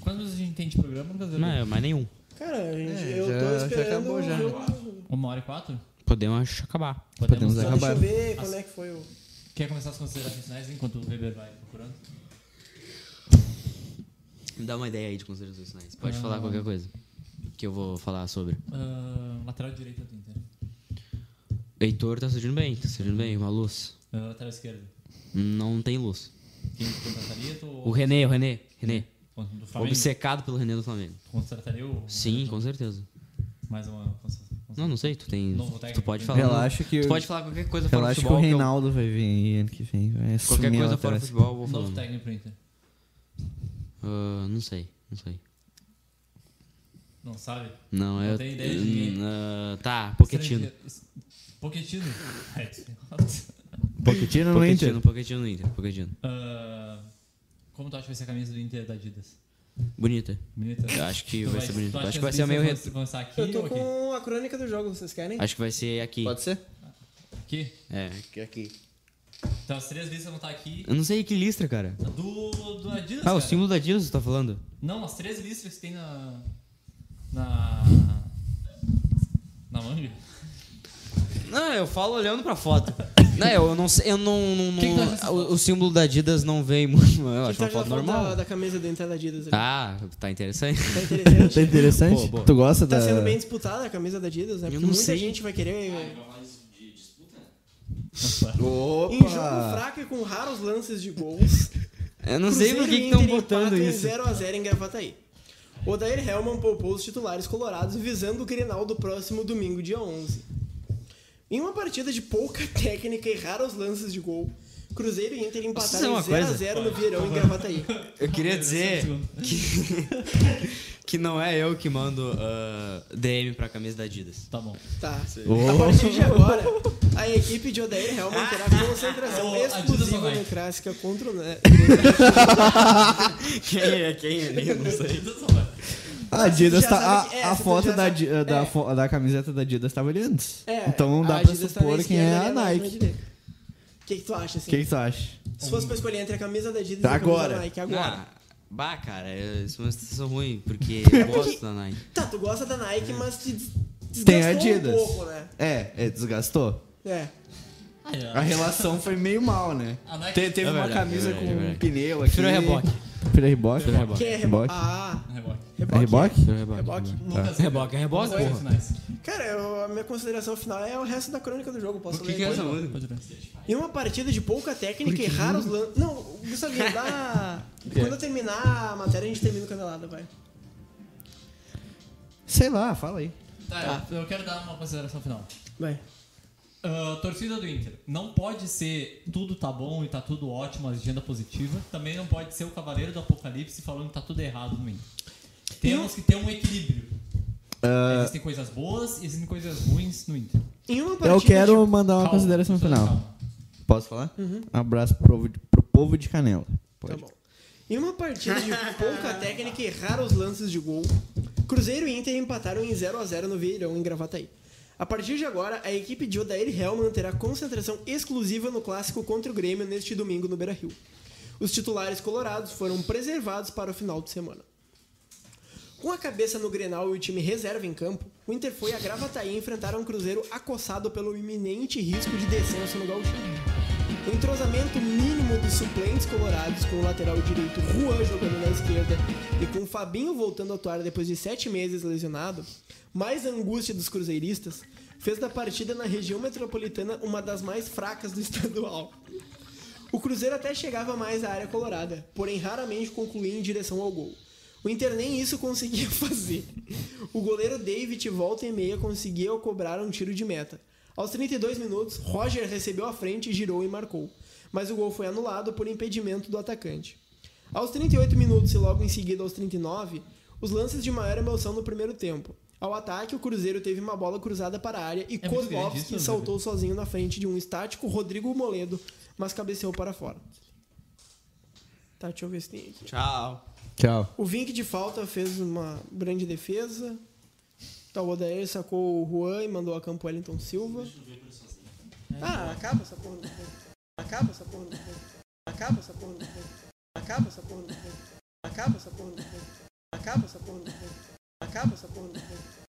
Speaker 1: Quantos minutos a gente tem de programa, Lucas?
Speaker 4: Não, é. mas nenhum.
Speaker 2: Cara, gente, eu
Speaker 3: É, já-
Speaker 2: tô
Speaker 3: já
Speaker 2: esperando.
Speaker 3: acabou
Speaker 2: o
Speaker 3: já.
Speaker 2: jogo.
Speaker 1: Uma hora e quatro?
Speaker 4: Podemos acabar.
Speaker 3: Podemos
Speaker 2: Só
Speaker 3: acabar.
Speaker 2: Deixa eu ver quando é que foi o.
Speaker 1: Quer começar as considerações finais enquanto o Weber vai procurando?
Speaker 4: Me dá uma ideia aí de considerações finais. Pode falar qualquer coisa que eu vou falar sobre.
Speaker 1: Ah, lateral direita do Inter.
Speaker 4: Heitor tá surgindo bem, tá surgindo bem, uma luz.
Speaker 1: Ah, lateral esquerda.
Speaker 4: Não tem luz.
Speaker 1: Quem tu contrataria? Tu,
Speaker 4: O René, o René, René.
Speaker 1: do Flamengo?
Speaker 4: Obcecado pelo René do Flamengo.
Speaker 1: Tu contrataria o...
Speaker 4: Sim, com certeza.
Speaker 1: Mais uma... consideração.
Speaker 4: Não, não sei, tu tem.
Speaker 1: Novo
Speaker 4: Tu
Speaker 1: técnico.
Speaker 4: pode falar.
Speaker 3: Relaxa que,
Speaker 4: Tu pode falar qualquer coisa fora
Speaker 3: relaxa que o
Speaker 4: futebol. que eu-
Speaker 3: Reinaldo vai vir aí ano que vem. Vai
Speaker 4: Qualquer
Speaker 3: assumir a
Speaker 4: coisa fora
Speaker 3: lateral.
Speaker 4: futebol eu vou
Speaker 1: Um Novo
Speaker 4: falar.
Speaker 1: técnico pro Inter.
Speaker 4: Ah, não sei, não sei.
Speaker 1: Não sabe?
Speaker 4: Não,
Speaker 1: Não
Speaker 4: eu.
Speaker 1: tem ideia de ninguém.
Speaker 4: Ah, tá, Poquetino.
Speaker 1: é- <laughs> Poquetino. É,
Speaker 3: Pochettino no Inter.
Speaker 4: Poquetino, Poquetino no Inter, Poquetino.
Speaker 1: Ah, como tu acha que vai ser a camisa do Inter da Adidas?
Speaker 4: Bonita.
Speaker 1: Bonita?
Speaker 4: Eu acho
Speaker 1: Tu
Speaker 4: que vai
Speaker 1: vai-
Speaker 4: ser
Speaker 1: tu
Speaker 4: bonito.
Speaker 1: acha
Speaker 4: Acho que vai
Speaker 1: as
Speaker 4: ser meio.
Speaker 1: listas
Speaker 4: retro-
Speaker 1: vão- vão estar aqui
Speaker 2: Eu tô
Speaker 1: ou aqui?
Speaker 2: com a crônica do jogo, vocês querem?
Speaker 4: Acho que vai ser aqui.
Speaker 3: Pode ser?
Speaker 1: Aqui?
Speaker 4: É.
Speaker 1: Então as três listas vão estar aqui.
Speaker 4: Eu não sei que listra, cara.
Speaker 1: Do, do Adidas,
Speaker 4: Ah, o
Speaker 1: cara.
Speaker 4: símbolo da Adidas você tá falando?
Speaker 1: Não, as três listras que tem na... Na... Na manga.
Speaker 4: Não, eu falo olhando pra foto. <laughs> Não, eu não sei, eu não. não-
Speaker 1: Que que tu
Speaker 2: tá
Speaker 4: não-
Speaker 1: acha dessa
Speaker 4: o, o símbolo da Adidas não vem muito. Eu
Speaker 2: O que
Speaker 4: acho uma
Speaker 2: tá
Speaker 4: foto
Speaker 2: falando da,
Speaker 4: normal.
Speaker 2: da camisa do entrada Adidas. ali?
Speaker 4: Ah, tá interessante.
Speaker 2: Tá interessante.
Speaker 4: <laughs>
Speaker 3: Tá interessante?
Speaker 4: Boa, boa.
Speaker 3: Tu gosta
Speaker 2: Tá
Speaker 3: da...
Speaker 2: sendo bem disputada a camisa da Adidas, né?
Speaker 4: Eu
Speaker 2: Porque
Speaker 4: não
Speaker 2: muita
Speaker 4: sei.
Speaker 2: gente vai querer.
Speaker 3: Opa!
Speaker 2: Em jogo fraco e com raros lances de gols.
Speaker 4: Eu <laughs> não sei por que que estão botando isso.
Speaker 2: 0x0 em Gravataí. Odair Hellman poupou os titulares colorados visando o Grenal do próximo domingo, dia 11. Em uma partida de pouca técnica e raros lances de gol, Cruzeiro e Inter
Speaker 4: dizer
Speaker 2: empataram
Speaker 4: uma coisa?
Speaker 2: 0x0 no Vieirão em Gravataí.
Speaker 4: Eu queria dizer <laughs> que, que não é eu que mando ah, DM pra camisa da Adidas.
Speaker 1: Tá bom.
Speaker 2: Tá. A
Speaker 3: Oh.
Speaker 2: partir de agora, a equipe de Odair Hellman
Speaker 4: Ah.
Speaker 2: terá
Speaker 4: <laughs>
Speaker 2: concentração
Speaker 1: Oh, Adidas não
Speaker 2: exclusiva
Speaker 1: vai.
Speaker 2: no Clássica contra o... Né. Ne-
Speaker 3: <laughs>
Speaker 4: <laughs> Quem é? Quem é? Nem eu não sei.
Speaker 3: A Adidas
Speaker 2: já
Speaker 3: tá.
Speaker 2: sabe que-
Speaker 3: A,
Speaker 2: é,
Speaker 3: a
Speaker 2: essa tu
Speaker 3: foto
Speaker 2: já
Speaker 3: da,
Speaker 2: sabe.
Speaker 3: Adi- da,
Speaker 2: É.
Speaker 3: fo- da camiseta da Adidas tava ali antes.
Speaker 2: É,
Speaker 3: então não dá
Speaker 2: a
Speaker 3: pra
Speaker 2: Adidas tá na
Speaker 3: supor quem
Speaker 2: esquerda
Speaker 3: é
Speaker 2: e
Speaker 3: a
Speaker 2: na
Speaker 3: Nike.
Speaker 2: direita. O que, que tu acha,
Speaker 3: O
Speaker 2: assim?
Speaker 3: que, que tu acha?
Speaker 2: Se fosse pra escolher entre a camisa da Adidas e a camisa
Speaker 3: Agora.
Speaker 2: da Nike agora.
Speaker 4: Ah, bah, cara, eu- isso é uma situação ruim, <laughs> porque eu gosto da Nike.
Speaker 2: Tá, tu gosta da
Speaker 4: É.
Speaker 2: Nike, mas te des- desgastou
Speaker 3: Tem Adidas.
Speaker 2: um pouco, né?
Speaker 3: É, é, desgastou.
Speaker 2: É.
Speaker 3: A relação foi meio mal, né?
Speaker 1: A Nike-
Speaker 3: Te- teve
Speaker 4: É
Speaker 3: uma
Speaker 4: verdade,
Speaker 3: camisa
Speaker 4: é verdade,
Speaker 3: com
Speaker 4: é verdade.
Speaker 3: um pneu aqui.
Speaker 4: Prefiro reboque.
Speaker 3: Prefiro reboque?
Speaker 4: reboque.
Speaker 2: Quem é Reboque?
Speaker 3: Reboque?
Speaker 2: Ah,
Speaker 1: Reboque.
Speaker 3: É reboque?
Speaker 2: Reboque.
Speaker 1: Lucas,
Speaker 4: Reboque, é reboque,
Speaker 1: dois
Speaker 4: porra.
Speaker 1: finais.
Speaker 2: Cara, eu- a minha consideração final é o resto da crônica do jogo. Posso
Speaker 4: O que,
Speaker 2: ler
Speaker 4: que é
Speaker 2: depois?
Speaker 4: essa música?
Speaker 1: Pode ver.
Speaker 2: Em uma partida de pouca técnica e raros lances... Não,
Speaker 3: <laughs>
Speaker 2: Gustavo, dá...
Speaker 3: É.
Speaker 2: Quando eu terminar a matéria, a gente termina o canelada, vai.
Speaker 3: Sei lá, fala aí.
Speaker 1: Tá, eu eu quero dar uma consideração final.
Speaker 2: Vai.
Speaker 1: Ah, torcida do Inter, não pode ser tudo tá bom e tá tudo ótimo, agenda positiva. Também não pode ser o cavaleiro do apocalipse falando que tá tudo errado no Inter. Temos que ter um equilíbrio. Existem coisas boas e existem coisas ruins no Inter.
Speaker 2: Em uma partida
Speaker 3: Eu quero
Speaker 2: de-
Speaker 3: mandar uma
Speaker 1: Calma,
Speaker 3: consideração
Speaker 1: pessoal,
Speaker 3: final.
Speaker 1: calma.
Speaker 3: Posso falar? Um abraço pro, povo de- pro povo de Canela.
Speaker 2: Uhum. Tá
Speaker 3: Pode.
Speaker 2: bom. Em uma partida de pouca técnica e raros lances de gol, Cruzeiro e Inter empataram em 0 a 0 no Vieirão em Gravataí. A partir de agora, a equipe de Odair Hellman terá concentração exclusiva no clássico contra o Grêmio neste domingo no Beira-Rio. Os titulares colorados foram preservados para o final de semana. Com a cabeça no Grenal e o time reserva em campo, o Inter foi a Gravataí enfrentar um Cruzeiro acossado pelo iminente risco de descenso no Gauchão. O entrosamento mínimo dos suplentes colorados, com o lateral direito Juan jogando na esquerda e com o Fabinho voltando a atuar depois de sete meses lesionado, mais a angústia dos cruzeiristas, fez da partida na região metropolitana uma das mais fracas do <laughs> estadual. O Cruzeiro até chegava mais à área colorada, porém raramente concluía em direção ao gol. O Inter nem isso conseguia <laughs> fazer. O goleiro David, volta e meia, conseguia cobrar um tiro de meta. Aos 32 minutos, Roger recebeu a frente, girou e marcou. Mas o gol foi anulado por impedimento do atacante. Aos 38 minutos e logo em seguida aos 39, os lances de maior emoção no primeiro tempo. Ao ataque, o Cruzeiro teve uma bola cruzada para a área e
Speaker 1: muito grande isso,
Speaker 2: Kozlovski
Speaker 1: né?
Speaker 2: saltou saltou sozinho na frente de um estático Rodrigo Moledo, mas cabeceou para fora. Tá, deixa eu ver se tem aqui.
Speaker 4: Tchau.
Speaker 3: Tchau.
Speaker 2: O Vink de falta fez uma grande defesa. Tá, o Odair sacou o Juan e mandou a campo Wellington Silva. Ah, acaba essa porra do jogo. Acaba essa porra do jogo. Acaba essa porra do jogo. Acaba essa porra do jogo. Acaba essa porra do jogo. Acaba essa porra do jogo. Acaba essa porra do jogo.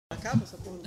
Speaker 2: Acaba essa porra do jogo.